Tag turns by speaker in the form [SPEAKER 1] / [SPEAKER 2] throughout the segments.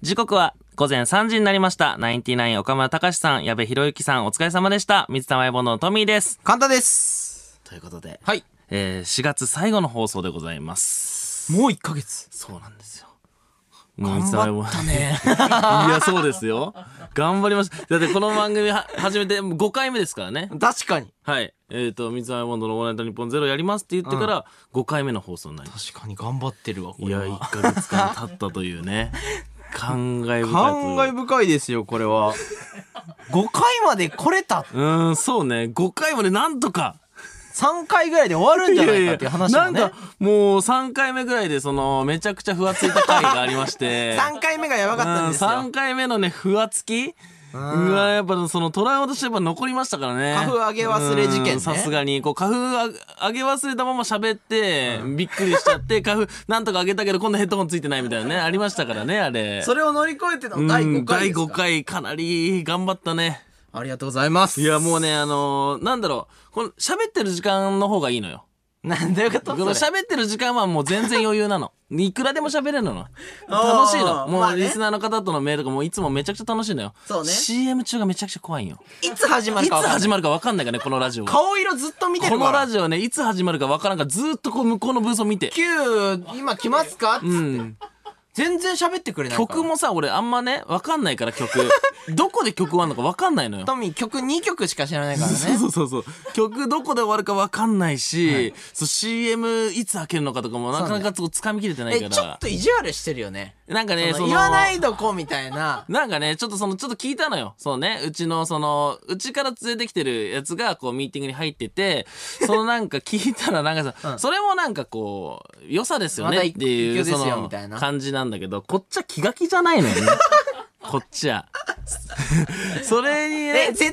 [SPEAKER 1] 時刻は午前3時になりました。ナインティナイン岡村隆史さん、矢部博之さん、お疲れ様でした。水溜りボンドのトミーです。
[SPEAKER 2] 簡単です。
[SPEAKER 1] ということで、
[SPEAKER 2] はい。
[SPEAKER 1] えー、4月最後の放送でございます。
[SPEAKER 2] もう1ヶ月。
[SPEAKER 1] そうなんですよ。
[SPEAKER 2] 頑張ったね。
[SPEAKER 1] いや、そうですよ。頑張りました。だってこの番組は始めて5回目ですからね。
[SPEAKER 2] 確かに。
[SPEAKER 1] はい。えっ、と、水溜りボンドのオールナイトニッポンゼロやりますって言ってから5回目の放送になりまし
[SPEAKER 2] 確かに頑張ってるわ、
[SPEAKER 1] た。
[SPEAKER 2] こ
[SPEAKER 1] い
[SPEAKER 2] れ
[SPEAKER 1] や、
[SPEAKER 2] は。
[SPEAKER 1] 1ヶ月間経ったという ね。感慨深いという
[SPEAKER 2] 感慨深いですよ、これは。5回まで来れた。
[SPEAKER 1] うーん、そうね。5回までなんとか。
[SPEAKER 2] 3回ぐらいで終わるんじゃないかっていう話も
[SPEAKER 1] なん
[SPEAKER 2] ね
[SPEAKER 1] か。もう3回目ぐらいでそのめちゃくちゃふわついた回がありまし て
[SPEAKER 2] 3回目がやばかったんですよ。
[SPEAKER 1] 3回目のねふわつきう
[SPEAKER 2] うん
[SPEAKER 1] わやっぱそのトラウマとしてやっぱ残りましたからね
[SPEAKER 2] 花粉上げ忘れ事件ね
[SPEAKER 1] うんさすがにこう花粉あ上げ忘れたまま喋ってびっくりしちゃって花粉なんとか上げたけど今度ヘッドホンついてないみたいなねありましたからねあれ
[SPEAKER 2] それを乗り越えての
[SPEAKER 1] うん
[SPEAKER 2] 第5回
[SPEAKER 1] 第
[SPEAKER 2] です
[SPEAKER 1] 5
[SPEAKER 2] か。
[SPEAKER 1] 回かなり頑張ったね
[SPEAKER 2] ありがとうございます。
[SPEAKER 1] いやもうねあのーなんだろうこの喋ってる時間の方がいいのよ
[SPEAKER 2] なんだよかった。
[SPEAKER 1] この
[SPEAKER 2] それ
[SPEAKER 1] 喋ってる時間はもう全然余裕 なの。いくらでも喋れるのな。
[SPEAKER 2] あー
[SPEAKER 1] 楽しいの。も
[SPEAKER 2] ま
[SPEAKER 1] う
[SPEAKER 2] あね
[SPEAKER 1] リスナーの方とのメールとかもいつもめちゃくちゃ楽しいのよ。
[SPEAKER 2] そうね
[SPEAKER 1] CM 中がめちゃくちゃ怖いんよ。
[SPEAKER 2] いつ始ま
[SPEAKER 1] い
[SPEAKER 2] る
[SPEAKER 1] つ
[SPEAKER 2] か分かんない
[SPEAKER 1] 始まるか分かんないからね、このラジオは。
[SPEAKER 2] 顔色ずっと見てる
[SPEAKER 1] こ
[SPEAKER 2] から。
[SPEAKER 1] のラジオね、いつ始まるか分からんから、ずーっとこう向こうのブースを見て。
[SPEAKER 2] 9今来ますか、
[SPEAKER 1] うん。
[SPEAKER 2] 全然喋ってくれないから
[SPEAKER 1] 曲もさ、俺あんまね、分かんないから 曲。どこで曲あんのか分かんないのよ。
[SPEAKER 2] トミー曲2曲しか知らないから ね
[SPEAKER 1] そうそうそうそう。曲どこで終わるか分かんないし、そう CM いつ開けるのかとかもなかなかこう掴みきれてないか
[SPEAKER 2] え
[SPEAKER 1] ら。
[SPEAKER 2] ちょっと意地悪してるよね
[SPEAKER 1] なんかね、
[SPEAKER 2] そ
[SPEAKER 1] その。
[SPEAKER 2] の言わないどこみたいな
[SPEAKER 1] なんかね、ちょっとその、ちょっと聞いたのよ。そうね、うちの、その、うちから連れてきてるやつが、こう、ミーティングに入ってて、 そのなんか聞いたら、なんかさ、それもなんかこう、良さですよねってい
[SPEAKER 2] ま
[SPEAKER 1] う、
[SPEAKER 2] た一
[SPEAKER 1] そ
[SPEAKER 2] 挙ですよ
[SPEAKER 1] の
[SPEAKER 2] みたい、な
[SPEAKER 1] 感じなんだけど、こっちは気が気じゃない のよね。こっちは。 それに
[SPEAKER 2] え
[SPEAKER 1] ね、
[SPEAKER 2] 絶対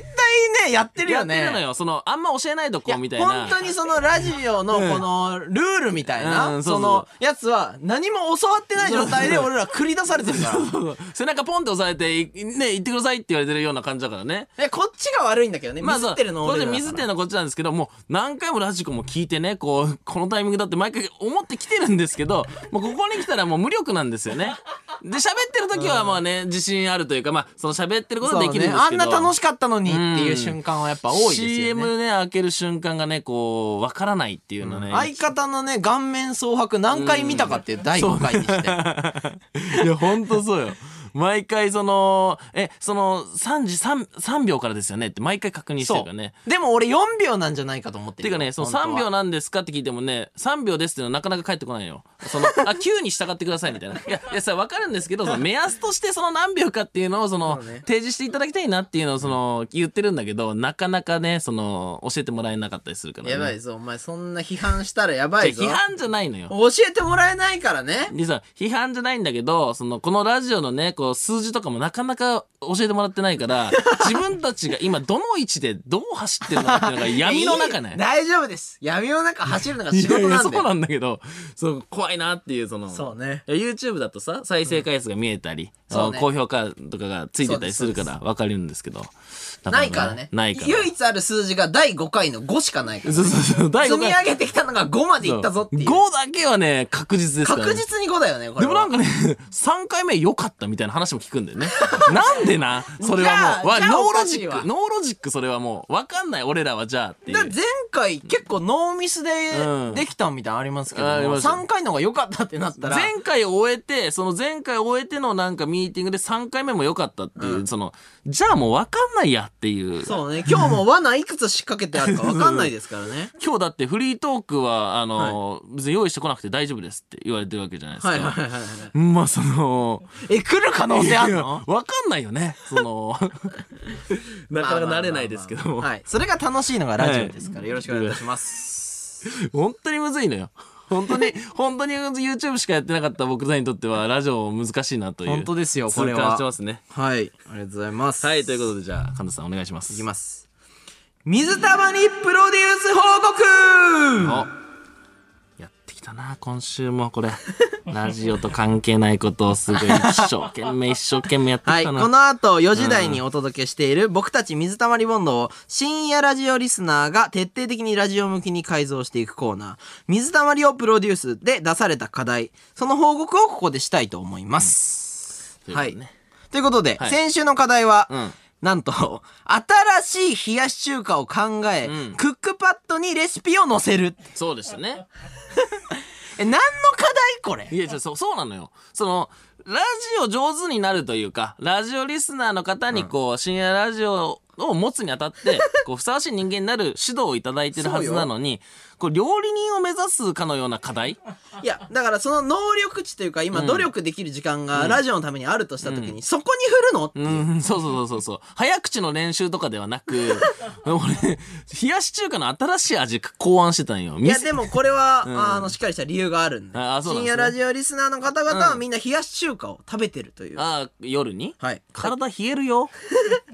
[SPEAKER 2] ねやってる
[SPEAKER 1] や
[SPEAKER 2] よ
[SPEAKER 1] っ
[SPEAKER 2] ね
[SPEAKER 1] てるのよ。その、あんま教えないと
[SPEAKER 2] いや
[SPEAKER 1] こ、みたいな。
[SPEAKER 2] 本当にそのラジオのこのルールみたいな、
[SPEAKER 1] うんそうそう
[SPEAKER 2] そのやつは何も教わってない状態で俺ら繰り出されてるから
[SPEAKER 1] 背中ポンって押されて、いね、行ってくださいって言われてるような感じだからね。
[SPEAKER 2] いやこっちが悪いんだけどね、
[SPEAKER 1] まあ
[SPEAKER 2] ミスってるの
[SPEAKER 1] そうこれ
[SPEAKER 2] 俺ら
[SPEAKER 1] で
[SPEAKER 2] だか
[SPEAKER 1] 水っ
[SPEAKER 2] ら
[SPEAKER 1] てるのはこっちなんですけど、もう何回もラジコも聞いてね、こう、このタイミングだって毎回思ってきてるんですけど、もうここに来たらもう無力なんですよね。で、喋ってる時はまあね、自信あるというか、まあ、その喋ってることはできるんですけど。
[SPEAKER 2] そうね、あんな楽
[SPEAKER 1] し
[SPEAKER 2] しかったのにっていう瞬間はやっぱ多いですよね、
[SPEAKER 1] CM ね、開ける瞬間がね、こう、わからないっていうのね。
[SPEAKER 2] 相方のね顔面蒼白何回見たかっていう第5回にし て、
[SPEAKER 1] いや、ほんとそうよ。毎回その、え、その、3時 3, 3秒からですよねって毎回確認してるからね。
[SPEAKER 2] でも俺4秒なんじゃないかと思っ
[SPEAKER 1] て
[SPEAKER 2] てる
[SPEAKER 1] いう
[SPEAKER 2] よ
[SPEAKER 1] かね、その
[SPEAKER 2] 本当は
[SPEAKER 1] 3秒なんですかって聞いてもね、3秒ですっていうのはなかなか返ってこないよ。その、あ、9に 従ってくださいみたいな。いや、いや、さ、わかるんですけど、その目安としてその何秒かっていうのを、その、
[SPEAKER 2] そうね
[SPEAKER 1] 提示していただきたいなっていうのを、その、言ってるんだけど、なかなかね、その、教えてもらえなかったりするからね。
[SPEAKER 2] やばいぞ、お前そんな批判したらやばいぞ。
[SPEAKER 1] じゃあ批判じゃないのよ。
[SPEAKER 2] 教えてもらえないからね。
[SPEAKER 1] でさ、批判じゃないんだけど、その、このラジオのね、こう、数字とかもなかなか教えてもらってないから、自分たちが今どの位置でどう走ってるのかっていうのが闇の中ね
[SPEAKER 2] いい。大丈夫です。闇の中走るのが
[SPEAKER 1] い
[SPEAKER 2] 仕
[SPEAKER 1] やい
[SPEAKER 2] 事
[SPEAKER 1] や
[SPEAKER 2] な
[SPEAKER 1] そ
[SPEAKER 2] ん
[SPEAKER 1] う
[SPEAKER 2] で。
[SPEAKER 1] なんだけど、そう、怖いなっていう、その、
[SPEAKER 2] そうね。
[SPEAKER 1] いや YouTube だとさ再生回数が見えたり、
[SPEAKER 2] うんそうね
[SPEAKER 1] 高評価とかがついてたりするか
[SPEAKER 2] そ
[SPEAKER 1] ら分かるんですけど
[SPEAKER 2] ないからね。
[SPEAKER 1] ないから
[SPEAKER 2] 唯一ある数字が第5回の5しかないから。
[SPEAKER 1] そうそうそう第
[SPEAKER 2] 積
[SPEAKER 1] 5
[SPEAKER 2] み上げてきたのが5までいったぞっていう。
[SPEAKER 1] 5だけはね確実ですから、ね、
[SPEAKER 2] 確実に5だよね、こ
[SPEAKER 1] で
[SPEAKER 2] れ
[SPEAKER 1] もな
[SPEAKER 2] は。
[SPEAKER 1] んかね3回目良かったみたいな話も聞くんだ よねなんでなそれはもうわ
[SPEAKER 2] じゃあじ
[SPEAKER 1] ノー
[SPEAKER 2] ゃあ
[SPEAKER 1] ロ
[SPEAKER 2] おかし
[SPEAKER 1] ジッ
[SPEAKER 2] いわ
[SPEAKER 1] クノーロジックそれはもう分かんない俺らはじゃあっていう
[SPEAKER 2] だから前回結構ノーミスで
[SPEAKER 1] うん
[SPEAKER 2] できたみたいなのありますけど
[SPEAKER 1] ありま
[SPEAKER 2] も、
[SPEAKER 1] した
[SPEAKER 2] 3回の方が良かったってなったら、
[SPEAKER 1] 前回終えて、その前回終えてのなんかミーティングで3回目も良かったっていう、その、じゃあもう分かんないやっていう。
[SPEAKER 2] そうね、今日も罠いくつ仕掛けてあるか分かんないですか らね。
[SPEAKER 1] 今日だってフリートークは、あの、別に用意してこなくて大丈夫ですって言われてるわけじゃないですか。
[SPEAKER 2] はいはいはいはいはい。
[SPEAKER 1] まあその、
[SPEAKER 2] え、来る可能性ある
[SPEAKER 1] いや
[SPEAKER 2] の
[SPEAKER 1] わかんないよね。その、 なかなか慣れないですけども。
[SPEAKER 2] はい。それが楽しいのがラジオですから、よろしくお願いいたします。
[SPEAKER 1] 本当にむずいのよ。本 当に、本当に YouTube しかやってなかった僕らにとってはラジオ難しいなという。
[SPEAKER 2] 本当ですよこれは
[SPEAKER 1] 痛感してますね。
[SPEAKER 2] はい。ありがとうございます。
[SPEAKER 1] はい、ということとでじゃあ、神田さんお願いします。
[SPEAKER 2] いきます。水溜りプロデュース
[SPEAKER 1] お
[SPEAKER 2] 報告
[SPEAKER 1] やってきたな今週も これラジオと関係ないことをすごい一生懸命一生懸命やって
[SPEAKER 2] は
[SPEAKER 1] き
[SPEAKER 2] い。
[SPEAKER 1] たな、
[SPEAKER 2] この後、4時台にお届けしている、僕たち水溜りボンドを、深夜ラジオリスナーが徹底的にラジオ向きに改造していくコーナー、水溜りをプロデュースで出された課題、その報告をここでしたいと思います。
[SPEAKER 1] というこ
[SPEAKER 2] は
[SPEAKER 1] と
[SPEAKER 2] い
[SPEAKER 1] でね。。
[SPEAKER 2] ということで、
[SPEAKER 1] はい
[SPEAKER 2] 先週の課題は、
[SPEAKER 1] うん
[SPEAKER 2] なんと、新しい冷やし中華を考え、
[SPEAKER 1] うん
[SPEAKER 2] クックパッドにレシピを載せる。
[SPEAKER 1] そうでしたね。
[SPEAKER 2] え、何の課題これ
[SPEAKER 1] いや、じゃあそう、そうなのよ。その、ラジオ上手になるというか、ラジオリスナーの方にこう、深夜ラジオを持つにあた って、こう、ふさわしい人間になる指導をいただいてるはずなのに、こう、料理人を目指すかのような課題
[SPEAKER 2] いや、だからその能力値というか、今努力できる時間がラジオのためにあるとしたときに、そこに振るのっていうう。
[SPEAKER 1] ん、そうそうそうそうそう。早口の練習とかではな く、俺、冷やし中華の新しい味考案してたんよ。
[SPEAKER 2] いや
[SPEAKER 1] 店
[SPEAKER 2] でもこれは、あのしっかりした理由があるんで
[SPEAKER 1] ああそうなん
[SPEAKER 2] 深
[SPEAKER 1] ですね
[SPEAKER 2] 夜ラジオリスナーの方々は
[SPEAKER 1] うん
[SPEAKER 2] みんな冷やし中華を食べてるという、
[SPEAKER 1] ああ、夜に
[SPEAKER 2] はい
[SPEAKER 1] 体冷えるよ。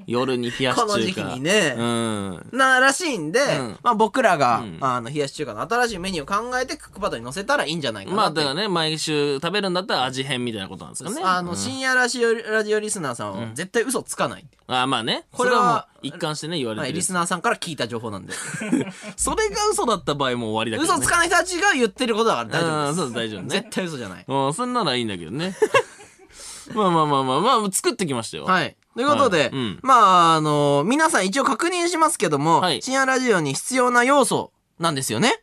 [SPEAKER 1] 夜に冷やし中華。
[SPEAKER 2] この時期にね
[SPEAKER 1] うん。
[SPEAKER 2] ならしいんで、
[SPEAKER 1] ん
[SPEAKER 2] まあ、僕らが、
[SPEAKER 1] うん
[SPEAKER 2] あの冷やし中華の新しいメニューを考えてクックパッドに載せたらいいんじゃないか
[SPEAKER 1] ま
[SPEAKER 2] な
[SPEAKER 1] あ
[SPEAKER 2] って
[SPEAKER 1] だ
[SPEAKER 2] いう
[SPEAKER 1] からね毎週食べるんだったら味変みたいなことなんですかね
[SPEAKER 2] あの、
[SPEAKER 1] うん
[SPEAKER 2] 深夜ラジオラジオリスナーさんは絶対嘘つかない、
[SPEAKER 1] あまあね
[SPEAKER 2] こ
[SPEAKER 1] こ
[SPEAKER 2] れ
[SPEAKER 1] れ
[SPEAKER 2] は
[SPEAKER 1] はもう一貫してね言われ
[SPEAKER 2] はい、
[SPEAKER 1] てる
[SPEAKER 2] リスナーさんから聞いた情報なんで
[SPEAKER 1] それが嘘だった場合 もう終わりだけど
[SPEAKER 2] 嘘
[SPEAKER 1] ね
[SPEAKER 2] つかない人たちが言ってることだから大丈夫
[SPEAKER 1] う
[SPEAKER 2] で
[SPEAKER 1] ん
[SPEAKER 2] す
[SPEAKER 1] そうです大丈夫ね
[SPEAKER 2] 絶対嘘じゃない
[SPEAKER 1] うんそんならいいんだけど ねまあまあまあまあまあ作ってきましたよ
[SPEAKER 2] はい。ということで、
[SPEAKER 1] はいうん
[SPEAKER 2] まあ、あの皆さん一応確認しますけども、
[SPEAKER 1] はい
[SPEAKER 2] 深夜ラジオに必要な要素なんですよね。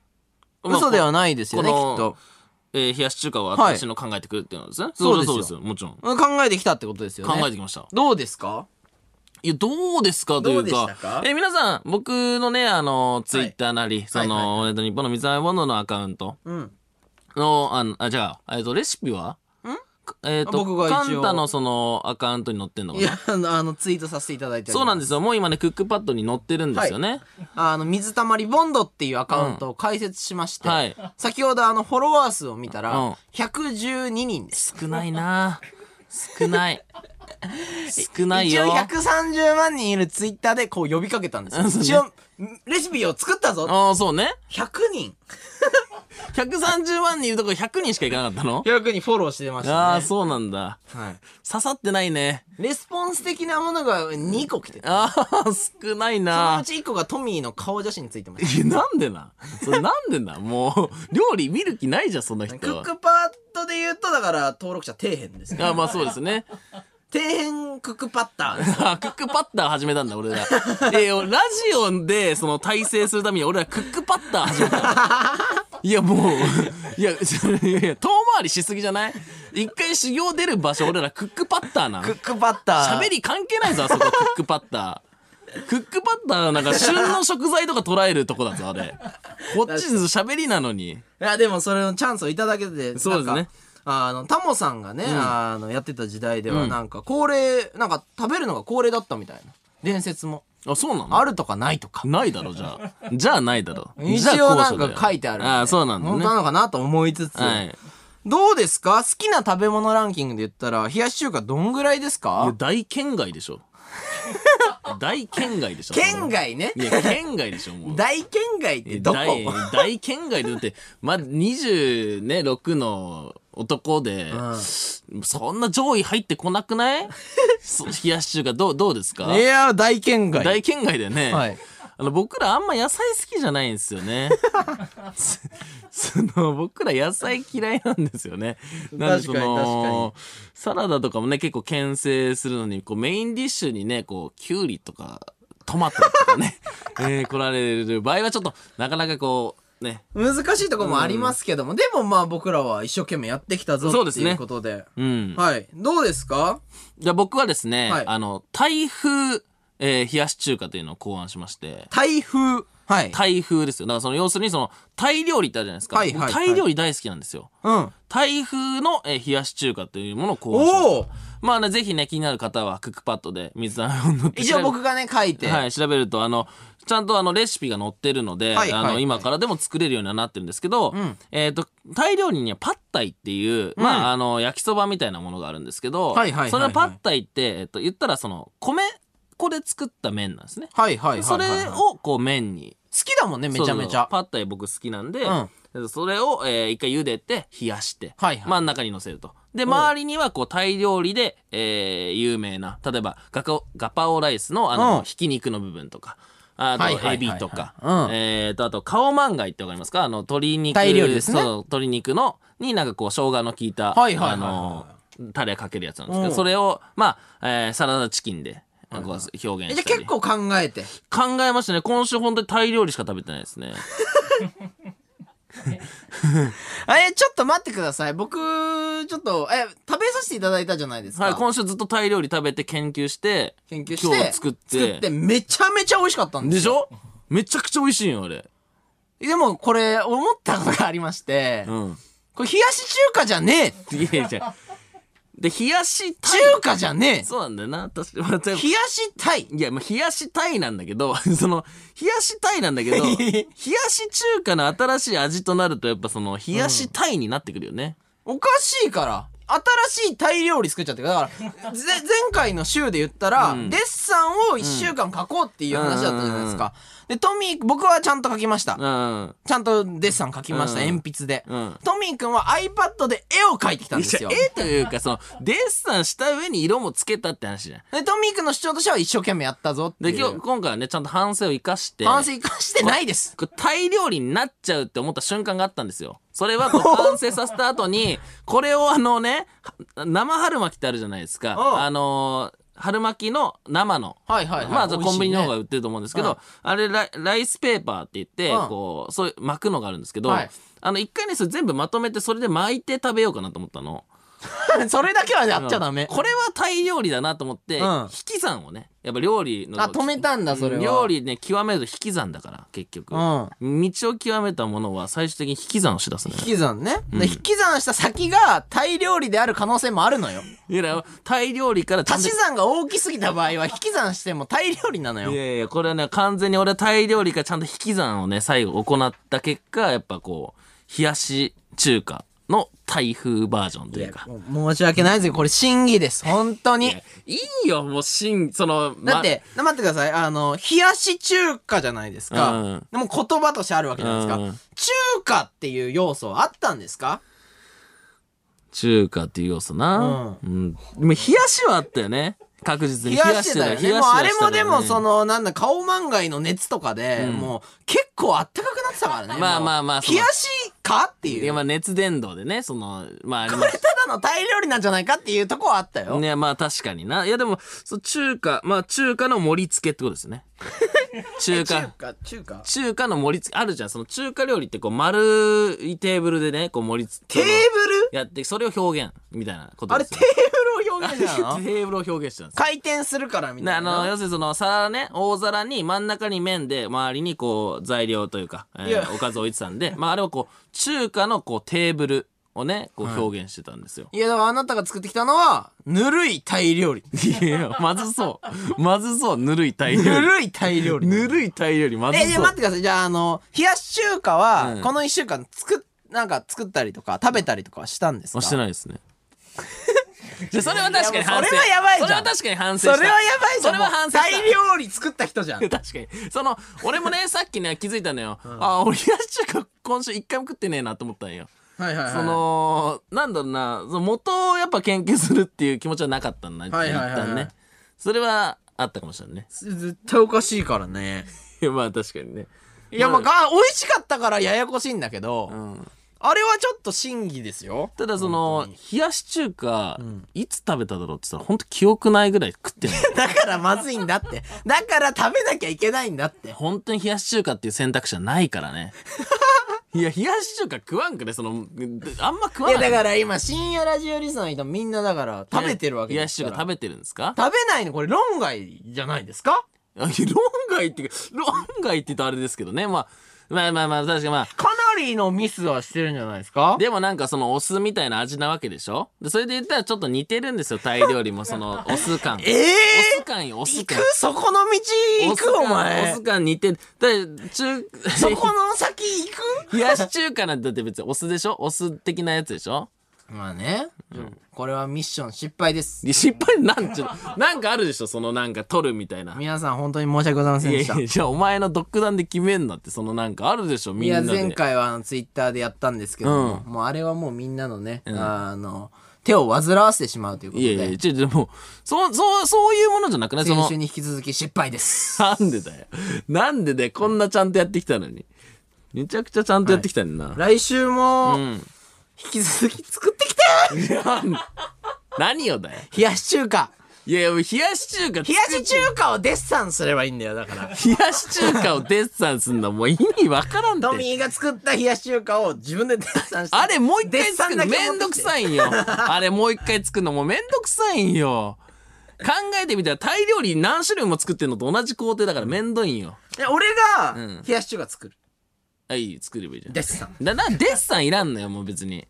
[SPEAKER 1] まあ
[SPEAKER 2] 嘘ではないですよね、きっ
[SPEAKER 1] この
[SPEAKER 2] と。
[SPEAKER 1] えー冷やし中華は
[SPEAKER 2] はい
[SPEAKER 1] 私の考えてくるっていうのですね
[SPEAKER 2] そうですよ
[SPEAKER 1] れはもちろん
[SPEAKER 2] 考えてきたってことですよね。
[SPEAKER 1] 考えてきました
[SPEAKER 2] どうですか
[SPEAKER 1] いや、どうですかとい
[SPEAKER 2] どう
[SPEAKER 1] う
[SPEAKER 2] でした
[SPEAKER 1] か。
[SPEAKER 2] か
[SPEAKER 1] え、皆さん、僕のね、あの、ツイッターなり、そ
[SPEAKER 2] はいはい
[SPEAKER 1] の、えっと、日本の水溜りボンドのアカウント
[SPEAKER 2] うん。
[SPEAKER 1] の、あの、あ、じゃあ、えっと、レシピは
[SPEAKER 2] ん
[SPEAKER 1] えっと、
[SPEAKER 2] 僕が一応
[SPEAKER 1] カンタのその、アカウントに載ってんのか
[SPEAKER 2] い
[SPEAKER 1] な
[SPEAKER 2] や、あの、あのツイートさせていただいて
[SPEAKER 1] そうなん
[SPEAKER 2] す。
[SPEAKER 1] ですよ。もう今ね、クックパッドに載ってるんですよね。
[SPEAKER 2] あの、水溜りボンドっていうアカウントを開設しまして、
[SPEAKER 1] はい
[SPEAKER 2] 先ほどあの、フォロワー数を見たら、
[SPEAKER 1] うん
[SPEAKER 2] 112人です。
[SPEAKER 1] 少ないな少 ない。少ない
[SPEAKER 2] 一応
[SPEAKER 1] よ。
[SPEAKER 2] 130万人いるツイッターでこう呼びかけたんですよ。
[SPEAKER 1] そうね
[SPEAKER 2] 一応、レシピを作ったぞ
[SPEAKER 1] ああ、そうね。
[SPEAKER 2] !100 人
[SPEAKER 1] 130万人いるとこ100人しかいかなかったの
[SPEAKER 2] 100人フォローしてましたね。
[SPEAKER 1] ああ、そうなんだ。
[SPEAKER 2] はい。
[SPEAKER 1] 刺さってないね。
[SPEAKER 2] レスポンス的なものが2個来てた。
[SPEAKER 1] ああ、少ない
[SPEAKER 2] その
[SPEAKER 1] な
[SPEAKER 2] うち1個がトミーの顔写真につ いてまし
[SPEAKER 1] いやなんでなそれなんでなもう、料理見る気ないじゃん、そんな
[SPEAKER 2] た。
[SPEAKER 1] 人
[SPEAKER 2] クッ
[SPEAKER 1] は。
[SPEAKER 2] クパッドで言うと、だから登録者底辺ですね。
[SPEAKER 1] あまあそうですね。
[SPEAKER 2] 底辺クックパッターです。
[SPEAKER 1] あクックパッター始めたんだ、俺ら。え、ラジオで、その、体制するために俺らクックパッター始 めたの。いや、もう、いや、それいやいや遠回りしすぎじゃない一回修行出る場所、俺らクックパッターなの
[SPEAKER 2] ク。ックパッター。
[SPEAKER 1] 喋り関係ないぞ、あそこ、 クックパッター。クックパッターなんか旬の食材とか捉えるとこだぞ、あれ。こっち喋りなのに。
[SPEAKER 2] いや、でもそれのチャンスをいただけて、
[SPEAKER 1] そうですね
[SPEAKER 2] なんか。あの、タモさんがね、あの、やってた時代では、なんか、恒例、なんか、食べるのが恒例だったみたいな。伝説も。
[SPEAKER 1] あ、そうなの
[SPEAKER 2] あるとかないとか。
[SPEAKER 1] ないだろ、じゃあ。じゃあないだろ。
[SPEAKER 2] 一
[SPEAKER 1] じゃ
[SPEAKER 2] 応
[SPEAKER 1] あ
[SPEAKER 2] な
[SPEAKER 1] 高所
[SPEAKER 2] ん
[SPEAKER 1] だよ
[SPEAKER 2] か書いてあるんで。
[SPEAKER 1] ああ、そうなんだ
[SPEAKER 2] 本
[SPEAKER 1] ね
[SPEAKER 2] 当。なのかなと思いつつ。
[SPEAKER 1] はい。い
[SPEAKER 2] どうですか好きな食べ物ランキングで言ったら、冷やし中華どんぐらいです
[SPEAKER 1] や
[SPEAKER 2] か
[SPEAKER 1] 大県外でし ょ。大県外でしょ。
[SPEAKER 2] 県外ね。
[SPEAKER 1] いや、県外でしょ、もう。
[SPEAKER 2] 大県外ってどこ
[SPEAKER 1] 大大県外でだっ て、まあ、26の男で、そんな上位入ってこなくない そ冷やし中華どう、どうですか、
[SPEAKER 2] いやー、大県外。
[SPEAKER 1] 大県外だよね。
[SPEAKER 2] はい
[SPEAKER 1] あの僕らあんま野菜好きじゃないんですよ ね。その僕ら野菜嫌いなんですよね。なんでそ
[SPEAKER 2] 確かに確かに
[SPEAKER 1] のサラダとかもね結構牽制するのにこうメインディッシュにねこうきゅうりとかトマトとかね、 えー来られる場合はちょっとなかなかこうね
[SPEAKER 2] 難しいとこもありますけども、でもまあ僕らは一生懸命やってきたぞ
[SPEAKER 1] そうで
[SPEAKER 2] っ
[SPEAKER 1] す
[SPEAKER 2] て
[SPEAKER 1] ね
[SPEAKER 2] いうことで。
[SPEAKER 1] うん。
[SPEAKER 2] はい。どうですか
[SPEAKER 1] じゃあ僕はですね、
[SPEAKER 2] はい
[SPEAKER 1] あの台風、えー冷やし中華というのを考案しまして。
[SPEAKER 2] 台風。はい。
[SPEAKER 1] 台風ですよ。だからその要するにそのタイ料理ってあるじゃないですか。
[SPEAKER 2] はいはいはい
[SPEAKER 1] 僕タイ料理大好きなんですよ。
[SPEAKER 2] うん。
[SPEAKER 1] 台風の、えー冷やし中華というものを考案しました
[SPEAKER 2] おお
[SPEAKER 1] まあね、ぜひね、気になる方はクックパッドで水溜りボンドって
[SPEAKER 2] 一応
[SPEAKER 1] 調
[SPEAKER 2] 僕がね、書いて。
[SPEAKER 1] べるはい、調べると、あの、ちゃんとあの、レシピが載ってるので、
[SPEAKER 2] はい
[SPEAKER 1] あ
[SPEAKER 2] はいは
[SPEAKER 1] の、
[SPEAKER 2] い
[SPEAKER 1] 今からでも作れるようにはなってるんですけど、えっ、と、タイ料理にはパッタイっていう、まあ、あの、焼きそばみたいなものがあるんですけど、
[SPEAKER 2] はいはいはいはい
[SPEAKER 1] そのパッタイって、えっ、と、言ったらその、米粉で作った麺なんですね。
[SPEAKER 2] はいはいはいはいはい
[SPEAKER 1] それ
[SPEAKER 2] 好
[SPEAKER 1] をこう麺に
[SPEAKER 2] きだもんね、めちゃめ
[SPEAKER 1] そう
[SPEAKER 2] ち
[SPEAKER 1] そう
[SPEAKER 2] ゃ。
[SPEAKER 1] パッタイ僕好きなんで、
[SPEAKER 2] う
[SPEAKER 1] それを、えー一回茹でて冷やして、
[SPEAKER 2] はいはい
[SPEAKER 1] 真ん中に乗せるとで周りにはこうタイ料理で、えー有名な例えばガカオガパオライスのあの、
[SPEAKER 2] うん
[SPEAKER 1] ひき肉の部分とかあ
[SPEAKER 2] はいはいはいは
[SPEAKER 1] と
[SPEAKER 2] い
[SPEAKER 1] エビとか、
[SPEAKER 2] うん
[SPEAKER 1] えーとあとカオマンガイってわかりますかあの鶏肉
[SPEAKER 2] タイ料理ですね
[SPEAKER 1] そう鶏肉のになんかこう生姜の効いた、
[SPEAKER 2] はいはいはいはい
[SPEAKER 1] あのタレかけるやつなんですけ
[SPEAKER 2] うん
[SPEAKER 1] ど、それを、まあ、えーサラダチキンで、こう表現したり。
[SPEAKER 2] えじゃあ結構考えて
[SPEAKER 1] 考えましたね。今週本当にタイ料理しか食べてないですね。
[SPEAKER 2] あえちょっと待ってください僕ちょっとえ食べさせていただいたじゃないですか、
[SPEAKER 1] はい、今週ずっとタイ料理食べて研究して、
[SPEAKER 2] 研究して
[SPEAKER 1] 今日作って
[SPEAKER 2] 作ってめちゃめちゃ美味しかったんです
[SPEAKER 1] で
[SPEAKER 2] よ
[SPEAKER 1] しょめちゃくちゃ美味しいんよ、あれ。
[SPEAKER 2] でもこれ思ったことがありまして、
[SPEAKER 1] うん。
[SPEAKER 2] これ冷やし中華じゃねえ
[SPEAKER 1] いやいや。で、冷やしタイ。
[SPEAKER 2] 中華じゃね
[SPEAKER 1] そうなんだよな。確か
[SPEAKER 2] え冷やしタイ
[SPEAKER 1] いや、まあ、冷やしタイなんだけど、 その、冷やしタイなんだけど、冷やし中華の新しい味となると、やっぱその、冷やしタイになってくるよね。
[SPEAKER 2] おかしいから新しいタイ料理作っちゃってるだ からぜ前回の週で言ったら、
[SPEAKER 1] うん
[SPEAKER 2] デッサンを1週間書こうっていう話だったじゃないですか、でトミー僕はちゃんと書きました、
[SPEAKER 1] うん。
[SPEAKER 2] ちゃんとデッサン書きました、
[SPEAKER 1] うん
[SPEAKER 2] 鉛筆で、
[SPEAKER 1] うん。
[SPEAKER 2] トミーくんは iPad で絵を描いてきたんです
[SPEAKER 1] い
[SPEAKER 2] よ
[SPEAKER 1] や絵というか、その、デッサンした上に色もつけたって話じゃん。
[SPEAKER 2] でトミーくんの主張としては一生懸命やったぞっ
[SPEAKER 1] で、
[SPEAKER 2] てい
[SPEAKER 1] 今日、
[SPEAKER 2] う
[SPEAKER 1] 今回はね、ちゃんと反省を生かして、
[SPEAKER 2] 反省化してないです
[SPEAKER 1] これタイ料理になっちゃうって思った瞬間があったんですよ。それはこう完成させた後 に、これをあのね、は生春巻きってあるじゃないですか。
[SPEAKER 2] うん
[SPEAKER 1] あのー春巻きの生の。
[SPEAKER 2] はいはいはい
[SPEAKER 1] まあ、コンビニの方が
[SPEAKER 2] 美味しいね
[SPEAKER 1] 売ってると思うんですけ
[SPEAKER 2] うん
[SPEAKER 1] ど、あれライ、ライスペーパーって言って、
[SPEAKER 2] うん
[SPEAKER 1] こう、そういう巻くのがあるんですけど、
[SPEAKER 2] はい
[SPEAKER 1] あの、一回ね、それ全部まとめて、それで巻いて食べようかなと思ったの。
[SPEAKER 2] それだけはやっちゃダメ、
[SPEAKER 1] これはタイ料理だなと思って、
[SPEAKER 2] うん
[SPEAKER 1] 引き算をね、やっぱ料理の。
[SPEAKER 2] あ止めたんだそれは
[SPEAKER 1] 料理ね、極めると引き算だから、結局。
[SPEAKER 2] うん
[SPEAKER 1] 道を極めたものは最終的に引き算をしだすね。
[SPEAKER 2] 引き算ね、で引き算した先がタイ料理である可能性もあるのよ
[SPEAKER 1] いや、タイ料理からちゃんと
[SPEAKER 2] 足し算が大きすぎた場合は引き算してもタイ料理なの
[SPEAKER 1] い
[SPEAKER 2] よ
[SPEAKER 1] やいや、これはね、完全に俺はタイ料理からちゃんと引き算をね、最後行った結果、やっぱこう、冷やし中華の台風バージョンというか。
[SPEAKER 2] 申し訳ないですけどこれ審議です本当に
[SPEAKER 1] いいよ、もう、しん、その、ま
[SPEAKER 2] だっ、て、待ってくださいあの冷やし中華じゃないですか、
[SPEAKER 1] うん
[SPEAKER 2] でも言葉としてあるわけじゃないですか、
[SPEAKER 1] うん
[SPEAKER 2] 中華っていう要素はあったんですか
[SPEAKER 1] 中華っていう要素な。うん。でも冷やしはあったよね。確実
[SPEAKER 2] 冷
[SPEAKER 1] に。
[SPEAKER 2] やしてたよね
[SPEAKER 1] 冷や
[SPEAKER 2] も
[SPEAKER 1] し
[SPEAKER 2] う
[SPEAKER 1] は
[SPEAKER 2] あ
[SPEAKER 1] し
[SPEAKER 2] れ
[SPEAKER 1] た
[SPEAKER 2] も
[SPEAKER 1] よね
[SPEAKER 2] でもそ、のなんだ顔漫画の熱とかで、
[SPEAKER 1] ん
[SPEAKER 2] もう結構あったかくなってたからね
[SPEAKER 1] まあまあまあ
[SPEAKER 2] もう
[SPEAKER 1] そ
[SPEAKER 2] 冷
[SPEAKER 1] の
[SPEAKER 2] やしかっていう
[SPEAKER 1] いや、まあ熱伝導でね、その、まああり
[SPEAKER 2] こ
[SPEAKER 1] ま
[SPEAKER 2] れ
[SPEAKER 1] した
[SPEAKER 2] だのタイ料理なんじゃないかっていうとこはあったよ。
[SPEAKER 1] いや、まあ確かにな。いや、でも、そう、中華、まあ中華の盛り付けってことです ね。中華。
[SPEAKER 2] 華、中華。
[SPEAKER 1] 中華の盛り付け、あるじゃん。その中華料理ってこう丸いテーブルでね、こう盛り付
[SPEAKER 2] テー
[SPEAKER 1] け。
[SPEAKER 2] ブル
[SPEAKER 1] やって、それを表現、みたいなこと
[SPEAKER 2] あれ
[SPEAKER 1] で
[SPEAKER 2] テ
[SPEAKER 1] す
[SPEAKER 2] ー
[SPEAKER 1] よ。
[SPEAKER 2] ブルを表現した
[SPEAKER 1] あれ
[SPEAKER 2] の
[SPEAKER 1] テーブルを表現してたんですよ。
[SPEAKER 2] 回転するからみ
[SPEAKER 1] ね
[SPEAKER 2] た
[SPEAKER 1] あ
[SPEAKER 2] いな。
[SPEAKER 1] の、要するにその皿ね、大皿に真ん中に麺で、周りにこう、材料というか、えー
[SPEAKER 2] いや
[SPEAKER 1] おかず置いてたんで、まああれはこう、中華のこう、テーブルをね、こう表現してたんですよ。
[SPEAKER 2] いや、だからあなたが作ってきたのは、ぬるいタイ料理。
[SPEAKER 1] いや、まずそう。まずそう、ぬるいタイ料
[SPEAKER 2] ぬ
[SPEAKER 1] 理。
[SPEAKER 2] るいタイ料理。
[SPEAKER 1] ぬるいタイ料理まずそ
[SPEAKER 2] え、
[SPEAKER 1] う。
[SPEAKER 2] いや、待ってください。じゃあ、あの、冷やし中華は、
[SPEAKER 1] うん
[SPEAKER 2] この一週間作っ、なんか作ったりとか、食べたりとかはしたんですか
[SPEAKER 1] あしてないですね。 じゃあそれは確かに反省。
[SPEAKER 2] いやもうそれはやばいじゃん
[SPEAKER 1] それは確かに反省
[SPEAKER 2] そ
[SPEAKER 1] した。
[SPEAKER 2] れはやばいじゃん。
[SPEAKER 1] それは反省
[SPEAKER 2] もう
[SPEAKER 1] した。
[SPEAKER 2] タイ料理作った人じゃ
[SPEAKER 1] 確
[SPEAKER 2] ん。
[SPEAKER 1] かに。その、俺もね、さっきね、気づいたのよ。あ、俺、冷やし中華今週一回も食ってねえなと思ったんよ。
[SPEAKER 2] はいはいはい。
[SPEAKER 1] そ、の、なんだろうな、その元をやっぱ研究するっていう気持ちはなかったんだ、一
[SPEAKER 2] はいはいはいはい
[SPEAKER 1] 旦ね。それはあったかもしれないね。
[SPEAKER 2] 絶対おかしいからね。
[SPEAKER 1] いやまあ確かにね。
[SPEAKER 2] いや、まあ、
[SPEAKER 1] うん
[SPEAKER 2] が美味しかったからややこしいんだけど、
[SPEAKER 1] ん
[SPEAKER 2] あれはちょっと真偽ですよ。
[SPEAKER 1] ただその、冷やし中華、いつ食べただろうって言ったら、ほんと記憶ないぐらい食ってない。
[SPEAKER 2] だからまずいんだって。だから食べなきゃいけないんだって。
[SPEAKER 1] 本当に冷やし中華っていう選択肢はないから ね。いや、冷やし中華食わんくね、その、あんま食
[SPEAKER 2] い
[SPEAKER 1] わ
[SPEAKER 2] や、
[SPEAKER 1] ない。
[SPEAKER 2] だから今、深夜ラジオリスナーの人みんなだから食べてるわけ
[SPEAKER 1] 冷
[SPEAKER 2] で
[SPEAKER 1] や
[SPEAKER 2] す
[SPEAKER 1] し
[SPEAKER 2] か
[SPEAKER 1] 中
[SPEAKER 2] ら。
[SPEAKER 1] 華食べてるんですか
[SPEAKER 2] 食べないのこれ論外じゃないですか
[SPEAKER 1] あいや論外っていうか、論外って言うとあれですけどね。まあ、まあまあまあ、確かにまあ、
[SPEAKER 2] かなりのミスはしてるんじゃないです か
[SPEAKER 1] でもなんかそのお酢みたいな味なわけでしょでそれで言ったらちょっと似てるんですよ、タイ料理もそ のお酢感。
[SPEAKER 2] ええ
[SPEAKER 1] お酢感よ、お
[SPEAKER 2] ー、
[SPEAKER 1] 酢
[SPEAKER 2] 行く
[SPEAKER 1] 感。
[SPEAKER 2] そこの道行
[SPEAKER 1] お酢
[SPEAKER 2] く
[SPEAKER 1] 感
[SPEAKER 2] お前
[SPEAKER 1] お酢。感似てる。だって中、
[SPEAKER 2] そこの先行 く
[SPEAKER 1] 冷やし中華なんてだって別にお酢でしょお酢的なやつでしょ
[SPEAKER 2] まあね、これはミッション失敗です。
[SPEAKER 1] いや失敗なんちゅう、なんかあるでしょそのなんか取るみたいな。
[SPEAKER 2] 皆さん本当に申し訳ございません
[SPEAKER 1] い
[SPEAKER 2] で
[SPEAKER 1] や
[SPEAKER 2] した。
[SPEAKER 1] いや、じゃあお前の独断で決めんなって、そのなんかあるでしょ、み
[SPEAKER 2] い
[SPEAKER 1] んな
[SPEAKER 2] や
[SPEAKER 1] で。
[SPEAKER 2] 前回はあのツイッターでやったんですけども、もうあれはもうみんなのね、あの手を煩わせてしまうということ
[SPEAKER 1] い
[SPEAKER 2] で
[SPEAKER 1] やいや、ちょ、でもう、そう、そう、そういうものじゃなくないそ
[SPEAKER 2] 先
[SPEAKER 1] の
[SPEAKER 2] 週、に引き続き失敗です
[SPEAKER 1] なんでだよ。なんでだよ、こんなちゃんとやってきたのに。めちゃくちゃちゃんとやってきたのにな。
[SPEAKER 2] 来週も
[SPEAKER 1] うん。
[SPEAKER 2] 引き続き作ってきて、
[SPEAKER 1] いや何よだよ。
[SPEAKER 2] 冷やし中華
[SPEAKER 1] いやいや、冷やし中華
[SPEAKER 2] 冷やし中華をデッサンすればいいんだよだから
[SPEAKER 1] 冷やし中華をデッサンすんのもう意味わからん
[SPEAKER 2] ト
[SPEAKER 1] て。
[SPEAKER 2] ミーが作った冷やし中華を自分でデッサンして
[SPEAKER 1] あれもう一回
[SPEAKER 2] デッサ
[SPEAKER 1] 作る
[SPEAKER 2] ンだ
[SPEAKER 1] の
[SPEAKER 2] け
[SPEAKER 1] めんどく
[SPEAKER 2] い
[SPEAKER 1] さいんよ。あれもう一回作るのもうめんどくさいんよ。考えてみたらタイ料理何種類も作ってんのと同じ工程だからめんどいんよ。
[SPEAKER 2] 俺
[SPEAKER 1] うん
[SPEAKER 2] が冷やし中華作る
[SPEAKER 1] はい、作ればいいじゃん。
[SPEAKER 2] デッサン
[SPEAKER 1] だな、デッサンいらんのよ、もう別に。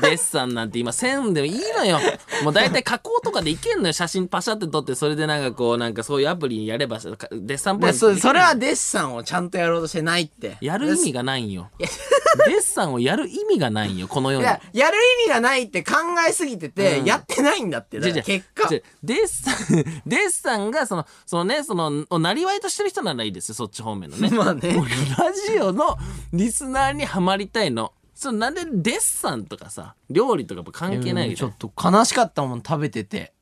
[SPEAKER 1] デッサンなんて今、線でもいいのよ。もう大体加工とかでいけんのよ。写真パシャって撮って、それでなんかこう、なんかそういうアプリやれば、かデッサンっぽい
[SPEAKER 2] ね
[SPEAKER 1] の
[SPEAKER 2] そそれはデッサンをちゃんとやろうとしてないって
[SPEAKER 1] やる意味がないんよ。デッサンをやる意味がないんよ、この世
[SPEAKER 2] い
[SPEAKER 1] に。
[SPEAKER 2] ややる意味がないって考えすぎてて、
[SPEAKER 1] うん
[SPEAKER 2] やってないんだってだから
[SPEAKER 1] じゃじゃ
[SPEAKER 2] 結果
[SPEAKER 1] じゃデッサン、 デッサンが、その、そのね、その、をなりわいとしてる人ならいいですよ、そっち方面のね。
[SPEAKER 2] まあね
[SPEAKER 1] 俺ラジオのリスナーにはまりたいの。そのなんでデッサンとかさ、料理とかやっぱ関係ない
[SPEAKER 2] うん
[SPEAKER 1] よ
[SPEAKER 2] ちょっ
[SPEAKER 1] ね。
[SPEAKER 2] と悲しかったもん食べてて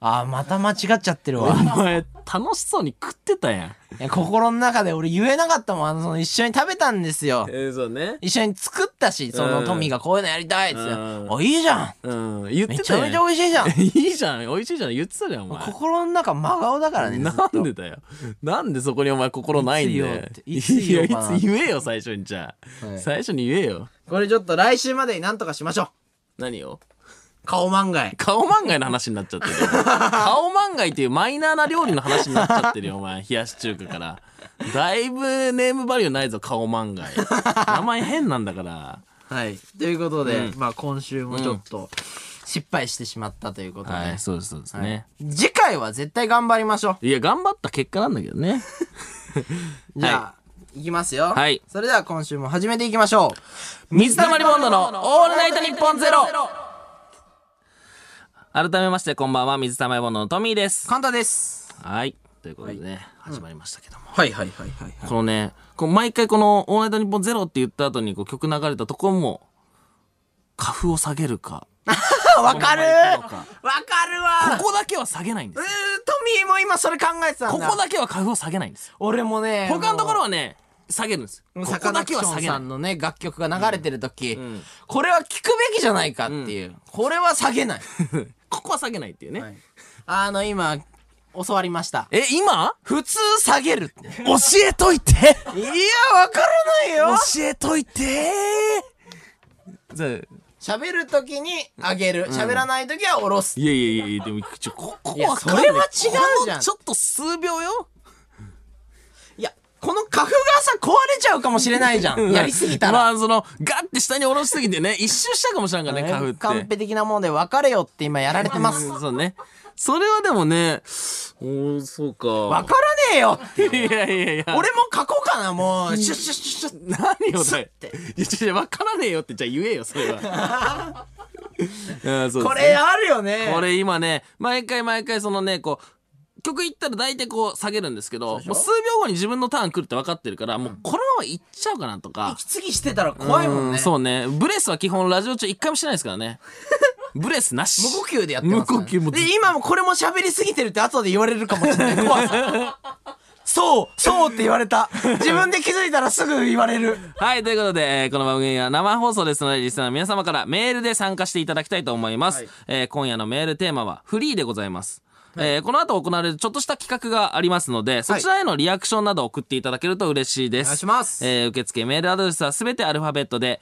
[SPEAKER 2] ああまた間違っちゃってる
[SPEAKER 1] お
[SPEAKER 2] わ
[SPEAKER 1] 前、楽しそうに食ってたやん。
[SPEAKER 2] いや心の中で俺言えなかったもんあのその一緒に食べたんですよ
[SPEAKER 1] えそうね。
[SPEAKER 2] 一緒に作ったしその
[SPEAKER 1] うん
[SPEAKER 2] トミーがこういうのやりたいっつって
[SPEAKER 1] うん
[SPEAKER 2] おいいじゃん
[SPEAKER 1] うん、言っ
[SPEAKER 2] め
[SPEAKER 1] て
[SPEAKER 2] ち
[SPEAKER 1] た
[SPEAKER 2] ゃめちゃ
[SPEAKER 1] やん。
[SPEAKER 2] 美味しいじゃ ん
[SPEAKER 1] いいじゃん、美味しいじゃん、言ってたじゃん、お前。
[SPEAKER 2] 心の中真顔だからねずっ
[SPEAKER 1] なん
[SPEAKER 2] と
[SPEAKER 1] でだよ。なんでそこにお前心ないんだよ。
[SPEAKER 2] いつ言おうっていつ言おうかない
[SPEAKER 1] やいつ言えよ、最初にじゃあ。
[SPEAKER 2] はい
[SPEAKER 1] 最初に言えよ。
[SPEAKER 2] これちょっと来週までになんとかしましょう
[SPEAKER 1] 何を
[SPEAKER 2] 顔漫画
[SPEAKER 1] 顔漫画の話になっちゃってるよ。顔漫画っていうマイナーな料理の話になっちゃってるよ、お前。冷やし中華から。だいぶネームバリューないぞ、顔漫画。名前変なんだから。
[SPEAKER 2] はいということで、
[SPEAKER 1] う
[SPEAKER 2] まあ今週もちょっと失敗してしまったということで、
[SPEAKER 1] はい、そうです、そうですね。
[SPEAKER 2] 次回は絶対頑張りましょう
[SPEAKER 1] いや、頑張った結果なんだけどね。
[SPEAKER 2] じゃあ、い、きますよ。
[SPEAKER 1] はい
[SPEAKER 2] それでは今週も始めていきましょう。
[SPEAKER 1] 水溜りボンドのオールナイトニッポンゼロ改めまして、こんばんは、水溜りボンドのトミーです。
[SPEAKER 2] カンタです。
[SPEAKER 1] はい。ということでね、始まりましたけども。
[SPEAKER 2] はいはいはいはい、はい。
[SPEAKER 1] このね、こう毎回この「オールナイトニッポンゼロって言った後にこう曲流れたとこも、花粉を下げる か、
[SPEAKER 2] あ、わか
[SPEAKER 1] この
[SPEAKER 2] るわ
[SPEAKER 1] マイクとか
[SPEAKER 2] かるわ
[SPEAKER 1] ここだけは下げ ないんで
[SPEAKER 2] う
[SPEAKER 1] す
[SPEAKER 2] ー
[SPEAKER 1] よ。
[SPEAKER 2] トミーも今それ考えてたん
[SPEAKER 1] こ
[SPEAKER 2] だ。
[SPEAKER 1] こだけは花粉を下げないんですよ。
[SPEAKER 2] 俺もね、
[SPEAKER 1] 他のところ
[SPEAKER 2] は、
[SPEAKER 1] はね、下げるんです。こ
[SPEAKER 2] サ
[SPEAKER 1] こ
[SPEAKER 2] カ
[SPEAKER 1] だ
[SPEAKER 2] ナク
[SPEAKER 1] けは
[SPEAKER 2] ショ
[SPEAKER 1] 下
[SPEAKER 2] ン
[SPEAKER 1] げ
[SPEAKER 2] さ
[SPEAKER 1] ない。
[SPEAKER 2] んのね、楽曲が流れてる時、
[SPEAKER 1] ん
[SPEAKER 2] これは聞くべきじゃないかっていう。これは下げない。
[SPEAKER 1] ここは下げないっていうね。
[SPEAKER 2] あの、今、教わりました。
[SPEAKER 1] え、今
[SPEAKER 2] 普通下げるっ て。い
[SPEAKER 1] 教えといて
[SPEAKER 2] や、わからないよ
[SPEAKER 1] 教えといてじゃあ
[SPEAKER 2] 喋るときに上げる。喋らないときは下ろす。
[SPEAKER 1] いやいやいや、でも、ちょ、ここ
[SPEAKER 2] いや
[SPEAKER 1] はかんない
[SPEAKER 2] それは違うじゃん
[SPEAKER 1] このちょっと数秒よ。
[SPEAKER 2] いや、この花粉がさ、壊れちゃうかもしれないじゃん。やりすぎた
[SPEAKER 1] ま
[SPEAKER 2] ら。
[SPEAKER 1] あ、その、ガッて下に下ろしすぎてね、一周したかもしれんからね、花粉って。
[SPEAKER 2] カンペ的なもので別れよって今やられてます。
[SPEAKER 1] そうね。それはでもね、おーそうか。
[SPEAKER 2] わからねえよ
[SPEAKER 1] いやいやいや。
[SPEAKER 2] 俺も書こうかな、もう。シュッシュッシュッシュッ。
[SPEAKER 1] 何を
[SPEAKER 2] ス
[SPEAKER 1] だ
[SPEAKER 2] ッ
[SPEAKER 1] よ
[SPEAKER 2] て。
[SPEAKER 1] いや、ちょ、わからねえよって、じゃあ言えよ、そ れは。うん、そうですね
[SPEAKER 2] これ、あるよね。
[SPEAKER 1] これ今ね、毎回毎回そのね、こう、曲いったら大体こう下げるんですけど、
[SPEAKER 2] しょ
[SPEAKER 1] もう数秒後に自分のターン来るって分かってるから、もうこのままいっちゃうかなとか。
[SPEAKER 2] 息継ぎしてたら怖いもん
[SPEAKER 1] う
[SPEAKER 2] ね。
[SPEAKER 1] そうね。ブレスは基本ラジオ中一回もしてないですからね。ブレスな し。
[SPEAKER 2] 無呼吸でやってますからね。
[SPEAKER 1] 無呼吸もずっと
[SPEAKER 2] で、今もこれも喋りすぎてるって後で言われるかもしれ ない。怖さ。そう、そうって言われた。自分で気づいたらすぐ言われる。
[SPEAKER 1] はい、ということで、えーこの番組は生放送ですので、リスナーの皆様からメールで参加していただきたいと思います。
[SPEAKER 2] はい
[SPEAKER 1] えー今夜のメールテーマはフリーでございます。えーこの後行われるちょっとした企画がありますので、そちらへのリアクションなど送っていただけると嬉しいです。
[SPEAKER 2] お願いします
[SPEAKER 1] えー受付メールアドレスはすべてアルファベットで、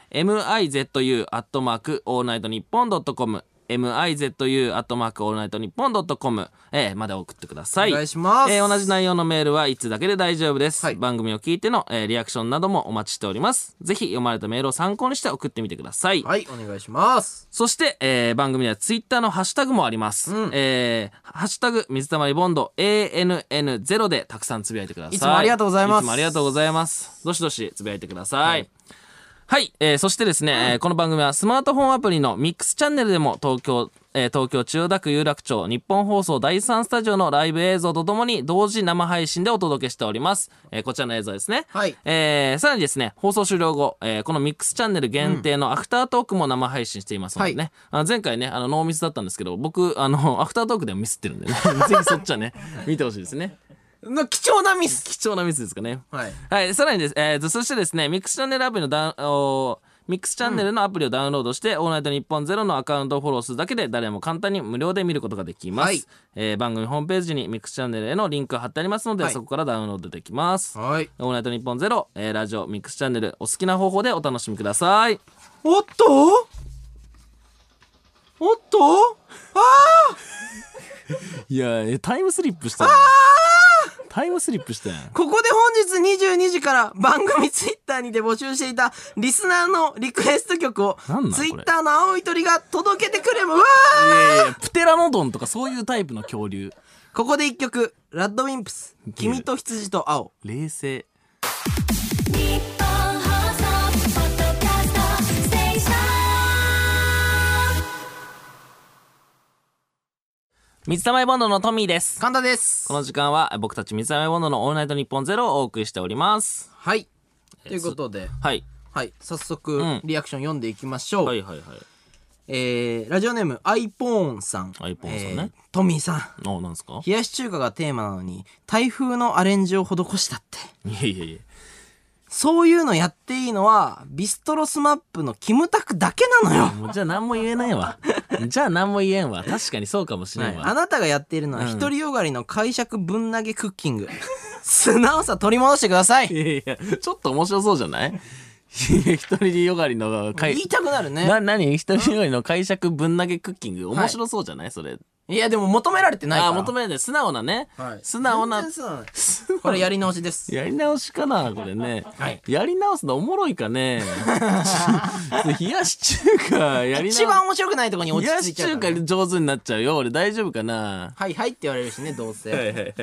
[SPEAKER 1] mizu.allnightnippon.com mizu.allnightnippon.com えーまで送ってください。
[SPEAKER 2] お願いします
[SPEAKER 1] えー同じ内容のメールはいつだけで大丈夫です。
[SPEAKER 2] はい
[SPEAKER 1] 番組を聞いての、えーリアクションなどもお待ちしております。ぜひ読まれたメールを参考にして送ってみてください。
[SPEAKER 2] はい、お願いします。
[SPEAKER 1] そして、えー番組ではツイッターのハッシュタグもあります。えーハッシュタグ、水溜りボンド ANN0 でたくさんつぶやいてください。
[SPEAKER 2] いつもありがとうございます
[SPEAKER 1] つもありがとうございます。どしどしつぶやいてください。はいえーそしてですね、えーこの番組はスマートフォンアプリのミックスチャンネルでも東京、えー東京千代田区有楽町日本放送第3スタジオのライブ映像とともに同時生配信でお届けしております。えーこちらの映像ですね。
[SPEAKER 2] はい
[SPEAKER 1] えーさらにですね、放送終了後、えーこのミックスチャンネル限定のアフタートークも生配信していますのでね、あの前回ね、あの、ノーミスだったんですけど、僕、あの、ア フタートークでもミスってるんでね、ぜひそっちはね、見てほしいですね。
[SPEAKER 2] の貴重なミス。
[SPEAKER 1] 貴重なミスですかね。
[SPEAKER 2] はい。
[SPEAKER 1] はい、さらにです、えーずそしてですね、ミックスチャンネルアプリのダウン、おーミックスチャンネルのアプリをダウンロードして、オールナイト日本ゼロのアカウントをフォローするだけで誰も簡単に無料で見ることができます、
[SPEAKER 2] はい
[SPEAKER 1] えー番組ホームページにミックスチャンネルへのリンクが貼ってありますので、
[SPEAKER 2] はい
[SPEAKER 1] そこからダウンロードできます、
[SPEAKER 2] はい。
[SPEAKER 1] オールナイトニッポンゼロ、えーラジオミックスチャンネルお好きな方法でお楽しみください
[SPEAKER 2] おっとおっとあー
[SPEAKER 1] いやタイムスリップ したタイムスリップしたやん
[SPEAKER 2] ここで本日22時から番組ツイッターにて募集していたリスナーのリクエスト曲を
[SPEAKER 1] なんなんこれ
[SPEAKER 2] ツイッターの青い鳥が届けてくれもうわ
[SPEAKER 1] いやいやプテラノドンとかそういうタイプの恐竜
[SPEAKER 2] ーここで一曲、ラッドウィンプス、君と羊と青。
[SPEAKER 1] 冷静
[SPEAKER 3] 日本放送ポッドキャストステーション
[SPEAKER 1] 水溜りボンドのトミーです
[SPEAKER 2] 神田です
[SPEAKER 1] こ。の時間は僕たち水溜りボンドのオールナイトニッポンゼロをお送りしております
[SPEAKER 2] はい。ということで、
[SPEAKER 1] はい
[SPEAKER 2] はい、
[SPEAKER 1] う
[SPEAKER 2] 早
[SPEAKER 1] ん
[SPEAKER 2] 速、リアクション読んでいきましょう。
[SPEAKER 1] はいはいはい
[SPEAKER 2] えーラジオネーム、アイポーンさん。
[SPEAKER 1] アイポーンさんね
[SPEAKER 2] えートミーさん。
[SPEAKER 1] おなんですか
[SPEAKER 2] 冷やし中華がテーマなのに、台風のアレンジを施したって。
[SPEAKER 1] いやいやいや
[SPEAKER 2] そういうのやっていいのは、ビストロスマップのキムタクだけなのよ。
[SPEAKER 1] もうじゃあ何も言えない わじゃあ何も言えんわ確かにそうかもしれんわ、
[SPEAKER 2] あなたがやっているのは、
[SPEAKER 1] うん
[SPEAKER 2] 独りよがりの解釈ぶん投げクッキング。 素直さ取り戻してください。
[SPEAKER 1] い
[SPEAKER 2] 言
[SPEAKER 1] やいやちょっと面白そうじゃないいや一人よがりの解
[SPEAKER 2] いたくなるね。
[SPEAKER 1] な何一人よがりの解釈ぶん投げクッキング面白そうじゃないそれ
[SPEAKER 2] いや、でも求められてないから。
[SPEAKER 1] あー求めない素直なね、
[SPEAKER 2] はい
[SPEAKER 1] 素直な
[SPEAKER 2] 全然素直なこれやり直しです。
[SPEAKER 1] やり直しかなこれね、
[SPEAKER 2] はい
[SPEAKER 1] やり直すのおもろいか ね 冷やし中華やり直
[SPEAKER 2] 一番面白くないとこに
[SPEAKER 1] 冷
[SPEAKER 2] 落
[SPEAKER 1] や
[SPEAKER 2] ち
[SPEAKER 1] し
[SPEAKER 2] 着いちゃう
[SPEAKER 1] 中
[SPEAKER 2] からね、
[SPEAKER 1] 華上手になっちゃうよ俺大丈夫かな
[SPEAKER 2] はいはいって言われるしねどうせ、
[SPEAKER 1] はいはいはい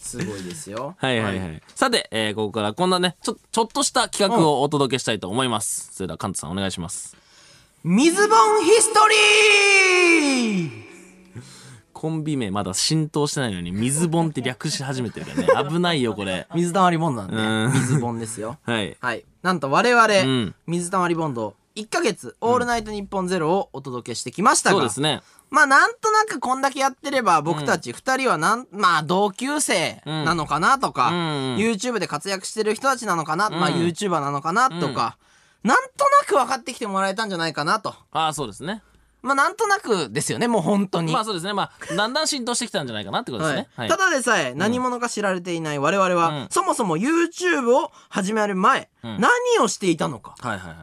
[SPEAKER 2] すごいですよ
[SPEAKER 1] はいはいはい、さて、えーここからこんなねちょちょっとした企画をお届けしたいと思います、それではカントさんお願いします
[SPEAKER 2] 水本ヒストリー
[SPEAKER 1] コンビ名まだ浸透してないのに水ボンって略し始めてるから ね危ないよこれ
[SPEAKER 2] 水溜りボンドなん
[SPEAKER 1] うん
[SPEAKER 2] で水本ですよ
[SPEAKER 1] はい
[SPEAKER 2] はいなんと我々、
[SPEAKER 1] ん
[SPEAKER 2] 水溜りボンド1ヶ月「オールナイトニッポンゼロをお届けしてきましたが、
[SPEAKER 1] そうですね
[SPEAKER 2] まあなんとなくこんだけやってれば僕たち2人はなん、まあ同級生なのかなとか、
[SPEAKER 1] うんうん
[SPEAKER 2] YouTube で活躍してる人たちなのかな、まあ YouTuber なのかなとか、なんとなく分かってきてもらえたんじゃないかなと。
[SPEAKER 1] ああそうですね
[SPEAKER 2] まあなんとなくですよね、もう本当に。
[SPEAKER 1] まあそうですねまあだんだん浸透してきたんじゃないかなってことですね、
[SPEAKER 2] は
[SPEAKER 1] はいい
[SPEAKER 2] ただでさえ何者か知られていない我々は、
[SPEAKER 1] うん
[SPEAKER 2] そもそも YouTube を始める前、
[SPEAKER 1] ん
[SPEAKER 2] 何をしていたのか、
[SPEAKER 1] はいはいはい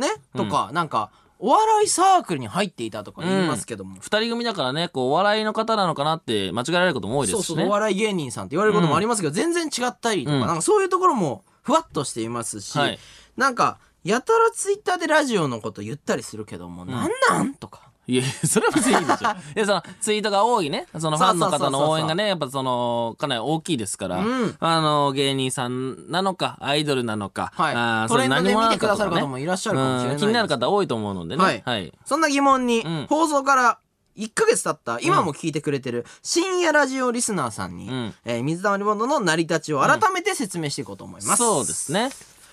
[SPEAKER 2] ね、とか、なんか、お笑いサークルに入っていたとか言いますけども、
[SPEAKER 1] 二人組だからねこうお笑いの方なのかなって間違えられることも多いで
[SPEAKER 2] そう
[SPEAKER 1] すし
[SPEAKER 2] そう、
[SPEAKER 1] ね
[SPEAKER 2] お笑い芸人さんって言われることもありますけど、全然違ったりとか、
[SPEAKER 1] うん
[SPEAKER 2] なんかそういうところもふわっとしていますし、
[SPEAKER 1] はい
[SPEAKER 2] なんか、やたらツイッターでラジオのこと言ったりするけども、なんなんとか。
[SPEAKER 1] いやいやそれは別にい いでしょいやそのツイートが多いねそのファンの方の応援がねやっぱそのかなり大きいですから、
[SPEAKER 2] うん
[SPEAKER 1] あの芸人さんなのかアイドルなのか、
[SPEAKER 2] はい
[SPEAKER 1] あー
[SPEAKER 2] トレンドで
[SPEAKER 1] それ何者
[SPEAKER 2] 見
[SPEAKER 1] な
[SPEAKER 2] て
[SPEAKER 1] の
[SPEAKER 2] く
[SPEAKER 1] か
[SPEAKER 2] だ
[SPEAKER 1] と
[SPEAKER 2] さる
[SPEAKER 1] かね
[SPEAKER 2] 方もいらっしゃるかもしれない
[SPEAKER 1] うん気になる方多いと思うのでね
[SPEAKER 2] はい
[SPEAKER 1] はい、
[SPEAKER 2] そんな疑問に、
[SPEAKER 1] うん
[SPEAKER 2] 放送から1ヶ月経った、今も聞いてくれてる深夜ラジオリスナーさんに、
[SPEAKER 1] うん
[SPEAKER 2] えー水溜りボンドの成り立ちを改めて説明していこうと思います。
[SPEAKER 1] そうで。すね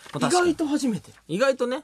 [SPEAKER 2] 意
[SPEAKER 1] 確かに
[SPEAKER 2] 外と初めて。
[SPEAKER 1] 意外とね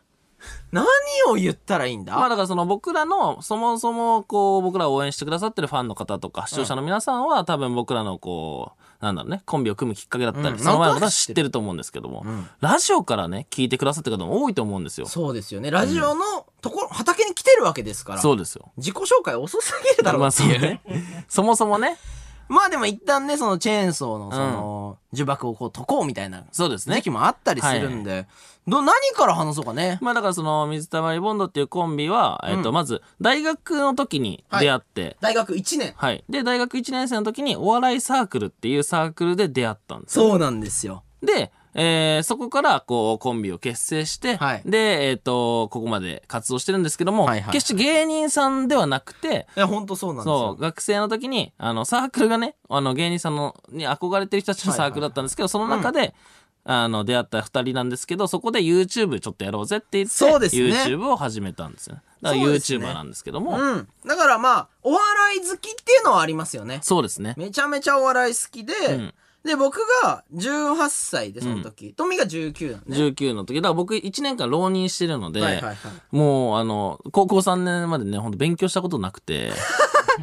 [SPEAKER 2] 何を言ったらいいんだ、
[SPEAKER 1] まあだからその僕らのそもそもこう僕らを応援してくださってるファンの方とか視聴者の皆さんは多分僕らのこうなんだろうねコンビを組むきっかけだった
[SPEAKER 2] うん
[SPEAKER 1] りその前の
[SPEAKER 2] なん
[SPEAKER 1] ことと
[SPEAKER 2] なく
[SPEAKER 1] 知
[SPEAKER 2] 知っ
[SPEAKER 1] っててると思うんですけども
[SPEAKER 2] ん
[SPEAKER 1] ラジオからね聞いてくださってる方も多いと思うんですよ
[SPEAKER 2] そうですよね。ラジオのところ、畑に来てるわけですから。
[SPEAKER 1] そうですよ
[SPEAKER 2] 自己紹介遅すぎるだろ
[SPEAKER 1] ま
[SPEAKER 2] う
[SPEAKER 1] あ
[SPEAKER 2] って
[SPEAKER 1] そう
[SPEAKER 2] いう。
[SPEAKER 1] ねそもそもね
[SPEAKER 2] まあでも一旦ね、そのチェーンソーのその、呪縛をこう解こうみたいな
[SPEAKER 1] そうです
[SPEAKER 2] 時
[SPEAKER 1] ね
[SPEAKER 2] 期もあったりするんで、ど何から話そうかね。
[SPEAKER 1] まあだからその水溜りボンドっていうコンビはえっ
[SPEAKER 2] う
[SPEAKER 1] とまず大学の時に出会って
[SPEAKER 2] 大学1年。
[SPEAKER 1] はいで大学1年生の時にお笑いサークルっていうサークルで出会ったんです
[SPEAKER 2] そうなんですよ。
[SPEAKER 1] で、えーそこからこうコンビを結成して、
[SPEAKER 2] はい
[SPEAKER 1] で、えっ、と、ここまで活動してるんですけども、
[SPEAKER 2] はいはい
[SPEAKER 1] 決して芸人さんではなくて、
[SPEAKER 2] いや、ほんとそうなんです
[SPEAKER 1] そ
[SPEAKER 2] よ
[SPEAKER 1] う、。学生の時に、あの、サークルがね、あの、芸人さんの、に憧れてる人たちの
[SPEAKER 2] はいは
[SPEAKER 1] サ
[SPEAKER 2] い
[SPEAKER 1] ークルだったんですけど、その中で、あの、出会った二人なんですけど、そこで YouTube ちょっとやろうぜって言って、
[SPEAKER 2] そうですね
[SPEAKER 1] YouTube を始めたんですよね。だから
[SPEAKER 2] そうですね
[SPEAKER 1] YouTuber なんですけども、
[SPEAKER 2] うん。だからまあ、お笑い好きっていうのはありますよね。
[SPEAKER 1] そうですね。
[SPEAKER 2] めちゃめちゃお笑い好きで、
[SPEAKER 1] ん
[SPEAKER 2] で、僕が18歳で、その時。トミが19なんで。
[SPEAKER 1] 19の時、だから僕1年間浪人してるので、
[SPEAKER 2] はいはいはい
[SPEAKER 1] もうあの、高校3年までね、ほんと勉強したことなくて、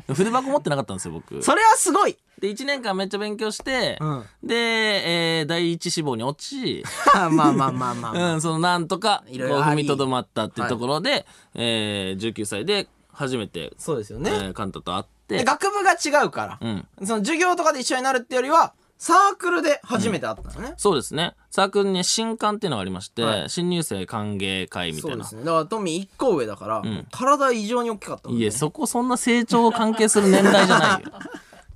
[SPEAKER 1] 筆箱持ってなかったんですよ、僕。
[SPEAKER 2] それはすごい
[SPEAKER 1] で、1年間めっちゃ勉強して、
[SPEAKER 2] うん
[SPEAKER 1] で、えー第一志望に落ち、
[SPEAKER 2] まあまあまあまあまあ、
[SPEAKER 1] うん、そのなんとか、こう
[SPEAKER 2] いろいろあ
[SPEAKER 1] 踏
[SPEAKER 2] り
[SPEAKER 1] みとどまったっていうところで、えー19歳で初めて、
[SPEAKER 2] そうですよ
[SPEAKER 1] え
[SPEAKER 2] ね、
[SPEAKER 1] ーカンタと会って
[SPEAKER 2] で、学部が違うから
[SPEAKER 1] う、ん。
[SPEAKER 2] その授業とかで一緒になるってよりはサークルで初めて会ったのね、
[SPEAKER 1] そうですね。サークルにね新刊っていうのがありまして、
[SPEAKER 2] はい
[SPEAKER 1] 新入生歓迎会みた
[SPEAKER 2] そ
[SPEAKER 1] いう
[SPEAKER 2] で
[SPEAKER 1] な。
[SPEAKER 2] すねだからトミー1個上だから、
[SPEAKER 1] ん
[SPEAKER 2] 体異常に大きかったもん
[SPEAKER 1] い
[SPEAKER 2] ね
[SPEAKER 1] や、そこそんな成長を関係する年代じゃ ないよ。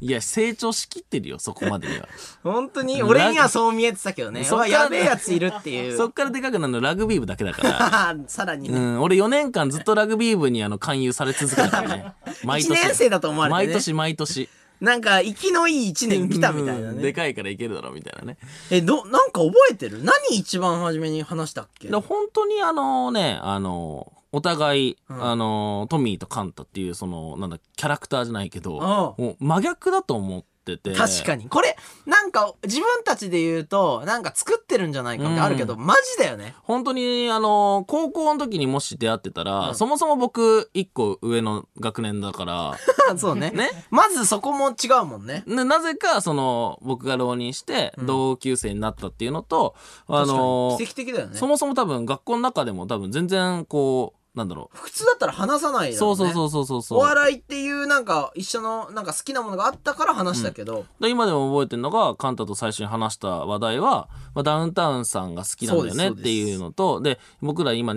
[SPEAKER 1] いや、成長しきってるよ、そこまでには。
[SPEAKER 2] 本当に俺にはそう見えてたけどね
[SPEAKER 1] そっ
[SPEAKER 2] う
[SPEAKER 1] から
[SPEAKER 2] わやべえやついるっていう
[SPEAKER 1] そっからでかくなるのラグビー部だけだ から。
[SPEAKER 2] さらに
[SPEAKER 1] う
[SPEAKER 2] ね、
[SPEAKER 1] ん、俺4年間ずっとラグビー部にあの勧誘され続けたから ね。毎
[SPEAKER 2] 1年生だと思われて、ね、
[SPEAKER 1] 毎年毎年。
[SPEAKER 2] なんか生きのいい1年来たみたいな
[SPEAKER 1] うん
[SPEAKER 2] ね、
[SPEAKER 1] でかいからいけるだろ、みたいなね。
[SPEAKER 2] えどなんか覚えてる何一番初めに話したっけ
[SPEAKER 1] で本当にあのね、あの、お互い、
[SPEAKER 2] ん
[SPEAKER 1] あの、トミーとカンタっていう、その、なんだ、キャラクターじゃないけど、
[SPEAKER 2] ああ
[SPEAKER 1] もう真逆だと思ってて。
[SPEAKER 2] 確かにこれなんか自分たちで言うとなんか作ってるんじゃないかってあるけど、マジだよね
[SPEAKER 1] 本当に、あの、高校の時にもし出会ってたら、そもそも僕、一個上の学年だから、
[SPEAKER 2] そうね
[SPEAKER 1] ね
[SPEAKER 2] まずそこも違うもんね
[SPEAKER 1] でなぜか、その、僕が浪人して、同級生になったっていうのと、あの、
[SPEAKER 2] 奇跡的だよね
[SPEAKER 1] そもそも多分、学校の中でも多分、全然、こう、なんだろ。
[SPEAKER 2] 普通だったら話さないうだ
[SPEAKER 1] そ
[SPEAKER 2] ろ
[SPEAKER 1] う
[SPEAKER 2] ね
[SPEAKER 1] そうそうそうそうそう。
[SPEAKER 2] お笑いっていうなんか一緒のなんか好きなものがあったから話したけど、
[SPEAKER 1] で今でも覚えてるのがカンタと最初に話した話題は、まあ、ダウンタウンさんが好きなんだよね
[SPEAKER 2] そう
[SPEAKER 1] っ
[SPEAKER 2] です
[SPEAKER 1] ていうのとで僕ら今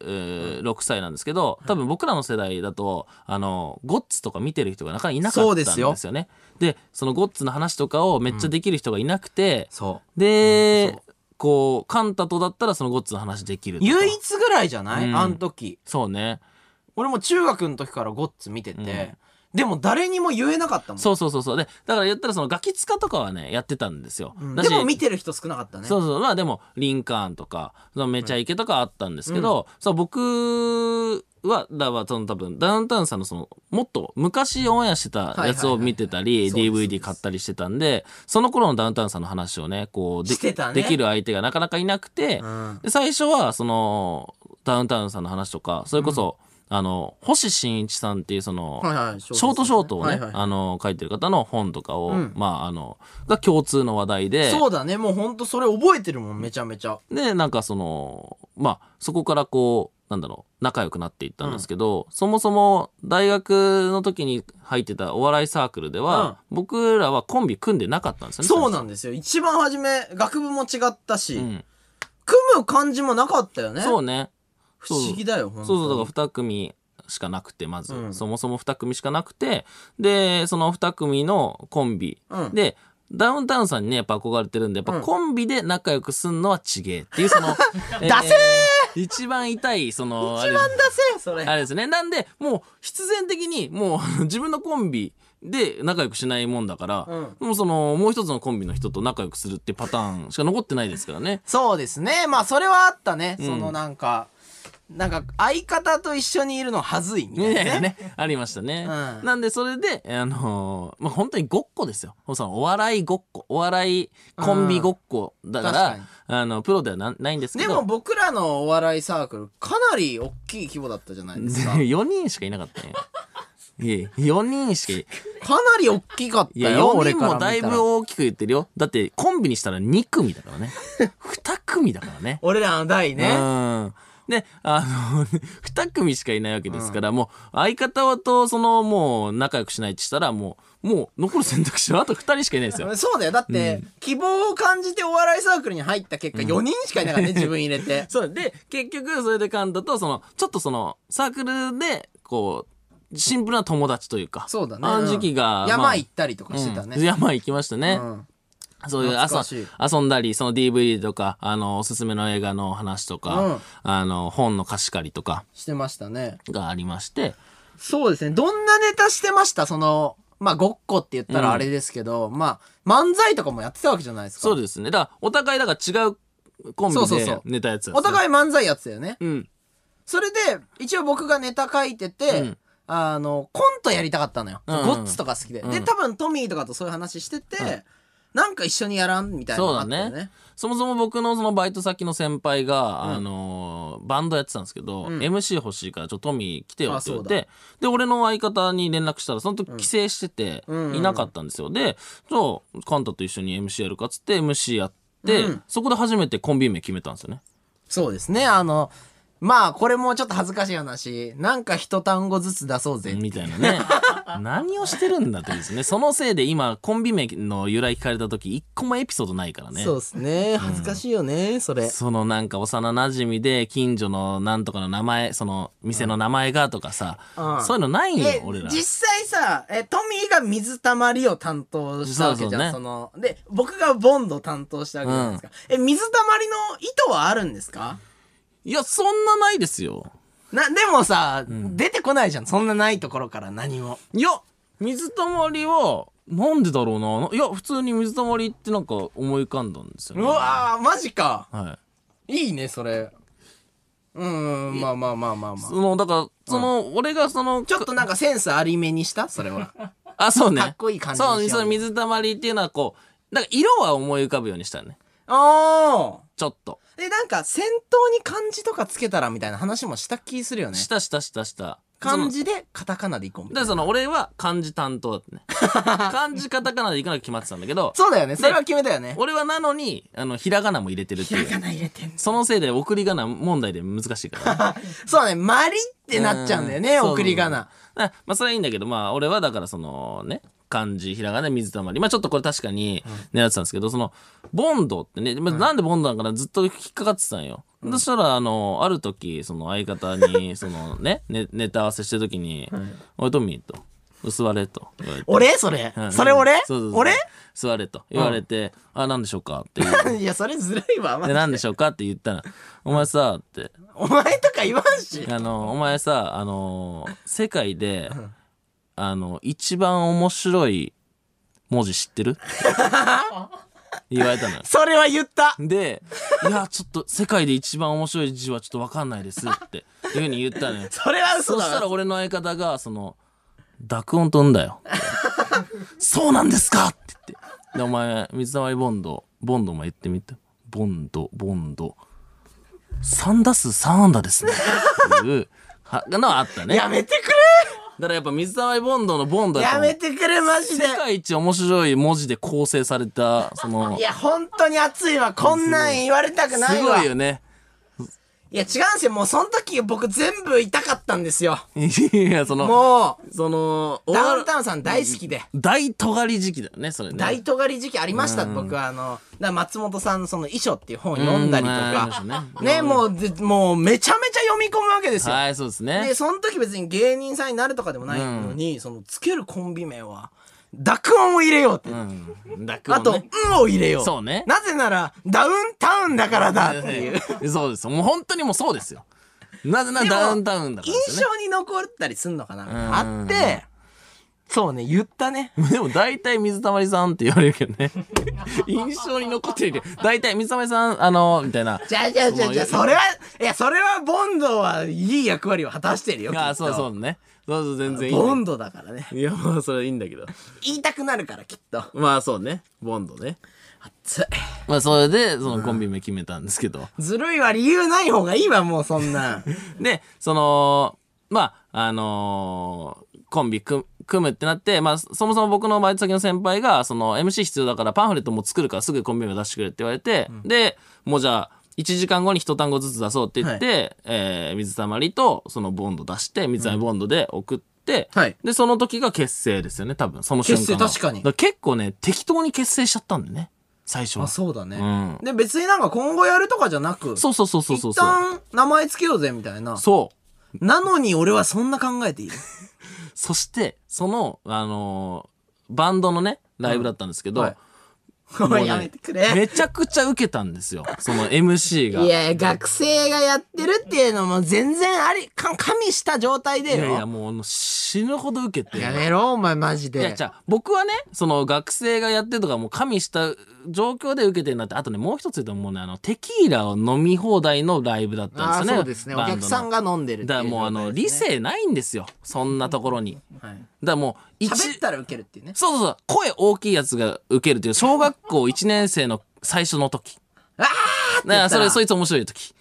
[SPEAKER 1] 26歳なんですけど多分僕らの世代だとあのゴッツとか見てる人がなかなかいなかったんですよね。
[SPEAKER 2] そうです
[SPEAKER 1] そでそのゴッツの話とかをめっちゃできる人がいなくて、
[SPEAKER 2] そ
[SPEAKER 1] で、
[SPEAKER 2] うんそ
[SPEAKER 1] こうカンタとだったらそのゴッツの話できるとか
[SPEAKER 2] 唯一ぐらいじゃない、
[SPEAKER 1] うん
[SPEAKER 2] あの時
[SPEAKER 1] そうね
[SPEAKER 2] 俺も中学の時からゴッツ見てて、
[SPEAKER 1] ん
[SPEAKER 2] でも誰にも言えなかったもん
[SPEAKER 1] そうそうそうそうでだから言ったらそのガキ使とかはねやってたんですよ。
[SPEAKER 2] うん
[SPEAKER 1] だし
[SPEAKER 2] でも見てる人少なかったね
[SPEAKER 1] そうそうまあでもリンカーンとかそのめちゃイケとかあったんですけど、そう僕はだからその多分ダウンタウンさんのそのもっと昔オンエアしてたやつを見てたり、
[SPEAKER 2] はいはいはいそうですそう
[SPEAKER 1] DVD
[SPEAKER 2] です
[SPEAKER 1] 買ったりしてたんでその頃のダウンタウンさんの話をねこうで
[SPEAKER 2] してたね
[SPEAKER 1] できる相手がなかなかいなくて、
[SPEAKER 2] うん
[SPEAKER 1] で最初はそのダウンタウンさんの話とかそれこそ、あの星新一さんっていうその、
[SPEAKER 2] はいはいシ
[SPEAKER 1] ショートショートをね、
[SPEAKER 2] はいはい
[SPEAKER 1] あの書いてる方の本とかを、
[SPEAKER 2] ん
[SPEAKER 1] まああのが共通の話題で
[SPEAKER 2] そうだねもうほんとそれ覚えてるもんめちゃめちゃ
[SPEAKER 1] でなんかそのまあそこからこうなんだろう仲良くなっていったんですけど、そもそも大学の時に入ってたお笑いサークルでは、僕らはコンビ組んでなかったんですよね。
[SPEAKER 2] そうな
[SPEAKER 1] だ、
[SPEAKER 2] んですよ一番初め学部も違ったし、
[SPEAKER 1] うん、
[SPEAKER 2] 組む感じもなかったよね
[SPEAKER 1] そうね
[SPEAKER 2] 不思議だよほん
[SPEAKER 1] そうそう
[SPEAKER 2] と
[SPEAKER 1] だ
[SPEAKER 2] に
[SPEAKER 1] から2組しかなくてまず、
[SPEAKER 2] うん
[SPEAKER 1] そもそも2組しかなくてでその2組のコンビ、
[SPEAKER 2] うん
[SPEAKER 1] でダウンタウンさんにねやっぱ憧れてるんでやっぱコンビで仲良くすんのはちげえっていう その、えー
[SPEAKER 2] ダセ
[SPEAKER 1] 一番痛いそのあ
[SPEAKER 2] 一
[SPEAKER 1] れ
[SPEAKER 2] 番出せよそれ
[SPEAKER 1] あれですね。なんで、もう必然的に、もう自分のコンビで仲良くしないもんだから、もうその、もう一つのコンビの人と仲良くするってパターンしか残ってないですからね。
[SPEAKER 2] そうですね。まあ、それはあったね。
[SPEAKER 1] ん
[SPEAKER 2] そのなんか、なんか、相方と一緒にいるのはずいみたいな、ね。
[SPEAKER 1] ね、 ありましたね。
[SPEAKER 2] うん
[SPEAKER 1] なんで、それで、あのーまあ、本当にごっこですよ。そのお笑いごっこ、お笑いコンビごっこだか
[SPEAKER 2] うん
[SPEAKER 1] ら
[SPEAKER 2] 確、
[SPEAKER 1] あの、プロではなないんですけ
[SPEAKER 2] で
[SPEAKER 1] ど。
[SPEAKER 2] も僕らのお笑いサークル、かなり大きい規模だったじゃないですか。
[SPEAKER 1] 4人しかいなかったね。 いえ、4人しかい、
[SPEAKER 2] かなり大きかった
[SPEAKER 1] いや、
[SPEAKER 2] よ、
[SPEAKER 1] 4
[SPEAKER 2] 俺
[SPEAKER 1] 人
[SPEAKER 2] から
[SPEAKER 1] も
[SPEAKER 2] 見たら。
[SPEAKER 1] だいぶ大きく言ってるよ。だって、コンビにしたら2組だからね。2組だからね。
[SPEAKER 2] 俺らの代ね。
[SPEAKER 1] うん。で、あの、2組 しかいないわけですから、もう、相方と、その、もう、仲良くしないってしたら、もう、もう、残る選択肢はあと2人しかいないですよ。。
[SPEAKER 2] そうだよ。だって、希望を感じてお笑いサークルに入った結果、4人しかいなかったね、自分入れて
[SPEAKER 1] そう。で、結局、それでカンタと、その、ちょっとその、サークルで、こう、シンプルな友達というか、
[SPEAKER 2] そうだね。
[SPEAKER 1] あの時期が、ま
[SPEAKER 2] うん
[SPEAKER 1] あ
[SPEAKER 2] 山行ったりとかしてた
[SPEAKER 1] うん
[SPEAKER 2] ね。
[SPEAKER 1] 山行きましたね。
[SPEAKER 2] うん
[SPEAKER 1] そういう
[SPEAKER 2] 懐
[SPEAKER 1] 朝
[SPEAKER 2] かしい
[SPEAKER 1] 遊んだり、その DVD とか、あの、おすすめの映画の話とか、
[SPEAKER 2] うん
[SPEAKER 1] あの、本の貸し借りとか
[SPEAKER 2] してましたね。
[SPEAKER 1] がありまして、
[SPEAKER 2] そうですね。どんなネタしてましたその、まあ、ごっこって言ったらあれですけど、まあ、漫才とかもやってたわけじゃないですか。
[SPEAKER 1] そうですね。だから、お互いだから違うコン
[SPEAKER 2] そう
[SPEAKER 1] ビ
[SPEAKER 2] そうそ
[SPEAKER 1] で
[SPEAKER 2] う
[SPEAKER 1] ネタやつ
[SPEAKER 2] お
[SPEAKER 1] い、
[SPEAKER 2] 互い漫才やってたよね。
[SPEAKER 1] うん。
[SPEAKER 2] それで、一応僕がネタ書いてて、
[SPEAKER 1] うん
[SPEAKER 2] あの、コントやりたかったのよ。
[SPEAKER 1] うんうん
[SPEAKER 2] ゴッツとか好きで。
[SPEAKER 1] う
[SPEAKER 2] で、
[SPEAKER 1] ん
[SPEAKER 2] 多分トミーとかとそういう話してて、なんか一緒にやらんみたいな
[SPEAKER 1] そう
[SPEAKER 2] の
[SPEAKER 1] だ
[SPEAKER 2] あったよ
[SPEAKER 1] ね。そもそも僕のそのバイト先の先輩が、あのーバンドやってたんですけど、MC 欲しいからちょっとトミー来てよって言っ
[SPEAKER 2] あそう
[SPEAKER 1] てで俺の相方に連絡したらその時帰省してていなかったんですよ、でじゃあカンタと一緒に MC やるかっつって MC やって、そこで初めてコンビ名決めたんですよね
[SPEAKER 2] そうですね。あの、まあ、これもちょっと恥ずかしい話。なんか一単語ずつ出そうぜ。
[SPEAKER 1] みたいな ね何をしてるんだってですねそのせいで今コンビ名の由来聞かれた時一個もエピソードないからね
[SPEAKER 2] そうですね。恥ずかしいよね、それ。
[SPEAKER 1] そのなんか幼馴染みで近所のなんとかの名前その店の名前がとかさ、
[SPEAKER 2] うん
[SPEAKER 1] そういうのないんよ
[SPEAKER 2] え
[SPEAKER 1] 俺ら
[SPEAKER 2] 実際さえトミーが水たまりを担当したわけじゃんそ
[SPEAKER 1] そうそうね
[SPEAKER 2] ので僕がボンド担当したわけじゃないですか、え水たまりの意図はあるんですか
[SPEAKER 1] いやそんなないですよ
[SPEAKER 2] なでもさ、出てこないじゃんそんなないところから何も
[SPEAKER 1] いや水たまりはなんでだろうないや普通に水たまりってなんか思い浮かんだんですよ
[SPEAKER 2] う
[SPEAKER 1] ね
[SPEAKER 2] わーマジか
[SPEAKER 1] はい
[SPEAKER 2] いいねそれうんまあまあまあまあまあ
[SPEAKER 1] そのだからその、俺がその
[SPEAKER 2] ちょっとなんかセンスありめにしたそれは
[SPEAKER 1] あそうね
[SPEAKER 2] かっこいい感じにしよう
[SPEAKER 1] そうそう水たまりっていうのはこうなんか色は思い浮かぶようにしたね
[SPEAKER 2] あ
[SPEAKER 1] ちょっと
[SPEAKER 2] ーでなんか先頭に漢字とかつけたらみたいな話もした気するよね
[SPEAKER 1] したしたしたした
[SPEAKER 2] 漢字でカタカナでいこうみた
[SPEAKER 1] で
[SPEAKER 2] いな
[SPEAKER 1] その俺は漢字担当だ ったね漢字カタカナでいかなきゃ決まってたんだけど
[SPEAKER 2] そうだよねそれは決めたよね
[SPEAKER 1] 俺はなのにあのひらがなも入れてるって
[SPEAKER 2] ひら
[SPEAKER 1] い
[SPEAKER 2] が
[SPEAKER 1] う
[SPEAKER 2] な入れてんの
[SPEAKER 1] そのせいで送り仮名問題で難しいからね
[SPEAKER 2] そうね「まり」ってなっちゃうんだよ
[SPEAKER 1] そう
[SPEAKER 2] ね
[SPEAKER 1] そう
[SPEAKER 2] 送り仮名
[SPEAKER 1] だからまあそれはいいんだけどまあ俺はだからそのね漢字ひらがな水たまりまあちょっとこれ確かに狙ってたんですけど、そのボンドってね、まあ、なんでボンドなのかなずっと引っかかってたんよ、そしたらあのある時その相方にそのねねネタ合わせしてる時に「おいトミー」と「座れ」と言われて
[SPEAKER 2] 俺それ、
[SPEAKER 1] うん
[SPEAKER 2] それ俺
[SPEAKER 1] そうそうそう
[SPEAKER 2] 俺
[SPEAKER 1] 座れと言われて、あ、なんでしょうかって言う。
[SPEAKER 2] いやそれずるいわマジ
[SPEAKER 1] で、なんでしょうかって言ったら、お前さ、って、
[SPEAKER 2] お前とか言わんし
[SPEAKER 1] あの、お前さ、あの、世界で、あの、一番面白い文字知ってる って言われたのよ。
[SPEAKER 2] それは言った
[SPEAKER 1] で、いや、ちょっと世界で一番面白い字はちょっとわかんないですって、いうふうに言ったのよ。
[SPEAKER 2] それは嘘
[SPEAKER 1] そ
[SPEAKER 2] だ
[SPEAKER 1] した
[SPEAKER 2] わ
[SPEAKER 1] ら俺の相方が、その、濁音飛んだよ。 そうなんですかって言って。で、お前、水溜りボンド、ボンドも言ってみて。ボンド、ボンド。3打数3安打ですね。っていう、は、のはあったね。だ
[SPEAKER 2] や
[SPEAKER 1] か
[SPEAKER 2] めてく
[SPEAKER 1] らやっぱ水溜りボンドのボンド
[SPEAKER 2] れ
[SPEAKER 1] やっぱ
[SPEAKER 2] や
[SPEAKER 1] もう
[SPEAKER 2] めてくれマジで
[SPEAKER 1] 世界一面白い文字で構成された、その
[SPEAKER 2] い、や本当に熱いわこんなん言われたくな
[SPEAKER 1] す
[SPEAKER 2] い
[SPEAKER 1] ご
[SPEAKER 2] わ
[SPEAKER 1] いよね。
[SPEAKER 2] いや違うんすよもうその時僕全部痛かったんですよ
[SPEAKER 1] いや、その、
[SPEAKER 2] も
[SPEAKER 1] その、
[SPEAKER 2] う
[SPEAKER 1] お
[SPEAKER 2] ダ
[SPEAKER 1] 笑
[SPEAKER 2] ウンタウンさん大好きで
[SPEAKER 1] 大尖り時期だよね、それね。
[SPEAKER 2] 大尖り時期ありました、僕はあのだから松本さんのその遺書っていう本を読んだりと
[SPEAKER 1] うんありました
[SPEAKER 2] か
[SPEAKER 1] ね、
[SPEAKER 2] ねもうでもうめちゃめちゃ読み込むわけですよ、
[SPEAKER 1] はい、そうですね。
[SPEAKER 2] でその時別に芸人さんになるとかでもないのに、そのつけるコンビ名は濁音を入れようって、
[SPEAKER 1] うん。濁音
[SPEAKER 2] あと「
[SPEAKER 1] ね
[SPEAKER 2] うん」を入れよう
[SPEAKER 1] そうね
[SPEAKER 2] なぜならダウンタウンだからだっていう
[SPEAKER 1] そうです。もう本当にもうそうですよ。なぜなら
[SPEAKER 2] でも
[SPEAKER 1] ダウンタウンだからです
[SPEAKER 2] 印
[SPEAKER 1] よ
[SPEAKER 2] 象に残ったりすんのかな
[SPEAKER 1] うん
[SPEAKER 2] あってそうね言ったね
[SPEAKER 1] ね。でも大体水溜りさんって言われるけど ね。印象に残ってるけど、大体水溜りさん、あの、みたいな。
[SPEAKER 2] じゃあじゃあじゃあじゃあ
[SPEAKER 1] その
[SPEAKER 2] それはいやそれはボンドはいい役割を果たしてるよきっ
[SPEAKER 1] あ
[SPEAKER 2] と
[SPEAKER 1] あ、そうそうね。そうそう、全然いい、
[SPEAKER 2] ボンドだからね
[SPEAKER 1] いや、まあ、それはいいんだけど。
[SPEAKER 2] 言いたくなるからきっと
[SPEAKER 1] まあ、そうね。ボンドね。
[SPEAKER 2] つい
[SPEAKER 1] まあ、それで、そのコンビ名決めたんですけど。
[SPEAKER 2] ずるいは理由ない方がいいわもうそんなん
[SPEAKER 1] で、その、まあ、あのーコンビ組組むってなって、まあ、そもそも僕のバイト先の先輩が、その MC 必要だからパンフレットも作るからすぐコンビ名出してくれって言われて、で、もうじゃあ、1時間後に一単語ずつ出そうって言って、えー水たまりとそのボンド出して、水たまりボンドで送って、
[SPEAKER 2] うんはい
[SPEAKER 1] で、その時が結成ですよね、多分、その瞬間は。
[SPEAKER 2] 結成確かに
[SPEAKER 1] だら結構ね、適当に結成しちゃったんだよね、最初は。
[SPEAKER 2] あそうだね、
[SPEAKER 1] う
[SPEAKER 2] で別になんか今後やるとかじゃなく
[SPEAKER 1] そうそうそうそうそう
[SPEAKER 2] 一
[SPEAKER 1] そう。
[SPEAKER 2] 旦名前つけようぜみたいな
[SPEAKER 1] そう。
[SPEAKER 2] なのに俺はそんな考えている
[SPEAKER 1] そして、その、あのーバンドのね、ライブだったんですけど、
[SPEAKER 2] うんはい
[SPEAKER 1] もうね
[SPEAKER 2] おいやめてくれ
[SPEAKER 1] めちゃくちゃ受けたんですよ。その MC が。
[SPEAKER 2] いやいや学生がやってるっていうのも全然ありか加味した状態で
[SPEAKER 1] い
[SPEAKER 2] よ
[SPEAKER 1] やいやもうあの死ぬほど受けて。
[SPEAKER 2] やめろお前マジで
[SPEAKER 1] いやじゃあ僕はねその学生がやってるとかもう加味した状況で受けてるなってあとねもう一つ言うともうねあのテキーラを飲み放題のライブだったん
[SPEAKER 2] あー
[SPEAKER 1] ですよね。
[SPEAKER 2] そうですねお
[SPEAKER 1] バンドの
[SPEAKER 2] 客さんが飲んでるってい
[SPEAKER 1] だからもうあの理性ないんですよそんなところに。
[SPEAKER 2] はい
[SPEAKER 1] だからもう一
[SPEAKER 2] 喋ったらウケるっていうね。
[SPEAKER 1] そうそうそう。声大きいやつが受けるという、小学校1年生の最初の時。
[SPEAKER 2] あー
[SPEAKER 1] だから、それ、そ
[SPEAKER 2] い
[SPEAKER 1] いつ面白い 時。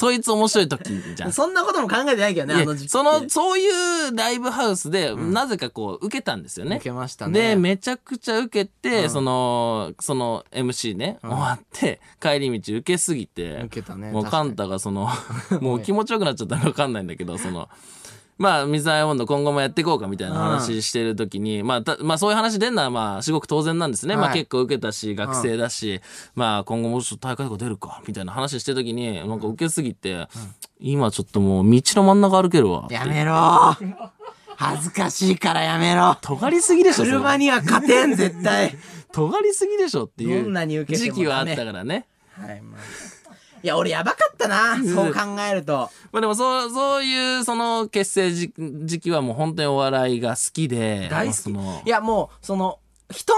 [SPEAKER 1] そいつ面白い時じゃん。
[SPEAKER 2] そんなことも考えてないけどね、あの
[SPEAKER 1] い
[SPEAKER 2] 時
[SPEAKER 1] や
[SPEAKER 2] 期。
[SPEAKER 1] その、そういうライブハウスで、なぜかこう、受けたんですよね。
[SPEAKER 2] 受けましたね
[SPEAKER 1] で、めちゃくちゃ受けて、その、その MC ね、終わって、帰り道受けすぎて、
[SPEAKER 2] 受けたね
[SPEAKER 1] もう
[SPEAKER 2] 確か
[SPEAKER 1] カ
[SPEAKER 2] に
[SPEAKER 1] ンタがそ の、もう気持ちよくなっちゃったのわかんないんだけど、その、まあ、水溜りボンド今後もやっていこうかみたいな話してる時に、まあ、たまあ、そういう話出んのは、まあ、至極当然なんですね。ま
[SPEAKER 2] は
[SPEAKER 1] あ、
[SPEAKER 2] い
[SPEAKER 1] 結構受けたし、学生だし、まあ、今後もうちょっと大会とか出るか、みたいな話してる時に、なんか受けすぎて、今ちょっともう道の真ん中歩けるわ。
[SPEAKER 2] やめろー恥ずかしいからやめろ
[SPEAKER 1] 尖りすぎでしょ、それ
[SPEAKER 2] 車には勝てん、絶対。
[SPEAKER 1] 尖りすぎでしょってい
[SPEAKER 2] どんなに
[SPEAKER 1] う
[SPEAKER 2] 受けて
[SPEAKER 1] 時
[SPEAKER 2] もね
[SPEAKER 1] 期はあったからね。
[SPEAKER 2] はい、まあ。いや、俺やばかったな、そう考えると。
[SPEAKER 1] まあでもそう、そういう、その、結成時時期はもう本当にお笑いが好きで。まあ
[SPEAKER 2] 大好
[SPEAKER 1] そ
[SPEAKER 2] き。
[SPEAKER 1] の
[SPEAKER 2] いや、もう、その、人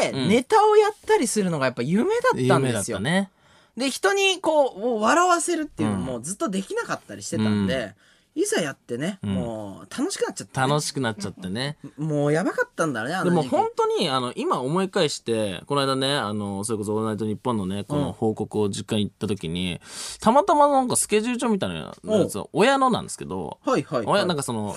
[SPEAKER 2] 前で
[SPEAKER 1] ん
[SPEAKER 2] ネタをやったりするのがやっぱ夢だったん
[SPEAKER 1] 夢
[SPEAKER 2] で
[SPEAKER 1] だっ
[SPEAKER 2] すよ。
[SPEAKER 1] たね。
[SPEAKER 2] で、人にこう、もう笑わせるっていうの
[SPEAKER 1] うん
[SPEAKER 2] もずっとできなかったりしてたんで、いざやってね、もう楽しくなっちゃったね、
[SPEAKER 1] 楽しくなっちゃってね。
[SPEAKER 2] もうやばかったんだね、あ
[SPEAKER 1] で
[SPEAKER 2] の
[SPEAKER 1] も
[SPEAKER 2] 時期
[SPEAKER 1] 本当に、あの、今思い返して、この間ね、あの、それこそオールナイト日本のね、この報告を実家に行った時に、たまたまなんかスケジュール帳みたいなやつを親のなんですけど、
[SPEAKER 2] はいはい、はい。
[SPEAKER 1] 親、なんかその、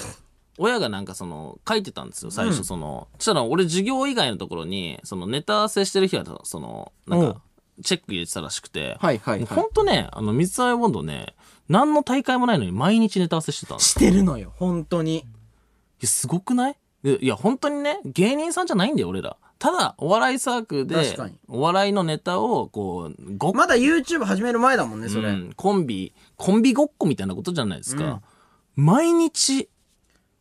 [SPEAKER 1] 親がなんかその、書いてたんですよ、最初その。そしたら俺授業以外のところに、そのネタ合わせしてる日は、その、なんか、チェック入れてたらしくて、
[SPEAKER 2] はいはいはい
[SPEAKER 1] ほんとね、あの、水溜りボンドね、何の大会もないのに毎日ネタ合わせしてたんです
[SPEAKER 2] してるのよ、本当に。
[SPEAKER 1] いや、すごくないでいや、本当にね、芸人さんじゃないんだよ、俺ら。ただ、お笑いサークル
[SPEAKER 2] 確
[SPEAKER 1] で
[SPEAKER 2] かに、
[SPEAKER 1] お笑いのネタを、こう、ごっ、
[SPEAKER 2] まだ YouTube 始める前だもんね、それ。
[SPEAKER 1] うんコンビ、コンビごっこみたいなことじゃないですか。毎日、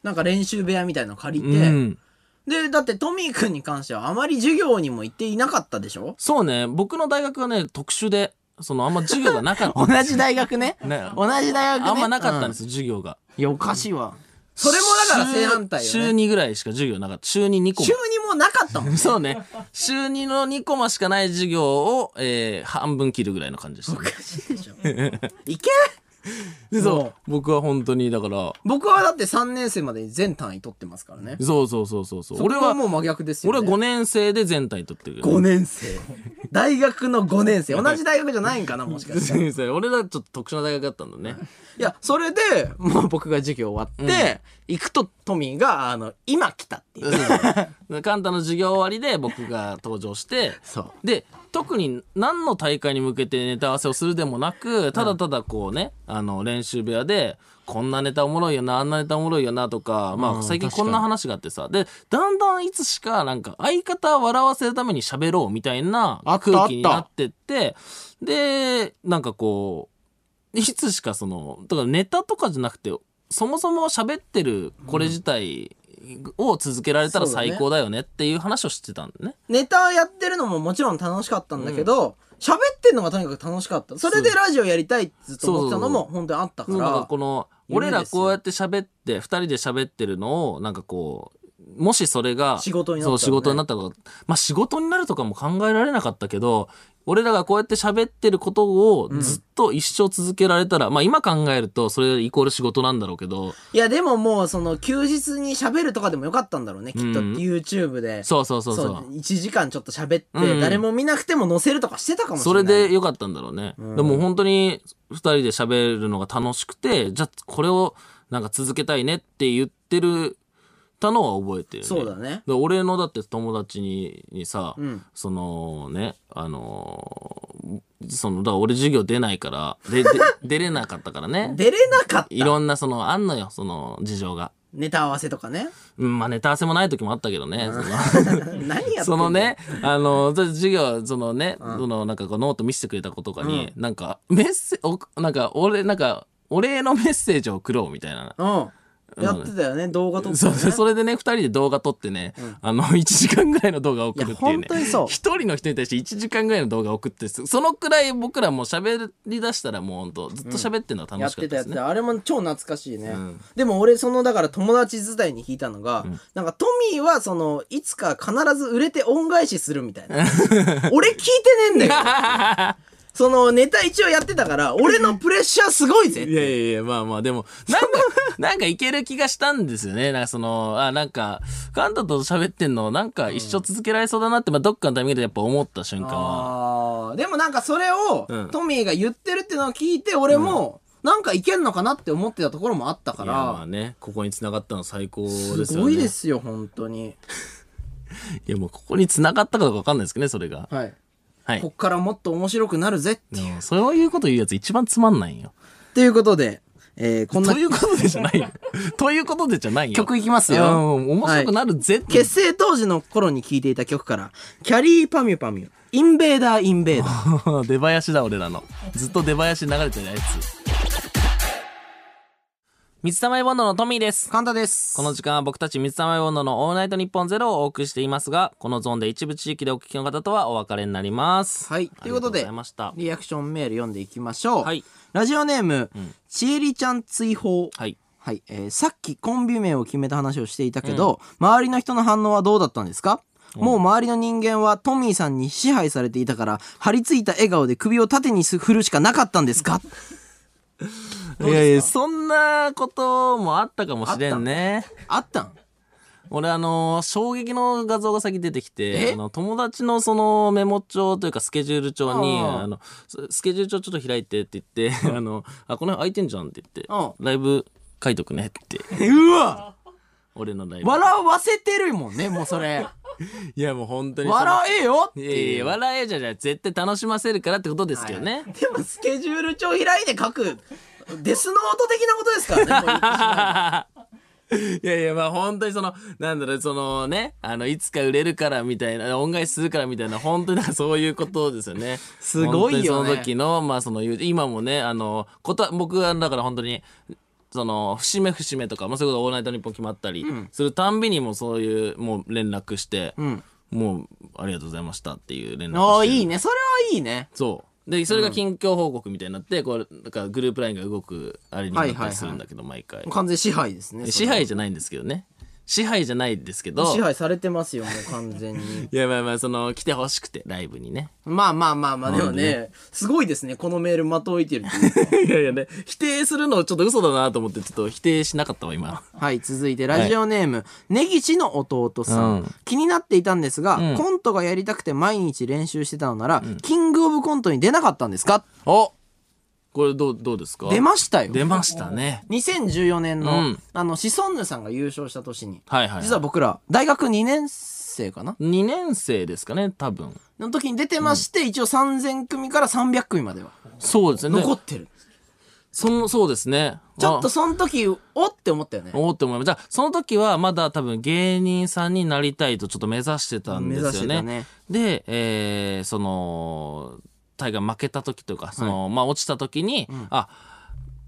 [SPEAKER 2] なんか練習部屋みたいなの借り
[SPEAKER 1] う
[SPEAKER 2] て、
[SPEAKER 1] ん。
[SPEAKER 2] で、だってトミーくんに関してはあまり授業にも行っていなかったでしょ
[SPEAKER 1] そうね、僕の大学はね、特殊で、その、あんま授業がな かった
[SPEAKER 2] 同
[SPEAKER 1] んです。
[SPEAKER 2] じ大学ね。
[SPEAKER 1] ね
[SPEAKER 2] 同じ大学ね。
[SPEAKER 1] あんまなかったん
[SPEAKER 2] う
[SPEAKER 1] です、授業が。
[SPEAKER 2] いや、おかしいわ。それもだから正反対よ、
[SPEAKER 1] 週
[SPEAKER 2] ね。
[SPEAKER 1] 週2ぐらいしか授業なかった。週2、2個も
[SPEAKER 2] 週にもうなかったもん、ね。
[SPEAKER 1] そうね。週2の2コマしかない授業を、えー、半分切るぐらいの感じでした
[SPEAKER 2] お。かしいでしょ。 いけ
[SPEAKER 1] でそ
[SPEAKER 2] も
[SPEAKER 1] う。僕は本当に、だから、
[SPEAKER 2] 僕はだって3年生までに全単位取ってますからね。
[SPEAKER 1] そうそうそうそうそう。俺
[SPEAKER 2] そこ
[SPEAKER 1] は、
[SPEAKER 2] もう真逆ですよ、
[SPEAKER 1] 俺
[SPEAKER 2] ね。
[SPEAKER 1] は5年生で全体取ってるけど。
[SPEAKER 2] 5年生。大学の5年生。同じ大学じゃないんかな、もしかして。
[SPEAKER 1] 先生俺らちょっと特殊な大学だったんだ ね。
[SPEAKER 2] いや、それで、もう僕が授業終わって、行くとトミーが、あの、今来たっていう。
[SPEAKER 1] でカンタの授業終わりで僕が登場して、
[SPEAKER 2] そう。
[SPEAKER 1] で、特に何の大会に向けてネタ合わせをするでもなく、ただただこうね、あの、練習部屋で、こんなネタおもろいよな、あんなネタおもろいよなとか、ま
[SPEAKER 2] う
[SPEAKER 1] あ
[SPEAKER 2] ん
[SPEAKER 1] 最近
[SPEAKER 2] 確か
[SPEAKER 1] こ
[SPEAKER 2] に
[SPEAKER 1] んな話があってさ、で、だんだんいつしかなんか相方を笑わせるために喋ろうみたいな
[SPEAKER 2] あった
[SPEAKER 1] 空気になってって、で、なんかこう、いつしかその、だからネタとかじゃなくて、そもそも喋ってるこれ自体を続けられたら
[SPEAKER 2] そうだね
[SPEAKER 1] 最高だよねっていう話をしてたんだね。
[SPEAKER 2] ネタやってるのももちろん楽しかったんだけど、喋、ってんのがとにかく楽しかった。それでラジオやりたいってずっと思ってたのも本当にあったか。
[SPEAKER 1] そうなんからこの
[SPEAKER 2] 夢
[SPEAKER 1] 俺
[SPEAKER 2] です
[SPEAKER 1] ら
[SPEAKER 2] よ
[SPEAKER 1] こうやって喋って2人で喋ってるのをなんかこうもしそれが
[SPEAKER 2] 仕事になった
[SPEAKER 1] そう
[SPEAKER 2] らね
[SPEAKER 1] 仕事になったらまあ仕事になるとかも考えられなかったけど俺らがこうやって喋ってることをずっと一生続けられたら、まあ今考えるとそれイコール仕事なんだろうけど
[SPEAKER 2] いやでももうその休日に喋るとかでもよかったんだろうね、きっと。
[SPEAKER 1] うん
[SPEAKER 2] YouTube で。
[SPEAKER 1] そうそうそうそうそ
[SPEAKER 2] 1時間ちょっと喋って、
[SPEAKER 1] うん
[SPEAKER 2] 誰も見なくても載せるとかしてたかもしれな
[SPEAKER 1] れ
[SPEAKER 2] い。
[SPEAKER 1] でよかったんだろうね、でも本当に2人で喋るのが楽しくてじゃあこれをなんか続けたいねって言ってるたのは覚えてる、ね、
[SPEAKER 2] そうだね。
[SPEAKER 1] で俺のだって友達ににさ、
[SPEAKER 2] ん
[SPEAKER 1] そのねあのーそのだから俺授業出ないからで で出れなかったからね
[SPEAKER 2] 出れなかっ
[SPEAKER 1] い
[SPEAKER 2] た。
[SPEAKER 1] ろんなそのあんのよその事情が、
[SPEAKER 2] ネタ合わせと かね。
[SPEAKER 1] うん、まあネタ合わせもない時もあったけどね、その
[SPEAKER 2] 何やってん
[SPEAKER 1] その。ね、あの、ちょっと授業、そのね、その、なんかこうノート見せてくれた子とかに、なんか、メッセ、おなんか、俺、なんか、お礼のメッセージを送ろうみたいな。
[SPEAKER 2] うん。やってたよね、動画撮って
[SPEAKER 1] そ
[SPEAKER 2] たよ
[SPEAKER 1] う
[SPEAKER 2] ね。
[SPEAKER 1] そうそれでね、二人で動画撮ってね、あの、1時 間ぐらいの動画を送るってい
[SPEAKER 2] いや
[SPEAKER 1] う
[SPEAKER 2] 本
[SPEAKER 1] ね。
[SPEAKER 2] 当にそう
[SPEAKER 1] 一人の人に対して1時間ぐらいの動画を送って、そのくらい僕らもう喋り出したらもう本当ずっと喋ってるのは
[SPEAKER 2] や
[SPEAKER 1] 楽
[SPEAKER 2] っ
[SPEAKER 1] しかってた
[SPEAKER 2] た
[SPEAKER 1] で
[SPEAKER 2] や
[SPEAKER 1] す
[SPEAKER 2] つ
[SPEAKER 1] ね。
[SPEAKER 2] で、あれも超懐かしいね、
[SPEAKER 1] ん
[SPEAKER 2] でも俺そのだから友達時代に聞いたのが、なんかトミーはそのい つか必ず売れて恩返しするみたいな俺聞いてねえんだよそのネタ一応やってたから、俺のプレッシャーすごいぜ。
[SPEAKER 1] いやいやいや、まあまあ、で も、なんか、なんかいける気がしたんですよね。なんかその、あ、なんか、カンタと喋ってんの、なんか一生続けられそうだなって、まあどっかのタイミングでやっぱ思った瞬間は。
[SPEAKER 2] あーでもなんかそれを、
[SPEAKER 1] うん
[SPEAKER 2] トミーが言ってるっていうのを聞いて、俺も、なんかいけんのかなって思ってたところもあったか
[SPEAKER 1] いやま
[SPEAKER 2] ら
[SPEAKER 1] あ、ね、ここに繋がったの最高ですよね。
[SPEAKER 2] すごいですよ、本当に。
[SPEAKER 1] いやもうここに繋がったかどうかわかんないですけどね、それが。
[SPEAKER 2] はい。
[SPEAKER 1] はい
[SPEAKER 2] こ。っからもっと面白くなるぜって
[SPEAKER 1] で
[SPEAKER 2] いう。
[SPEAKER 1] もそういうこと言うやつ一番つまんないよ。
[SPEAKER 2] ということで、えーこんな
[SPEAKER 1] ということでじゃない よ。ということでじゃないよ。
[SPEAKER 2] 曲いきます
[SPEAKER 1] う
[SPEAKER 2] よ。
[SPEAKER 1] ん面白くなるぜ、
[SPEAKER 2] 結成当時の頃に聴いていた曲から、キャリーパミュパミュ、インベーダーインベーダー。
[SPEAKER 1] 出囃子だ俺らのずっと出囃子流れてるやつ水溜りボンドのトミーです
[SPEAKER 2] 簡単です。
[SPEAKER 1] この時間は僕たち水溜りボンドの「オールナイトニッポンゼロをお送りしていますがこのゾーンで一部地域でお聞きの方とはお別れになります
[SPEAKER 2] はい
[SPEAKER 1] あ
[SPEAKER 2] と
[SPEAKER 1] り
[SPEAKER 2] いう
[SPEAKER 1] が
[SPEAKER 2] ことと
[SPEAKER 1] う
[SPEAKER 2] で
[SPEAKER 1] ございました
[SPEAKER 2] リアクションメール読んでいきましょう。
[SPEAKER 1] はい
[SPEAKER 2] ラジオネーム、ちえりちゃん追放。
[SPEAKER 1] はい
[SPEAKER 2] はい、えーさっきコンビ名を決めた話をしていたけど、周りの人の反応はどうだったんですかもう周りの人間はトミーさんに支配されていたから張り付いた笑顔で首を縦にす振るしかなかったんで すか
[SPEAKER 1] いやいやそんなこともあったかもしれんね
[SPEAKER 2] あったん
[SPEAKER 1] 俺あのー衝撃の画像が先出てきて
[SPEAKER 2] え
[SPEAKER 1] あの友達のそのメモ帳というかスケジュール帳に
[SPEAKER 2] あ
[SPEAKER 1] あ
[SPEAKER 2] あ
[SPEAKER 1] のススケジュール帳ちょっと開いてって言ってあのあこの辺空いてんじゃんって言って
[SPEAKER 2] う
[SPEAKER 1] ライブ書いとくねって
[SPEAKER 2] うわ
[SPEAKER 1] 俺のライブ
[SPEAKER 2] 笑わせてるもんねもう それ
[SPEAKER 1] いやもう本当にその
[SPEAKER 2] 笑えよって
[SPEAKER 1] い
[SPEAKER 2] い
[SPEAKER 1] やいやいや
[SPEAKER 2] う
[SPEAKER 1] 笑えじゃじゃ絶対楽しませるからってことですけどね、
[SPEAKER 2] でもスケジュール帳開いて書くデスノート的なことですからねもう言っ てしまえば
[SPEAKER 1] いやいやまあ本当にそのなんだろうそのねあのいつか売れるからみたいな恩返しするからみたいな本当にだからそういうことですよね
[SPEAKER 2] すごいよ
[SPEAKER 1] 本
[SPEAKER 2] ね
[SPEAKER 1] 当にその時のまあその今もねあのこと僕はだから本当にその節目節目とか、まあ、そういうことオールナイトニッポン決まったりするたんびにもうそういうもう連絡して、もうありがとうございましたっていう連絡
[SPEAKER 2] お
[SPEAKER 1] を
[SPEAKER 2] ー
[SPEAKER 1] して
[SPEAKER 2] いいねそれはいいね
[SPEAKER 1] そうでそれが近況報告みたいになって、こうだからグループラインが動くあれになっ
[SPEAKER 2] はいはい
[SPEAKER 1] た
[SPEAKER 2] は
[SPEAKER 1] り
[SPEAKER 2] い
[SPEAKER 1] するんだけど、毎回
[SPEAKER 2] 完全支配ですね
[SPEAKER 1] 支配じゃないんですけどね支配じゃないですけど
[SPEAKER 2] 支配されてますよもう完全に
[SPEAKER 1] いやまあまあその来てほしくてライブにね
[SPEAKER 2] まあまあまあまあでもねすごいですねこのメールまといてる っていうか
[SPEAKER 1] いやいやね否定するのちょっと嘘だなと思ってちょっと否定しなかったわ今
[SPEAKER 2] はい続いてラジオネーム、根岸の弟さん、
[SPEAKER 1] うん
[SPEAKER 2] 気になっていたんですが、
[SPEAKER 1] ん
[SPEAKER 2] コントがやりたくて毎日練習してたのなら、キングオブコントに出なかったんですか
[SPEAKER 1] おこれどうどうですか
[SPEAKER 2] 出ましたよ
[SPEAKER 1] 出ましたね
[SPEAKER 2] 2014年の、
[SPEAKER 1] うん
[SPEAKER 2] あのシソンヌさんが優勝した年に、
[SPEAKER 1] はいはい、はい、
[SPEAKER 2] 実は僕ら大学2年生かな
[SPEAKER 1] 2年生ですかね多分
[SPEAKER 2] の時に出てまして、一応3000組から300組までは
[SPEAKER 1] そうですね
[SPEAKER 2] 残ってる
[SPEAKER 1] そのそうですね
[SPEAKER 2] ちょっと
[SPEAKER 1] あ
[SPEAKER 2] その時おって思ったよね
[SPEAKER 1] 思って思います。じゃあ、その時はまだ多分芸人さんになりたいとちょっと目指してたんです
[SPEAKER 2] 目指
[SPEAKER 1] よ
[SPEAKER 2] して
[SPEAKER 1] ね。
[SPEAKER 2] たね
[SPEAKER 1] で、えーその、タイが負けた時とか、その、まあ落ちた時に、あ、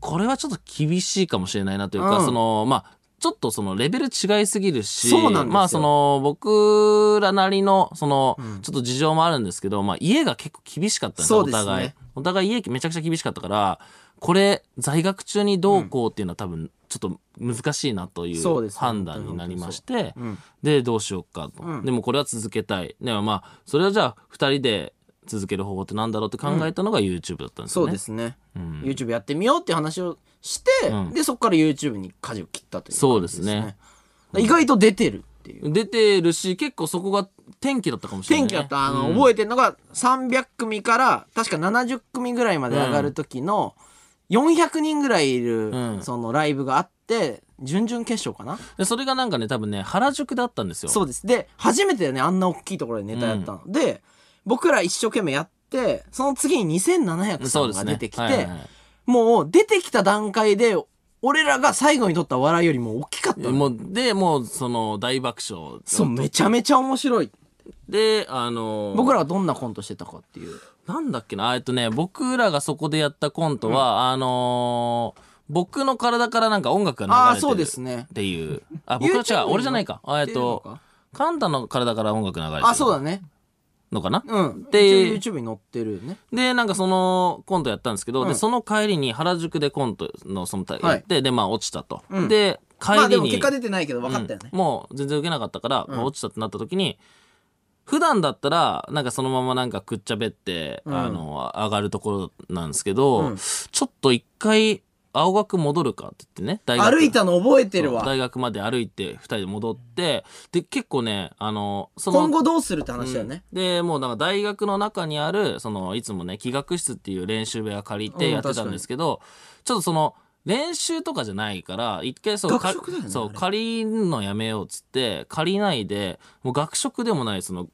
[SPEAKER 1] これはちょっと厳しいかもしれないなというか、
[SPEAKER 2] うん
[SPEAKER 1] その、まあ、ちょっとそのレベル違いすぎるし、
[SPEAKER 2] そうなんですよ
[SPEAKER 1] まあその僕らなりの、その、ちょっと事情もあるんですけど、まあ家が結構厳しかったんです
[SPEAKER 2] そう
[SPEAKER 1] お
[SPEAKER 2] ですね
[SPEAKER 1] 互い。お互い家めちゃくちゃ厳しかったから、これ在学中にどうこうっていうのは多分ちょっと難しいなとい
[SPEAKER 2] そうで
[SPEAKER 1] う
[SPEAKER 2] す
[SPEAKER 1] 判断になりまして、で、どうしようかと。でもこれは続けたい。でもまあ、それはじゃあ二人で続ける方法ってなんだろうって考えたのが YouTube だったんです
[SPEAKER 2] そ
[SPEAKER 1] よ
[SPEAKER 2] う
[SPEAKER 1] ね
[SPEAKER 2] で。すね、YouTube やってみようって話をして、
[SPEAKER 1] うん
[SPEAKER 2] でそこから YouTube に舵を切ったという
[SPEAKER 1] そうですね
[SPEAKER 2] 感じですね意外と出てるっていう
[SPEAKER 1] 出てるし、結構そこが天気だったかもしれない、
[SPEAKER 2] 天
[SPEAKER 1] ね。
[SPEAKER 2] 気だったあの、覚えてるのが300組から確か70組ぐらいまで上がる時の400人ぐらいいる、
[SPEAKER 1] うん
[SPEAKER 2] そのライブがあって準々決勝かな、
[SPEAKER 1] で、それがなんかね、多分ね、原宿だったんですよ。
[SPEAKER 2] そうですで初めてだよねあんな大きいところでネタやったの、で僕ら一生懸命やってその次に2700さ
[SPEAKER 1] そうんです
[SPEAKER 2] が
[SPEAKER 1] ね。
[SPEAKER 2] 出てきて、
[SPEAKER 1] はいはいはい
[SPEAKER 2] もう出てきた段階で、俺らが最後に撮った笑いよりも大きかったの。
[SPEAKER 1] もうでもうその大爆笑
[SPEAKER 2] そう、めちゃめちゃ面白い。
[SPEAKER 1] であの
[SPEAKER 2] 僕らはどんなコントしてたかっていう。
[SPEAKER 1] なんだっけなあえっとね僕らがそこでやったコントは、あのー僕の体からなんか音楽が流れて
[SPEAKER 2] ああ、
[SPEAKER 1] る
[SPEAKER 2] そうですね
[SPEAKER 1] っ。ていう あ僕は
[SPEAKER 2] YouTube
[SPEAKER 1] 違う俺じゃないかあえっ
[SPEAKER 2] っていうの
[SPEAKER 1] と
[SPEAKER 2] か
[SPEAKER 1] カンタの体から音楽流れてる
[SPEAKER 2] あ、そうだね。
[SPEAKER 1] のかな、
[SPEAKER 2] うん。
[SPEAKER 1] で
[SPEAKER 2] で、YouTube に載ってるよね。
[SPEAKER 1] で、なんかそのコントやったんですけど、
[SPEAKER 2] うん
[SPEAKER 1] で、その帰りに原宿でコントのその大会
[SPEAKER 2] は
[SPEAKER 1] や
[SPEAKER 2] い
[SPEAKER 1] って、で、まあ落ちたと。
[SPEAKER 2] うん
[SPEAKER 1] で、帰りに。
[SPEAKER 2] まあでも結果出てないけど分かったよね
[SPEAKER 1] うん。もう全然受けなかったから、まあ落ちたってなった時に、普段だったら、なんかそのままなんかくっちゃべって、
[SPEAKER 2] うん
[SPEAKER 1] あの、上がるところなんですけど、
[SPEAKER 2] うん
[SPEAKER 1] ちょっと一回、青学戻るかって言ってね、大学
[SPEAKER 2] 歩いたの覚えてる
[SPEAKER 1] そう
[SPEAKER 2] わ
[SPEAKER 1] 大学まで歩いて、二人で戻って、で、結構ね、あの、その、
[SPEAKER 2] 今後どうするって話だよね、
[SPEAKER 1] うんでもうなんか大学の中にあるそのいつもね器楽室っていう練習部屋借りて
[SPEAKER 2] うん
[SPEAKER 1] やってたんですけど、ちょっとその練習とかじゃないから一回そう
[SPEAKER 2] 学食だよね
[SPEAKER 1] かそう
[SPEAKER 2] あれ
[SPEAKER 1] 借りるのやめようっつって借りないでもう学食でもないその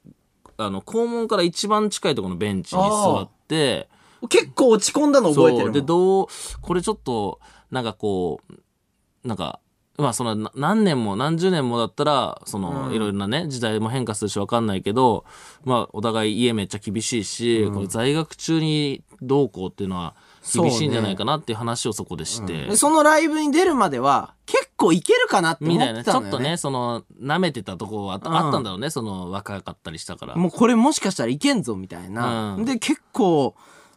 [SPEAKER 1] あの校門から一番近いところのベンチに座って。
[SPEAKER 2] 結構落ち込んだの覚えて
[SPEAKER 1] そ
[SPEAKER 2] る
[SPEAKER 1] う
[SPEAKER 2] も
[SPEAKER 1] で
[SPEAKER 2] ん
[SPEAKER 1] どうこれちょっとなんかこうなんかまあそのな何年も何十年もだったらその、
[SPEAKER 2] うん
[SPEAKER 1] いろいろなね時代も変化するし分かんないけどまあお互い家めっちゃ厳しいし、これ在学中にどうこうっていうのは厳しいんじゃないかなっていう話をそこでして、
[SPEAKER 2] でそのライブに出るまでは結構いけるかなって思っ
[SPEAKER 1] みたい
[SPEAKER 2] て
[SPEAKER 1] なち
[SPEAKER 2] た
[SPEAKER 1] ょ
[SPEAKER 2] んだ
[SPEAKER 1] っ
[SPEAKER 2] よ
[SPEAKER 1] と
[SPEAKER 2] ね
[SPEAKER 1] ねその舐めてたとこはあった,、
[SPEAKER 2] うん
[SPEAKER 1] あったんだろうねその若かったりしたから。
[SPEAKER 2] もうこれもしかしたらいけんぞみたいな、
[SPEAKER 1] うん
[SPEAKER 2] で結構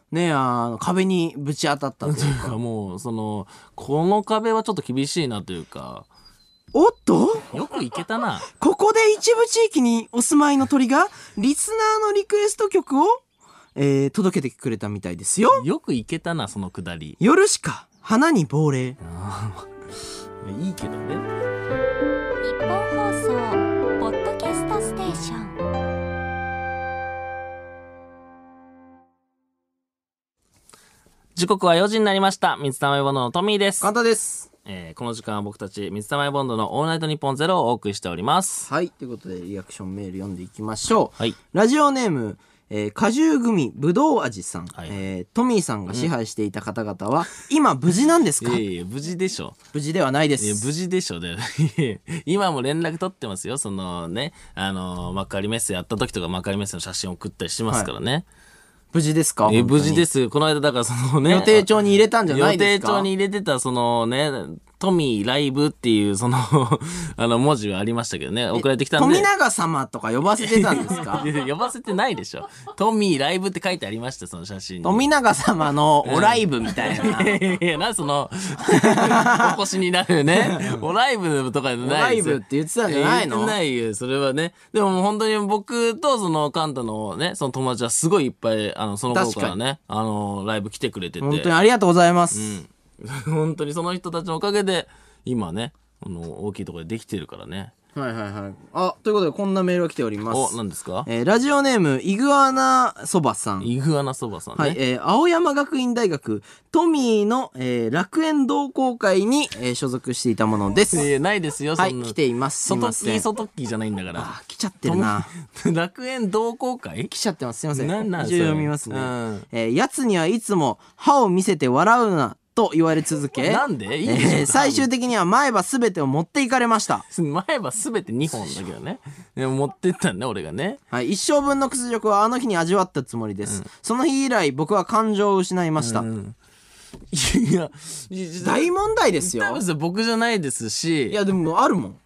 [SPEAKER 2] ねあの壁にぶち当たったという
[SPEAKER 1] というかもうそのこの壁はちょっと厳しいなというか
[SPEAKER 2] おっと
[SPEAKER 1] よくいけたな。
[SPEAKER 2] ここで一部地域にお住まいの鳥がリスナーのリクエスト曲を、えー届けてくれたみたいですよ
[SPEAKER 1] よくいけたなそのくだり
[SPEAKER 2] 夜しか花に亡霊
[SPEAKER 1] いいけどね
[SPEAKER 3] 日本放送ポッドキャストステーション
[SPEAKER 1] 時刻は4時になりました水溜りボンドのトミーです、
[SPEAKER 2] 簡単です
[SPEAKER 1] えーこの時間は僕たち水溜りボンドのオールナイトニッポンゼロをお送りしております
[SPEAKER 2] はいということでリアクションメール読んでいきましょう、
[SPEAKER 1] はい
[SPEAKER 2] ラジオネーム、えー果汁組ぶどう味さん、
[SPEAKER 1] はい
[SPEAKER 2] えートミーさんが支配していた方々は、今無事なんです
[SPEAKER 1] い
[SPEAKER 2] か、
[SPEAKER 1] やいや無事でしょ
[SPEAKER 2] 無事ではないで
[SPEAKER 1] いや
[SPEAKER 2] す
[SPEAKER 1] 無事でしょで 今も連絡取ってますよそのねあの幕張メッセやった時とか幕張メッセの写真送ったりしてますからね、
[SPEAKER 2] 無事ですか
[SPEAKER 1] えー無事ですすこの間だからそのね
[SPEAKER 2] 予定帳に入れたんじゃないですか
[SPEAKER 1] 予定帳に入れてたそのねトミーライブっていうその あの文字はありましたけどね送られてきたんで
[SPEAKER 2] 富永様とか呼ばせてたんですか
[SPEAKER 1] い や呼ばせてないでしょ。トミーライブって書いてありました、その写真に。
[SPEAKER 2] 富永様のおライブみたいな、
[SPEAKER 1] いやいや、な、そ の、お越しになるね。おライブとかじゃ
[SPEAKER 2] お
[SPEAKER 1] な
[SPEAKER 2] ラ
[SPEAKER 1] い
[SPEAKER 2] イ
[SPEAKER 1] です
[SPEAKER 2] ブ
[SPEAKER 1] よ。
[SPEAKER 2] って言ってたんじゃない
[SPEAKER 1] 言っ
[SPEAKER 2] の
[SPEAKER 1] てないよ、それはね。でももう本当に僕とそのカンタのね、その友達はすごいいっぱい、あの、その頃からね、あの、ライブ来てくれてて。
[SPEAKER 2] 本当にありがとうございます、
[SPEAKER 1] うん本当にその人たちのおかげで、今ね、あの、大きいところでできてるからね。
[SPEAKER 2] はいはいはいあということでこんなメールが来ておりま
[SPEAKER 1] お、
[SPEAKER 2] す
[SPEAKER 1] 何ですか
[SPEAKER 2] えーラジオネームイグアナそばさん
[SPEAKER 1] イグアナそばさんね。
[SPEAKER 2] はい、えー青山学院大学トミーの、えー楽園同好会に、えー所属していたものです。
[SPEAKER 1] いやないですよ、
[SPEAKER 2] は
[SPEAKER 1] そん
[SPEAKER 2] い、
[SPEAKER 1] な
[SPEAKER 2] 来ています。すい
[SPEAKER 1] 外
[SPEAKER 2] ま
[SPEAKER 1] っ
[SPEAKER 2] せ
[SPEAKER 1] き
[SPEAKER 2] ん。
[SPEAKER 1] 外っきじゃないんだから
[SPEAKER 2] あ、来ちゃってるな。
[SPEAKER 1] 楽園同好会
[SPEAKER 2] 来ちゃってます。すいません。
[SPEAKER 1] なんなん
[SPEAKER 2] 一応
[SPEAKER 1] それ
[SPEAKER 2] 読みますね。
[SPEAKER 1] うん
[SPEAKER 2] えーやつにはいつも歯を見せて笑うなと言われ続け、
[SPEAKER 1] なんでいい
[SPEAKER 2] え
[SPEAKER 1] で
[SPEAKER 2] ー
[SPEAKER 1] しょ
[SPEAKER 2] 最終的には前歯すべてを持っていかれました。
[SPEAKER 1] 前歯すべて2本だけどねでも持ってったんだ俺がね
[SPEAKER 2] はい、一生分の屈辱はあの日に味わったつもりです。その日以来僕は感情を失いました。
[SPEAKER 1] いやいや
[SPEAKER 2] 大問題ですよ
[SPEAKER 1] 多。分それ僕じゃないですし
[SPEAKER 2] いやでもあるもん。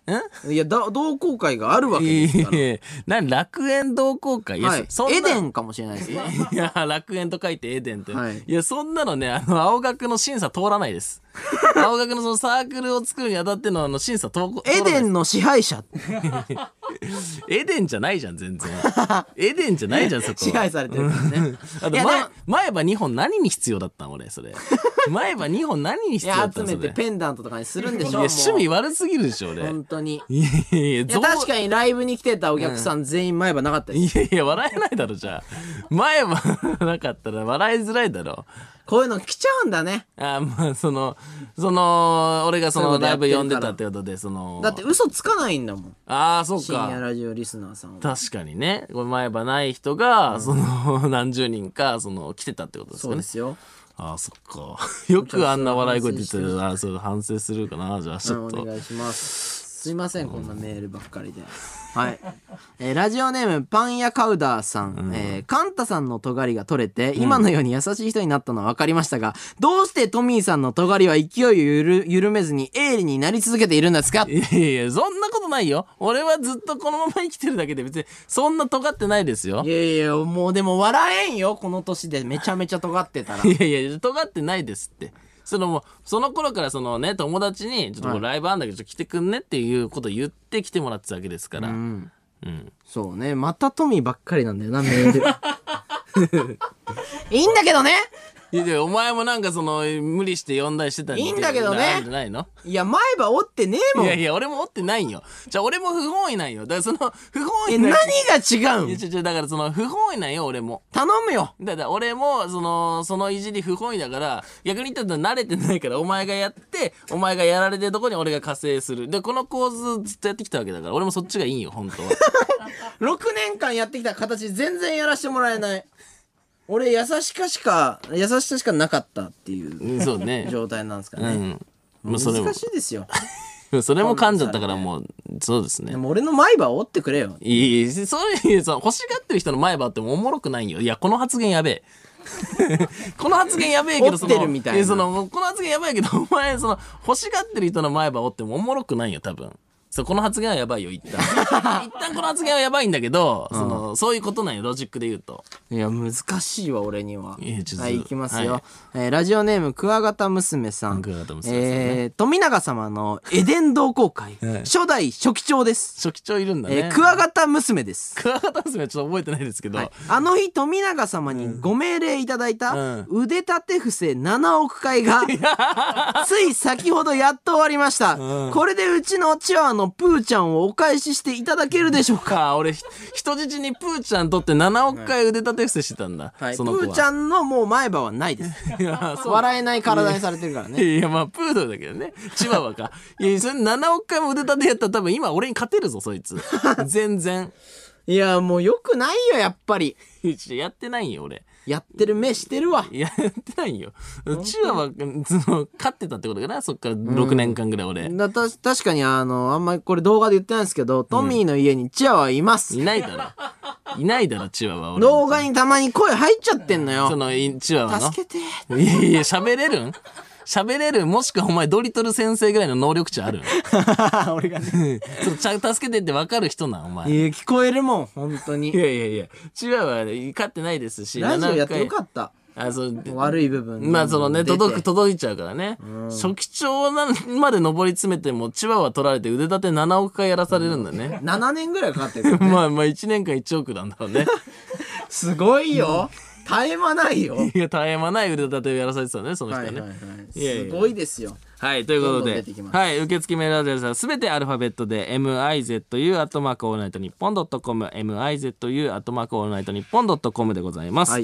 [SPEAKER 2] いやだ同好会があるわけですから。
[SPEAKER 1] えなん楽園同好会いや
[SPEAKER 2] はい、
[SPEAKER 1] そんな
[SPEAKER 2] エデンかもしれないですね。
[SPEAKER 1] いや楽園と書いてエデンって、、
[SPEAKER 2] はいい
[SPEAKER 1] やそんなのねあの青学の審査通らないです 青学のそのサークルを作るにあたってのあの審査通こ通ら
[SPEAKER 2] エ
[SPEAKER 1] ないで
[SPEAKER 2] デ
[SPEAKER 1] す
[SPEAKER 2] ンの支配者
[SPEAKER 1] エデンじゃないじゃん 全然エデンじゃないじゃんそこは
[SPEAKER 2] 支配されてるからね。
[SPEAKER 1] あと
[SPEAKER 2] いや
[SPEAKER 1] 前
[SPEAKER 2] でも
[SPEAKER 1] 前歯2本何に必要だったん俺 それ前歯2本何に
[SPEAKER 2] い
[SPEAKER 1] 必要だ
[SPEAKER 2] や
[SPEAKER 1] っ
[SPEAKER 2] 集
[SPEAKER 1] たん
[SPEAKER 2] め
[SPEAKER 1] そ
[SPEAKER 2] て
[SPEAKER 1] れ
[SPEAKER 2] ペンダントとかにするんで
[SPEAKER 1] い
[SPEAKER 2] し
[SPEAKER 1] や
[SPEAKER 2] ょ。もう
[SPEAKER 1] 趣味悪すぎるでしょ俺
[SPEAKER 2] 本当に。
[SPEAKER 1] いやいや
[SPEAKER 2] いや確かにライブに来てたお客さん全員前歯なかったです。
[SPEAKER 1] にいやいや笑えないだろじゃあ前歯なかったら笑いづらいだろ
[SPEAKER 2] こういうの来ちゃうんだね。
[SPEAKER 1] あまあそのその俺がそ
[SPEAKER 2] そうい
[SPEAKER 1] の
[SPEAKER 2] うこと
[SPEAKER 1] ラ
[SPEAKER 2] や
[SPEAKER 1] イ
[SPEAKER 2] って
[SPEAKER 1] ブ
[SPEAKER 2] る
[SPEAKER 1] 呼
[SPEAKER 2] から
[SPEAKER 1] んでたってことでその
[SPEAKER 2] だって嘘つかないんだもん。
[SPEAKER 1] ああそう
[SPEAKER 2] 深夜
[SPEAKER 1] か
[SPEAKER 2] ラジオリスナーさんは。
[SPEAKER 1] 確かにねこれ前歯ない人が、その何十人かその来てたってことです
[SPEAKER 2] そ
[SPEAKER 1] か
[SPEAKER 2] う
[SPEAKER 1] ね
[SPEAKER 2] ですよ。
[SPEAKER 1] ああそっかよくあんな笑い声出てるああそう反省するかなじゃあちょ
[SPEAKER 2] うん
[SPEAKER 1] っ
[SPEAKER 2] お
[SPEAKER 1] と
[SPEAKER 2] 願いします。すいません、こんなメールばっかりで。はい。えーラジオネーム、パン屋カウダーさん。えーカンタさんの尖りが取れて、今のように優しい人になったのは分かりましたが、どうしてトミーさんの尖りは勢いをゆる緩めずに鋭利になり続けているんですか
[SPEAKER 1] いやいやそんなことないよ俺はずっとこのまま生きてるだけで別にそんな尖ってないですよ
[SPEAKER 2] いやいや、もうでも笑えんよ、この年でめちゃめちゃ尖ってたら。
[SPEAKER 1] いやいや尖ってないですってそのもうその頃からそのね友達にちょっともうライブあんだけどちょっと来てくんねっていうことを言って来てもらってたわけですから、
[SPEAKER 2] うん
[SPEAKER 1] うん。
[SPEAKER 2] そうね。またトミーばっかりなんだよな、メール。 いいんだけどね
[SPEAKER 1] いやいやお前もなんかその無理して呼んだりしてた
[SPEAKER 2] いいんだけどね
[SPEAKER 1] なんじゃないの
[SPEAKER 2] いや、前歯折ってねえ
[SPEAKER 1] い
[SPEAKER 2] もん。
[SPEAKER 1] やいや俺も折ってないよじゃあ俺も不本意なんよだからその不本
[SPEAKER 2] え、
[SPEAKER 1] 意な
[SPEAKER 2] 何が違うん
[SPEAKER 1] いやちょちょだからその不本意なんよ俺も
[SPEAKER 2] 頼むよ。
[SPEAKER 1] だから俺もそのそのいじり不本意だから逆に言ったら慣れてないからお前がやってお前がやられてるとこに俺が加勢するでこの構図ずっとやってきたわけだから俺もそっちがいいんよ本 当は
[SPEAKER 2] 6年間やってきた形全然やらせてもらえない。俺、優しかしか、優しさしかなかったっていう
[SPEAKER 1] うんそうね
[SPEAKER 2] 状態なんですか
[SPEAKER 1] う
[SPEAKER 2] ね。
[SPEAKER 1] んもうそれも
[SPEAKER 2] 難しいですよ。
[SPEAKER 1] それも噛んじゃったからもうそうですね
[SPEAKER 2] でも俺の前歯折ってくれよ。
[SPEAKER 1] いいそういうその欲しがってる人の前歯ってもおもろくないよいやこの発言やべえ この発言やべえけどその
[SPEAKER 2] 折ってるみたいな
[SPEAKER 1] やそのこの発言やばいけどお前その欲しがってる人の前歯折ってもおもろくないよ多分そうこの発言はやばいよ一 旦一旦この発言はやばいんだけど、そのそういうことなんよロジックで言うと
[SPEAKER 2] いや、難しいわ、俺には。
[SPEAKER 1] いやちょっと
[SPEAKER 2] はい、いきますよ。
[SPEAKER 1] はい
[SPEAKER 2] えーラジオネーム、クワガタ娘さん。
[SPEAKER 1] クワガタ娘さんね
[SPEAKER 2] えー富永様のエデン同好会、
[SPEAKER 1] はい
[SPEAKER 2] 初代初期長です。
[SPEAKER 1] 初期長いるんだね、
[SPEAKER 2] えークワガタ娘です。
[SPEAKER 1] クワガタ娘はちょっと覚えてないですけど、
[SPEAKER 2] はいあの日富永様にご命令いただいた
[SPEAKER 1] う
[SPEAKER 2] 腕立て伏せ7億 回がつい先ほどやっと終わりました、
[SPEAKER 1] うん
[SPEAKER 2] これでうちのチワワのプーちゃんをお返ししていただけるでしょうか、
[SPEAKER 1] か俺ひ人質にプーちゃんとって7億回腕立て伏せしてたんだ、
[SPEAKER 2] はい、プ
[SPEAKER 1] その子は
[SPEAKER 2] ーちゃんのもう前歯はないです
[SPEAKER 1] いやそう
[SPEAKER 2] 笑えない体にされてるからね
[SPEAKER 1] いや、まあ、プードルだけどね。チワワ か。いや、それ7億回も腕立てやったら多分今俺に勝てるぞ、そいつ。全然。
[SPEAKER 2] いやもうよくないよやっぱり
[SPEAKER 1] いややってないよ、俺。
[SPEAKER 2] やってる目してるわ
[SPEAKER 1] いややってないよ。チワワ、その、勝ってたってことかな、そっから6年間ぐらい俺。
[SPEAKER 2] だた確かにあのあんまりこれ動画で言ってないんですけどトミーの家にチワはいます、
[SPEAKER 1] いないだろ。いないだろ、チワワ。俺
[SPEAKER 2] 動画にたまに声入っちゃってんの
[SPEAKER 1] そ
[SPEAKER 2] よ
[SPEAKER 1] の、いチワワの。
[SPEAKER 2] 助けて
[SPEAKER 1] いやいや、喋れるん喋れるもしくはお前ドリトル先生ぐらいの能力値ある
[SPEAKER 2] 俺がね
[SPEAKER 1] そのちゃん助けてって分かる人なんお前
[SPEAKER 2] いや聞こえるもん本当
[SPEAKER 1] い
[SPEAKER 2] に
[SPEAKER 1] やいやいやチワワ勝ってないですし
[SPEAKER 2] ラジオや
[SPEAKER 1] 7
[SPEAKER 2] って
[SPEAKER 1] 回
[SPEAKER 2] よかった
[SPEAKER 1] あそう
[SPEAKER 2] 悪い部分
[SPEAKER 1] まあそのね
[SPEAKER 2] 出て
[SPEAKER 1] 届く届いちゃうからね、初期長なんまで上り詰めてもチワワ取られて腕立て7億回やらされるんだね、
[SPEAKER 2] 7年ぐらいかか ってる
[SPEAKER 1] まあまあ1年間1億なんだろうね
[SPEAKER 2] すごいよ絶え間ないよはい
[SPEAKER 1] いや絶え間ない腕立てをやらされてたねその人
[SPEAKER 2] は
[SPEAKER 1] はいね
[SPEAKER 2] は
[SPEAKER 1] はいいいやいや
[SPEAKER 2] すごいですよ
[SPEAKER 1] ということ
[SPEAKER 2] どんどん
[SPEAKER 1] で
[SPEAKER 2] 出てきます
[SPEAKER 1] はい受付メールアドレスはすべてアルファベットで mizu アットマークオールナイトニッポンドットコム mizu アットマークオールナイトニッポンドットコムでございます
[SPEAKER 2] は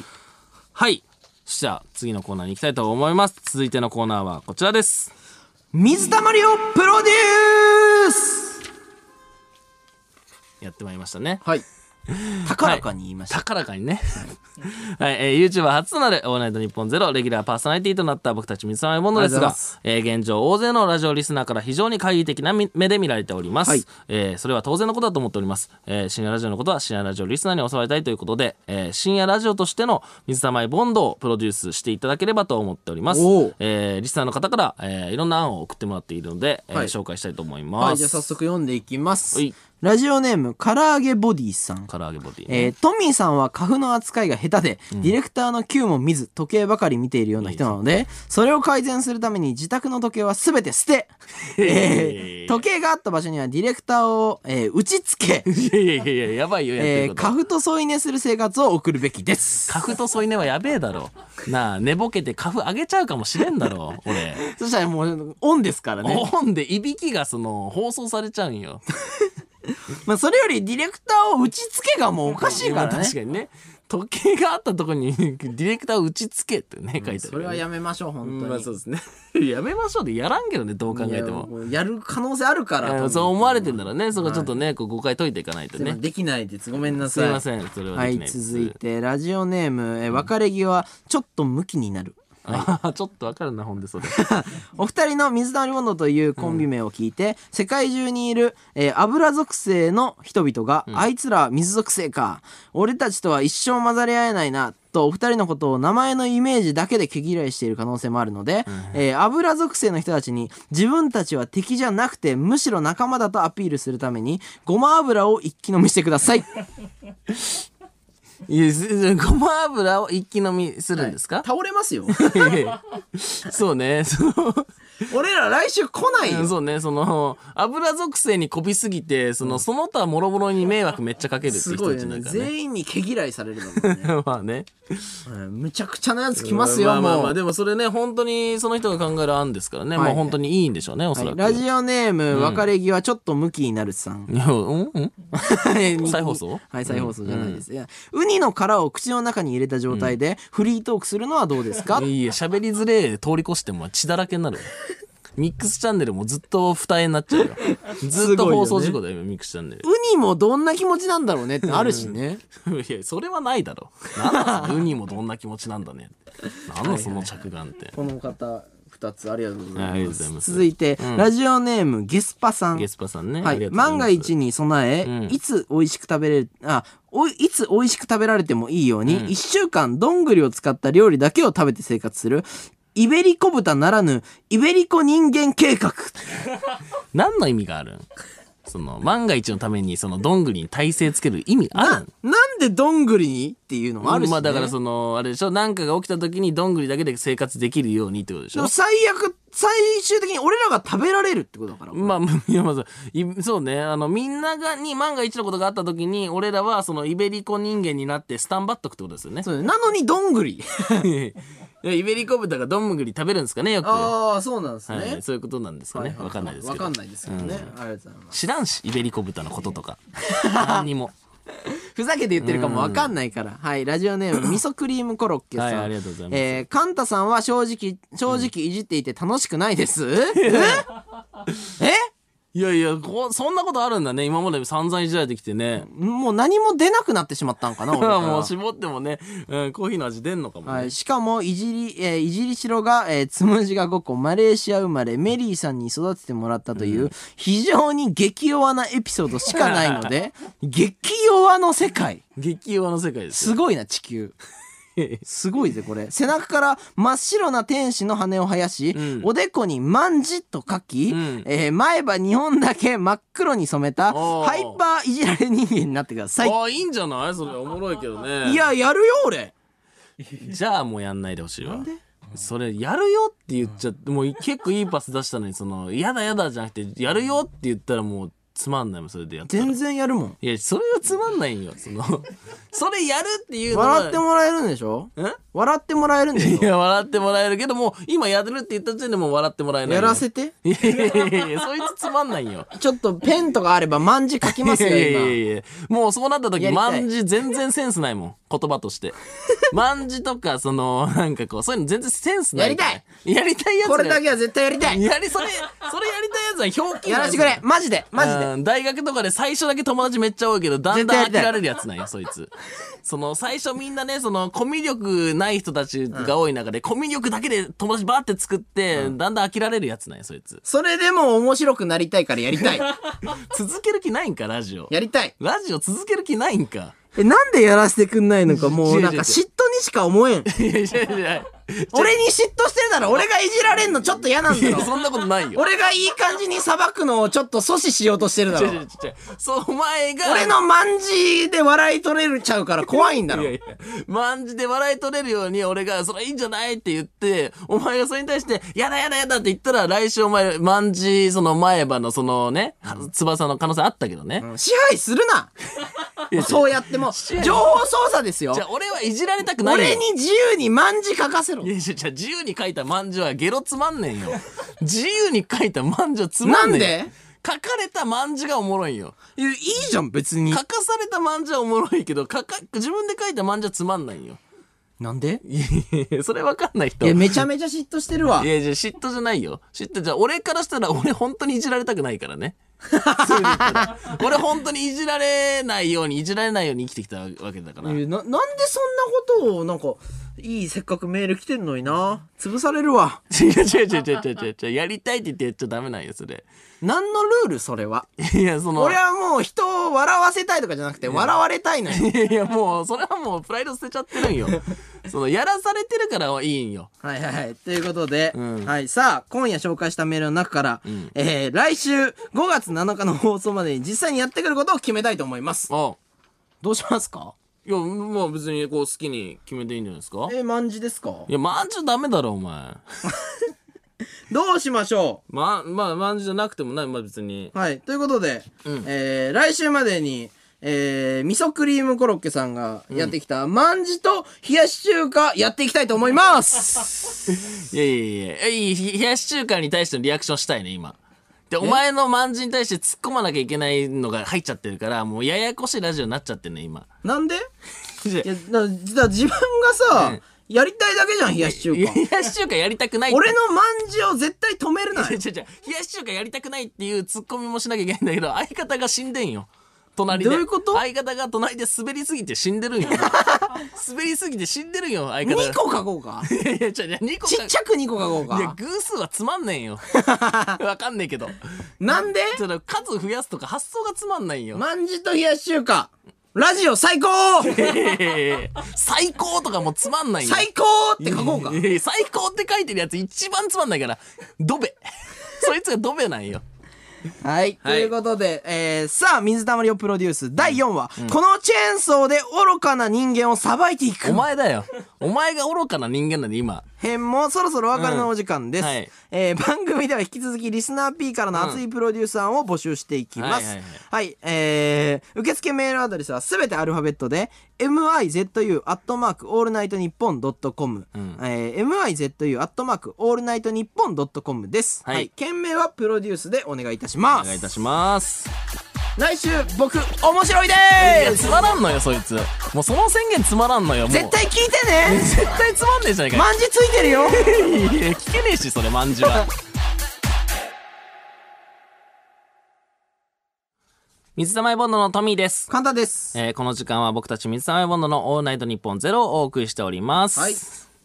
[SPEAKER 1] はい、
[SPEAKER 2] い
[SPEAKER 1] じゃあ次のコーナーに行きたいと思います続いてのコーナーはこちらです
[SPEAKER 2] 水たまりをプロデュース
[SPEAKER 1] やってまいりましたね
[SPEAKER 2] はい高らかに言いました
[SPEAKER 1] 高らかにね。 はい、えー、YouTuber 初となるオールナイト日本ゼロレギュラーパーソナリティとなった僕たち水溜りボンドですが
[SPEAKER 2] ありがとうございます
[SPEAKER 1] えー現状大勢のラジオリスナーから非常に懐疑的なみ目で見られております、
[SPEAKER 2] はい
[SPEAKER 1] えーそれは当然のことだと思っております、えー深夜ラジオのことは深夜ラジオリスナーに教わりたいということで、えー深夜ラジオとしての水溜りボンドをプロデュースしていただければと思っております
[SPEAKER 2] おう、
[SPEAKER 1] えーリスナーの方から、えーいろんな案を送ってもらっているので、えー
[SPEAKER 2] はい
[SPEAKER 1] 紹介したいと思います、
[SPEAKER 2] はいじゃあ早速読んでいきます
[SPEAKER 1] はい
[SPEAKER 2] ラジオネーム唐揚げボディさん
[SPEAKER 1] 唐揚げボディね、
[SPEAKER 2] えートミーさんは花粉の扱いが下手で、ディレクターの Q も見ず時計ばかり見ているような人なのでそれを改善するために自宅の時計は全て捨て、えー時計があった場所にはディレクターを、えー打ちつけ、
[SPEAKER 1] い やいやいややばいよやって
[SPEAKER 2] え
[SPEAKER 1] るこ
[SPEAKER 2] ー、
[SPEAKER 1] と、
[SPEAKER 2] カフと添い寝する生活を送るべきです
[SPEAKER 1] カフと添い寝はやべえだろ。なあ、寝ぼけてカフあげちゃうかもしれんだ ろ、俺。
[SPEAKER 2] そしたらもうオンですからね、
[SPEAKER 1] 本でいびきがその放送されちゃうんよ。
[SPEAKER 2] まあ、それよりディレクターを打ちつけがもうおかしいから
[SPEAKER 1] まあ
[SPEAKER 2] ね
[SPEAKER 1] 確かにね。時計があったとこに ディレクターを打ちつけってね、書いてある、
[SPEAKER 2] それはやめましょう本当に、
[SPEAKER 1] まあそうですね。 やめましょうでやらんけどね、どう考えても。
[SPEAKER 2] いやうやる可能性あるか
[SPEAKER 1] あ
[SPEAKER 2] らトミ
[SPEAKER 1] の
[SPEAKER 2] ー
[SPEAKER 1] そう思われてんだろうね。そこちょっとね、こう誤解解いていかないと
[SPEAKER 2] で
[SPEAKER 1] ね
[SPEAKER 2] も。できないですごめんな
[SPEAKER 1] す
[SPEAKER 2] さ
[SPEAKER 1] い
[SPEAKER 2] い
[SPEAKER 1] ません、それは
[SPEAKER 2] は
[SPEAKER 1] でき
[SPEAKER 2] い
[SPEAKER 1] ないです。
[SPEAKER 2] 続いてラジオネームえー別れ際ちょっとムキになる
[SPEAKER 1] あ ーちょっとわかるな、ほん でそれ。
[SPEAKER 2] お二人の水溜りボンドというコンビ名を聞いて、世界中にいる、えー油属性の人々が、あいつらは水属性か俺たちとは一生混ざり合えないなとお二人のことを名前のイメージだけで毛嫌いしている可能性もあるので、えー油属性の人たちに自分たちは敵じゃなくてむしろ仲間だとアピールするためにごま油を一気飲みしてください
[SPEAKER 1] いやすごま 油を一気飲みするんですか、
[SPEAKER 2] 倒れますよ
[SPEAKER 1] いやいやそうね、その、
[SPEAKER 2] 俺ら来週来ないよ
[SPEAKER 1] うんそうね、その、油属性にこびすぎて、その、その他もろもろに迷惑めっちゃかけるって
[SPEAKER 2] す
[SPEAKER 1] 人
[SPEAKER 2] ごい
[SPEAKER 1] たち
[SPEAKER 2] よ
[SPEAKER 1] な
[SPEAKER 2] ね
[SPEAKER 1] んかね。
[SPEAKER 2] 全員に毛嫌いされるのも んね
[SPEAKER 1] まあね。
[SPEAKER 2] うんむちゃくちゃなやつ来ますよ
[SPEAKER 1] まあまあま
[SPEAKER 2] も
[SPEAKER 1] あ、
[SPEAKER 2] う
[SPEAKER 1] でもそれね、本当にその人が考える案ですからね。
[SPEAKER 2] はい
[SPEAKER 1] まあ本当にいいんでしょうね、おそらく。
[SPEAKER 2] ラジオネーム別れ際ちょっとムキになるさん
[SPEAKER 1] いやうんうん再
[SPEAKER 2] 再
[SPEAKER 1] 放送
[SPEAKER 2] はい再放送じゃないですいやウニの殻を口の中に入れた状態でフリートークするのはどうですか
[SPEAKER 1] いや、喋りづれえ通り越しても血だらけになるわ。ミックスチャンネルもずっと二重になっちゃう よ。ずっと放送事故だよ、今ミックスチャンネル。
[SPEAKER 2] ウニもどんな気持ちなんだろうねってあるしね
[SPEAKER 1] いや、それはないだろ。なんだ、 ウニもどんな気持ちなんだね。なんだ、その着眼って。
[SPEAKER 2] この方2つありがとうござ
[SPEAKER 1] あり
[SPEAKER 2] い
[SPEAKER 1] がとう
[SPEAKER 2] ま
[SPEAKER 1] ございますす
[SPEAKER 2] 続いてラジオネームゲスパさん
[SPEAKER 1] ゲスパさんね。
[SPEAKER 2] は
[SPEAKER 1] あり
[SPEAKER 2] い、
[SPEAKER 1] がとうございます
[SPEAKER 2] 万が一に備え、
[SPEAKER 1] うん
[SPEAKER 2] いつ美味しく食べれるあおいいつ美味しく食べられてもいいように、1週間どんぐりを使った料理だけを食べて生活するイベリコ豚ならぬイベリコ人間計画
[SPEAKER 1] 何の意味があるんその、万が一のために、その、どんぐりに体勢つける意味あるん
[SPEAKER 2] なんでどんぐりにっていうのもあるし、ね
[SPEAKER 1] まあだからそのあれでしょなんかが起きた時にどんぐりだけで生活できるようにってことでし
[SPEAKER 2] で
[SPEAKER 1] ょ
[SPEAKER 2] も最悪最終的に俺らが食べられるってことだから、
[SPEAKER 1] まあ、まあ宮本さんいそうねあのみんながに万が一のことがあった時に俺らはそのイベリコ人間になってスタンバっとくってことですよね
[SPEAKER 2] そうなのにどんぐり
[SPEAKER 1] イベリコ豚がどんぐり食べるんですかねよく、は
[SPEAKER 2] ああそうなんですね、
[SPEAKER 1] い、そういうことなんですかね、わかんないですけど
[SPEAKER 2] わかんないですけどね、ありがとうございます
[SPEAKER 1] 知らんしイベリコ豚のことと か何にも
[SPEAKER 2] ふざけて言ってるかもわかんないから。はい、ラジオネー ム、味噌クリームコロッケさん。
[SPEAKER 1] はいありがとうございます
[SPEAKER 2] えー、カンタさんは正直、正直いじっていて楽しくないです、え
[SPEAKER 1] いやいやこそんなことあるんだね今まで散々いじられてきてね
[SPEAKER 2] えもう何も出なくなってしまったんかな、俺 から
[SPEAKER 1] もう絞ってもね、うん、コーヒーの味出んのかもね、
[SPEAKER 2] はい、しかもいじり、えーいじりしろが、えー、つむじが5個マレーシア生まれメリーさんに育ててもらったという、非常に激弱なエピソードしかない ので激弱の世界
[SPEAKER 1] 激弱の世界ですよ
[SPEAKER 2] すごいな地球すごいぜ これ背中から真っ白な天使の羽を生やし、
[SPEAKER 1] うん
[SPEAKER 2] おでこに「万字」と書き、
[SPEAKER 1] うん
[SPEAKER 2] えー前歯2本だけ真っ黒に染めた
[SPEAKER 1] おー
[SPEAKER 2] ハイパーいじられ人間になってください
[SPEAKER 1] ああいいんじゃないそれおもろいけどね
[SPEAKER 2] いややるよ俺
[SPEAKER 1] じゃあもうやんないでほしいわそれやるよって言っちゃってもう結構い いパス出したのにその「やだやだ」じゃなくて「やるよ」って言ったらもうつまんないもんそれでやったら
[SPEAKER 2] 全然やるもん
[SPEAKER 1] いやそれはつまんないんよその それやるっていうのは
[SPEAKER 2] 笑ってもらえるんでしょ笑ってもらえるんでし
[SPEAKER 1] んい
[SPEAKER 2] ょ
[SPEAKER 1] や笑ってもらえるけどもう今やるって言った時点でもう笑ってもらえない
[SPEAKER 2] やらせ
[SPEAKER 1] て
[SPEAKER 2] て
[SPEAKER 1] いやいやいやいやそいつつまんないんよ
[SPEAKER 2] ちょっとペンとかあれば万字書きますよ
[SPEAKER 1] いやいや
[SPEAKER 2] 今
[SPEAKER 1] いやいやもうそうなった時
[SPEAKER 2] やりたい
[SPEAKER 1] 万字全然センスないもん言葉と して万字とかそのなんかこうそういうの全然センスないから
[SPEAKER 2] や
[SPEAKER 1] やりたいやつ
[SPEAKER 2] これだ
[SPEAKER 1] け
[SPEAKER 2] けは絶対やりたい
[SPEAKER 1] やりそれそれやりたいやつは表記
[SPEAKER 2] やらせてくれマジでマジで
[SPEAKER 1] うん大学とかで最初だけ友達めっちゃ多いけどだんだん飽
[SPEAKER 2] 絶対やり
[SPEAKER 1] き
[SPEAKER 2] たい
[SPEAKER 1] られるやつなんよそいつその最初みんなねそのコミュ力ない人たちが多い中で、コミュ力だけで友達バーって作って、だんだん飽きられるやつなんよそいつ
[SPEAKER 2] それでも面白くなりたいからやりたい
[SPEAKER 1] 続ける気ないんかラジオ
[SPEAKER 2] やりたい
[SPEAKER 1] ラジオ続ける気ないん か
[SPEAKER 2] え、なんでやらせてくんないのか、もうなんか
[SPEAKER 1] 違う違う違う
[SPEAKER 2] 嫉妬にしか思えん。
[SPEAKER 1] いやいやいや
[SPEAKER 2] 俺に嫉妬してるなら俺がいじられんのちょっと嫌なんだ
[SPEAKER 1] い
[SPEAKER 2] よ
[SPEAKER 1] や。そんなことないよ。
[SPEAKER 2] 俺がいい感じに裁くのをちょっと阻止しようとしてるだ
[SPEAKER 1] 違う違う違
[SPEAKER 2] ろ。
[SPEAKER 1] うそう、お前が。
[SPEAKER 2] 俺の万字で笑い取れるちゃうから怖いんだろ
[SPEAKER 1] いや。いや、万字で笑い取れるように俺が、それいいんじゃないって言って、お前がそれに対して、やだやだやだって言ったら、来週お前、万字、その前歯のそのね、翼の可能性あったけどね。
[SPEAKER 2] 支配するなそうやっても、情報操作ですよ
[SPEAKER 1] じゃ。あ俺はいじられたくないよ。
[SPEAKER 2] 俺に自由に万字書かせ
[SPEAKER 1] い。
[SPEAKER 2] ろ
[SPEAKER 1] やいや、じゃあ自由に書いた万字はゲロつまんね んよ。自由に書いた万字はつまんねんよ。
[SPEAKER 2] なんで
[SPEAKER 1] 書かれた万字がおもろいんよ。
[SPEAKER 2] いいじゃん、別に
[SPEAKER 1] 書。かされた漫字はおもろいけど書か自分で書いた漫字はつまんないよ
[SPEAKER 2] なんで
[SPEAKER 1] いやいやそれわかんない人
[SPEAKER 2] いや、
[SPEAKER 1] い
[SPEAKER 2] めちゃめちゃ嫉妬してるわ。
[SPEAKER 1] やじゃ嫉妬じゃないよ嫉妬じゃ俺からしたら俺本当にいじられたくないから ねそういう意味で言ったら俺本当にいじられないようにいじられないように生きてきたわけだから
[SPEAKER 2] えーななんでそんなことをなんかいいせっかくメール来てんのにな潰されるわ
[SPEAKER 1] 違う違う違う違う違う違うやりたいって言ってやっちゃダメなんよそれ
[SPEAKER 2] 何のルールそれはい
[SPEAKER 1] やその
[SPEAKER 2] 俺はもう人を笑わせたいとかじゃなくて笑われたいのよ
[SPEAKER 1] いやいやもうそれはもうプライド捨てちゃってるんよそのやらされてるからいいんよ
[SPEAKER 2] はいはいはいということで、
[SPEAKER 1] うん
[SPEAKER 2] はい、さあ今夜紹介したメールの中から、
[SPEAKER 1] ん
[SPEAKER 2] えー来週5月7日の放送までに実際にやってくることを決めたいと思います
[SPEAKER 1] あ
[SPEAKER 2] どうしますか
[SPEAKER 1] いやまあ別にこう好きに決めていいんじゃないですか
[SPEAKER 2] えー、万字ですか
[SPEAKER 1] いや、まんじゅうダメだろ、お前。
[SPEAKER 2] どうしましょ
[SPEAKER 1] まあ、まあ、まんじじゃなくてもない、まあ別に。
[SPEAKER 2] うはい。ということで、
[SPEAKER 1] うん
[SPEAKER 2] えー来週までに、えー、味噌クリームコロッケさんがやってきた、まんじと冷やし中華やっていきたいと思い ます。
[SPEAKER 1] いやいやいやえいい、ひ冷やし中華に対してのリアクションしたいね、今。で、お前のまんじに対して突っ込まなきゃいけないのが入っちゃってるから、もうややこしいラジオになっちゃってるね、今。
[SPEAKER 2] なんで
[SPEAKER 1] いや
[SPEAKER 2] いや、だだ自分がさ、
[SPEAKER 1] うん
[SPEAKER 2] やりたいだけじゃん、冷やし中華。
[SPEAKER 1] 冷やし中華やりたくないって
[SPEAKER 2] 俺のまんじを絶対止めるな
[SPEAKER 1] 違
[SPEAKER 2] よ
[SPEAKER 1] う違う違う冷やし中華やりたくないっていうツッコミもしなきゃいけないんだけど相方が死んでんよ隣で
[SPEAKER 2] どういうこと
[SPEAKER 1] 相方が隣で滑りすぎて死んで るんよ滑りすぎて死んでるんよ相方
[SPEAKER 2] 2個書こうか。
[SPEAKER 1] いやいや違う違う2個
[SPEAKER 2] ちっちゃく2個書こう
[SPEAKER 1] いや
[SPEAKER 2] か。
[SPEAKER 1] 偶数はつまんねん よわかんねえけど
[SPEAKER 2] なんで
[SPEAKER 1] その数増やすとか発想がつまんないよ、
[SPEAKER 2] まんじと冷やし中華。ラジオ最高
[SPEAKER 1] いやいやいや最高とかもつまんないよ
[SPEAKER 2] 最高って書こうか
[SPEAKER 1] い。やいや最高って書いてるやつ一番つまんないからドベそいつがドベなんよ
[SPEAKER 2] はい。と
[SPEAKER 1] はい
[SPEAKER 2] いうことで、えー、さあ、水溜りをプロデュース第4話、このチェーンソーで愚かな人間をさばいていく
[SPEAKER 1] お。前だよお前が愚かな人間なんで今
[SPEAKER 2] 編もそろそろお別れのお時間です、
[SPEAKER 1] うんはい
[SPEAKER 2] えー番組では引き続きリスナー P からの熱いプロデューサーを募集していきます、
[SPEAKER 1] は
[SPEAKER 2] はい
[SPEAKER 1] は
[SPEAKER 2] い
[SPEAKER 1] いはい
[SPEAKER 2] えー受付メールアドレスはすべてアルファベットで mizu アットマークオールナイトニッポンドットコム
[SPEAKER 1] ん
[SPEAKER 2] mizu アットマークオールナイトニッポンドットコムです、
[SPEAKER 1] は
[SPEAKER 2] はいい件名はプロデュースでお願いいたし
[SPEAKER 1] お
[SPEAKER 2] ま
[SPEAKER 1] 願いい
[SPEAKER 2] す
[SPEAKER 1] たします
[SPEAKER 2] 来週僕面白いで
[SPEAKER 1] いや
[SPEAKER 2] す
[SPEAKER 1] つまらんのよそいつもうその宣言つまらんのよもう
[SPEAKER 2] 絶対聞いてね
[SPEAKER 1] 絶対つまんねえじゃないかよ
[SPEAKER 2] まんじついてるよ
[SPEAKER 1] いやいや聞けねえしそれまんじは水溜りボンドのトミーです、
[SPEAKER 2] 簡単です
[SPEAKER 1] えーこの時間は僕たち水溜りボンドの「オールナイトニッポンゼロをお送りしております
[SPEAKER 2] はい。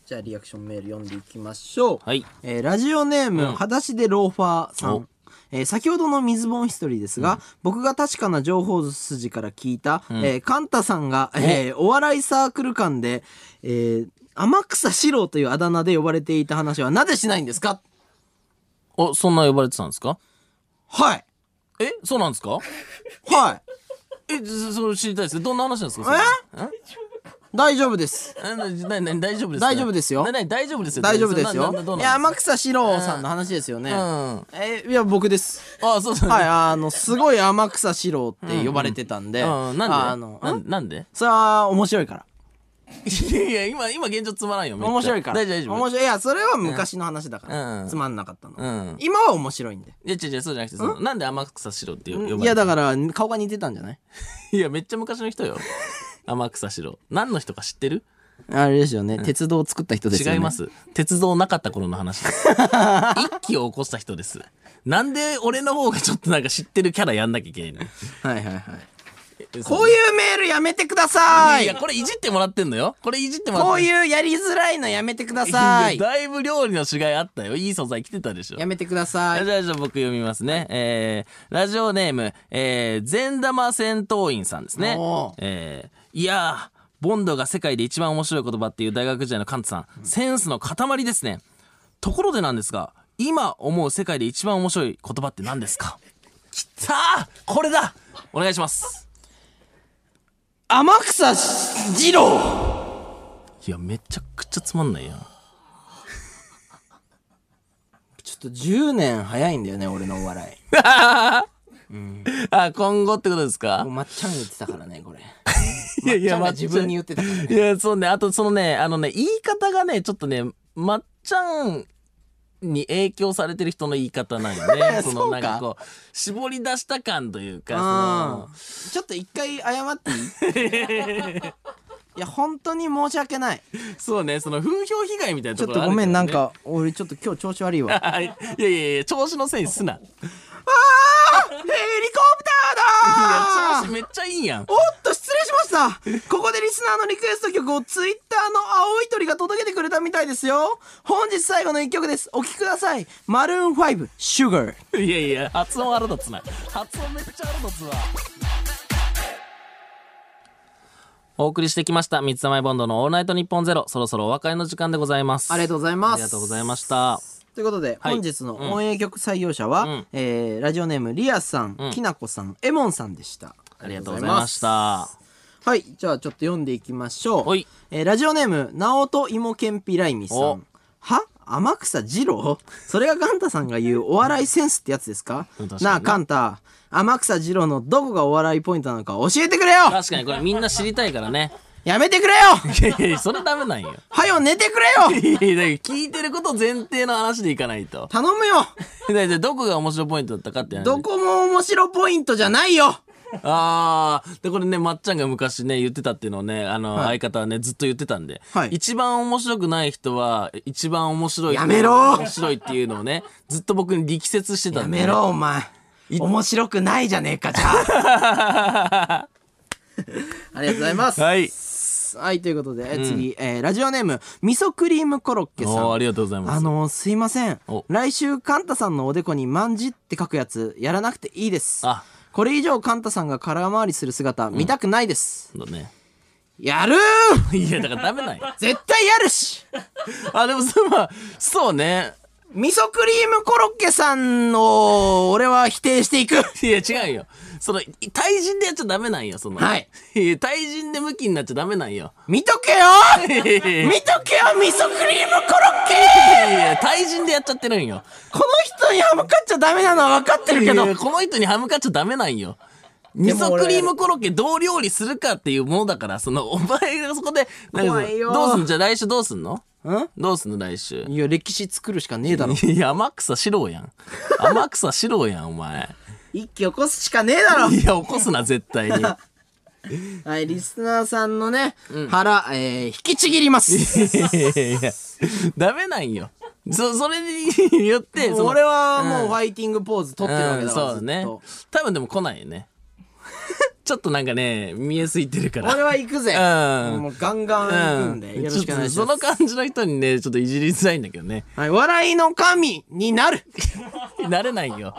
[SPEAKER 2] じゃあリアクションメール読んでいきましょう。
[SPEAKER 1] はい
[SPEAKER 2] えーラジオネーム、
[SPEAKER 1] うん
[SPEAKER 2] 裸足でローファーさ
[SPEAKER 1] お
[SPEAKER 2] ん。えー先ほどの水本ヒストリーですが、僕が確かな情報筋から聞いた、えーカンタさんが、えーお笑いサークル間で、えー天草四郎というあだ名で呼ばれていた話はなぜしないんですか
[SPEAKER 1] おそんな呼ばれてたんですか
[SPEAKER 2] はい。
[SPEAKER 1] えそうなんですか
[SPEAKER 2] はい。
[SPEAKER 1] えそそれ知りたいですどんな話なんですかそれえ
[SPEAKER 2] 大丈夫です。
[SPEAKER 1] えななな大丈夫ですか
[SPEAKER 2] 大丈夫ですよ
[SPEAKER 1] なな大丈夫ですよ
[SPEAKER 2] 大丈夫です
[SPEAKER 1] なな
[SPEAKER 2] よ
[SPEAKER 1] などう。
[SPEAKER 2] い
[SPEAKER 1] な
[SPEAKER 2] や、
[SPEAKER 1] んで
[SPEAKER 2] 天草四郎さんの話ですよね。
[SPEAKER 1] すかうん
[SPEAKER 2] えーいや、僕です。
[SPEAKER 1] あそうそう
[SPEAKER 2] はい、あの、すごい天草四郎って呼ばれてたんで、
[SPEAKER 1] うん、
[SPEAKER 2] あ
[SPEAKER 1] なんで
[SPEAKER 2] の、
[SPEAKER 1] なんんなんで
[SPEAKER 2] それは面白いから。
[SPEAKER 1] いやいや今今現状つまらんよめっちゃ
[SPEAKER 2] 面白いから。
[SPEAKER 1] 大丈夫大丈夫
[SPEAKER 2] 面白い。いや、それは昔の話だから。
[SPEAKER 1] うん
[SPEAKER 2] つまんなかったの。
[SPEAKER 1] うん
[SPEAKER 2] 今は面白いんで。
[SPEAKER 1] いや違う違うそうじゃなくてそのなんで天草四郎って呼ばれて
[SPEAKER 2] いや、だから、顔が似てたんじゃない
[SPEAKER 1] いやめっちゃ昔の 人よ天草四郎何の人か知ってる
[SPEAKER 2] あれですよね。鉄道を作った人ですよね。
[SPEAKER 1] 違いま。す鉄道なかった頃の 話です一気を起こした人ですなんで俺の方がちょっとなんか知ってるキャラやんなきゃいけないの
[SPEAKER 2] はいはいはい。
[SPEAKER 1] こ
[SPEAKER 2] こういうメールやめてください
[SPEAKER 1] やこれいじってもらってんのよこれいじってもらって
[SPEAKER 2] こういうやりづらいのやめてください
[SPEAKER 1] やだいぶ料理の違いあったよいい素材来てたでしょ
[SPEAKER 2] やめてください。
[SPEAKER 1] じゃあ、じゃあ僕読みますね。えー、ラジオネーム、えー、善玉戦闘員さんですね
[SPEAKER 2] おー。
[SPEAKER 1] えー、いやー、ボンドが世界で一番面白い言葉っていう大学時代のカントさん、センスの塊ですね。ところでなんですが、今思う世界で一番面白い言葉って何ですかきたーこれだお願いします。
[SPEAKER 2] 天草四郎
[SPEAKER 1] いや、めちゃくちゃつまんないやん。
[SPEAKER 2] ちょっと10年早いんだよね、俺のお笑い。
[SPEAKER 1] あ、今後ってことですか
[SPEAKER 2] まっちゃん言ってたからね、これ。
[SPEAKER 1] いやい
[SPEAKER 2] いや、
[SPEAKER 1] や、
[SPEAKER 2] ま
[SPEAKER 1] ま
[SPEAKER 2] あ、
[SPEAKER 1] っち
[SPEAKER 2] 自
[SPEAKER 1] ゃん
[SPEAKER 2] 分に言ってたからね。
[SPEAKER 1] いや、そうね。あと、そのね、あのね、言い方がね、ちょっとね、まっちゃんに影響されてる人の言い方なんよね。 その、
[SPEAKER 2] そう
[SPEAKER 1] な
[SPEAKER 2] か
[SPEAKER 1] んかこう、絞り出した感というか、その
[SPEAKER 2] うんちょっと一回謝っていい いや本当に申し訳ない
[SPEAKER 1] そうね、その風評被害みたいなと
[SPEAKER 2] ちょ
[SPEAKER 1] こ
[SPEAKER 2] っ
[SPEAKER 1] ろあ
[SPEAKER 2] とご
[SPEAKER 1] る
[SPEAKER 2] めんなん
[SPEAKER 1] ね。
[SPEAKER 2] か俺ちょっと今日調子悪 いわヘリ
[SPEAKER 1] はいいやいやいや、調子のせいにすな。い
[SPEAKER 2] コプ
[SPEAKER 1] や、
[SPEAKER 2] ターだ
[SPEAKER 1] 調
[SPEAKER 2] ー
[SPEAKER 1] 子めっちゃいいやん。
[SPEAKER 2] おっと失礼しましたここでリスナーのリクエスト曲をツイッターの青い鳥が届けてくれたみたいですよ本日最後の一曲ですお聴きくださいマルーン5 Sugar
[SPEAKER 1] いやいや、発音腹立つな。発音めっちゃ腹立つわ。お送りしてきました、三つ玉ボンドのオールナイトニッポンゼロ、そろそろお別れの時間でございます。
[SPEAKER 2] ありがとうございます
[SPEAKER 1] ありがとうございました。
[SPEAKER 2] ということで、
[SPEAKER 1] はい
[SPEAKER 2] 本日のオンエア曲採用者は、
[SPEAKER 1] ん
[SPEAKER 2] えーラジオネームリアさん、きなこさんえもんさんでした
[SPEAKER 1] ありがとうございまし
[SPEAKER 2] あ
[SPEAKER 1] た。
[SPEAKER 2] りがとうございますはいじゃあちょっと読んでいきましょう
[SPEAKER 1] はい
[SPEAKER 2] えーラジオネームなおといもけんぴらいみさ
[SPEAKER 1] お
[SPEAKER 2] んは天草二郎それがカンタさん が言うお笑いセンスってやつですか
[SPEAKER 1] うん確かにね
[SPEAKER 2] なあカンタ天草二郎のどこがお笑いポイントなのか教えてくれよ
[SPEAKER 1] 確かにこれみんな知りたいから ね。
[SPEAKER 2] やめてくれよ
[SPEAKER 1] いやいや、それダメなんよ。
[SPEAKER 2] はよ寝てくれよ
[SPEAKER 1] いやいや、だから聞いてること前提の話でいかないと。
[SPEAKER 2] 頼 むよ
[SPEAKER 1] だからどこが面白いポイントだったかって話。
[SPEAKER 2] どこも面白ポイントじゃないよ
[SPEAKER 1] あーでこれねまっちゃんが昔ね言ってたっていうのをねあの、
[SPEAKER 2] はい
[SPEAKER 1] 相方はねずっと言ってたんで、
[SPEAKER 2] はい
[SPEAKER 1] 一番面白くない人は一番面白い
[SPEAKER 2] やめろ
[SPEAKER 1] 面白いっていうのをねずっと僕に力説してた
[SPEAKER 2] や
[SPEAKER 1] んで、
[SPEAKER 2] めろお前面白くないじゃねえかじゃあ ありがとうございます
[SPEAKER 1] はい
[SPEAKER 2] はいということで、次、えーラジオネーム味噌クリームコロッケさん
[SPEAKER 1] おーありがとうございます
[SPEAKER 2] あのーすいません
[SPEAKER 1] お
[SPEAKER 2] 来週カンタさんのおでこに「まんじ」って書くやつやらなくていいです
[SPEAKER 1] あ
[SPEAKER 2] これ以上カンタさんが空回りする姿見たくないです、
[SPEAKER 1] そうだね
[SPEAKER 2] やるー
[SPEAKER 1] いやだからダメない
[SPEAKER 2] 絶対やるし
[SPEAKER 1] あでもそうまあそうね
[SPEAKER 2] 味噌クリームコロッケさんを俺は否定していく
[SPEAKER 1] いや違うよその対人でやっちゃダメなんよその
[SPEAKER 2] はい
[SPEAKER 1] や対人で向きになっちゃダメなん よ
[SPEAKER 2] 見とけよ
[SPEAKER 1] いやいやい
[SPEAKER 2] 見とけよ味噌クリームコロッケ
[SPEAKER 1] や対人でやっちゃってるんよ
[SPEAKER 2] この人に歯向かっちゃダメなのは分かってるけど
[SPEAKER 1] いやこの人に歯向かっちゃダメなんよ味
[SPEAKER 2] でも
[SPEAKER 1] 噌
[SPEAKER 2] 俺
[SPEAKER 1] クリームコロッケどう料理するかっていうものだからそのお前がそこでなんか
[SPEAKER 2] 怖いよ
[SPEAKER 1] どうすんのじゃあ来週どうすんの
[SPEAKER 2] ん
[SPEAKER 1] どうすんの来週
[SPEAKER 2] いや歴史作るしかねえだろ
[SPEAKER 1] いや天草四郎やん天草四郎やんお前
[SPEAKER 2] 一気起こすしかねえだろ
[SPEAKER 1] いや起こすな絶対に
[SPEAKER 2] はいリスナーさんのね、腹、えー、引きちぎ ります
[SPEAKER 1] いやいやいやダメなんよそそれによってその
[SPEAKER 2] 俺はもうファイティングポーズ取ってるわけ
[SPEAKER 1] うん
[SPEAKER 2] だから、
[SPEAKER 1] そうだね
[SPEAKER 2] ずっと
[SPEAKER 1] 多分でも来ないよね ちょっとなんかね見えすぎてるから
[SPEAKER 2] 俺は行くぜ、
[SPEAKER 1] うん
[SPEAKER 2] もうガンガン行くんで、よろしくお願いし
[SPEAKER 1] ちょ
[SPEAKER 2] ま
[SPEAKER 1] っとその
[SPEAKER 2] す
[SPEAKER 1] 感じの人にね、ちょっといじりづらいんだけどね。
[SPEAKER 2] はい、笑いの神になる
[SPEAKER 1] なれないよ。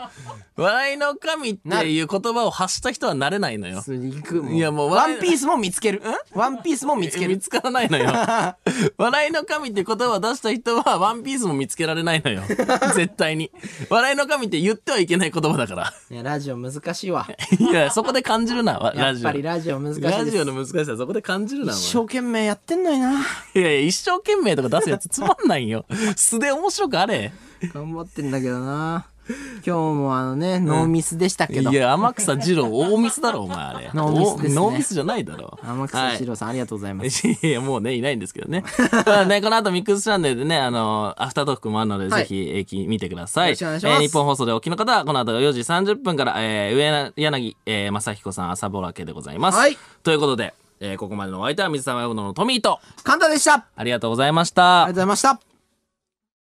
[SPEAKER 1] 笑いの神っていう言葉を発した人はなれないのよ。
[SPEAKER 2] 行くも う
[SPEAKER 1] いやもう
[SPEAKER 2] ワ
[SPEAKER 1] 笑い
[SPEAKER 2] ンピースも見つけるワンピースも見つけ
[SPEAKER 1] 見
[SPEAKER 2] る
[SPEAKER 1] つからないのよ。 笑いの神って言葉を出した人は、ワンピースも見つけられないのよ。絶対に。笑いの神って言ってはいけない言葉だから。
[SPEAKER 2] いやラジオ難しいわ
[SPEAKER 1] いや、そこで感じるな、わ
[SPEAKER 2] や
[SPEAKER 1] ラ
[SPEAKER 2] っ
[SPEAKER 1] ジオ。
[SPEAKER 2] ぱりラジオ難しいです
[SPEAKER 1] ラジオの難しさ、そこで感じるな、お前
[SPEAKER 2] 一生懸命やってんのにない
[SPEAKER 1] やいや、一生懸命とか出すやつつまんないよ。 素で面白くあれ。
[SPEAKER 2] 頑張ってんだけどな今日もあのねノーミスでしたけど、
[SPEAKER 1] いや天草二郎大ミスだろお前あ れ
[SPEAKER 2] ノーミスですね
[SPEAKER 1] おノーミスじゃない だろ
[SPEAKER 2] 天草四郎さん、ありがとうございます
[SPEAKER 1] はいいやもうねいないんですけどねまあねこの後ミックスチャンネルでねあのアフタートークもあるので、
[SPEAKER 2] はい
[SPEAKER 1] ぜひえーき見てください
[SPEAKER 2] よろしくお願いします
[SPEAKER 1] えー日本放送でお聞きの方はこの後4時30分から、えー上な柳、えー、正彦さん朝ぼらけでございます、
[SPEAKER 2] はい
[SPEAKER 1] ということで、えーここまでのお相手は水溜りボンドのトミーと
[SPEAKER 2] 簡単でしたありがとう
[SPEAKER 1] ありがとうございました
[SPEAKER 2] ございました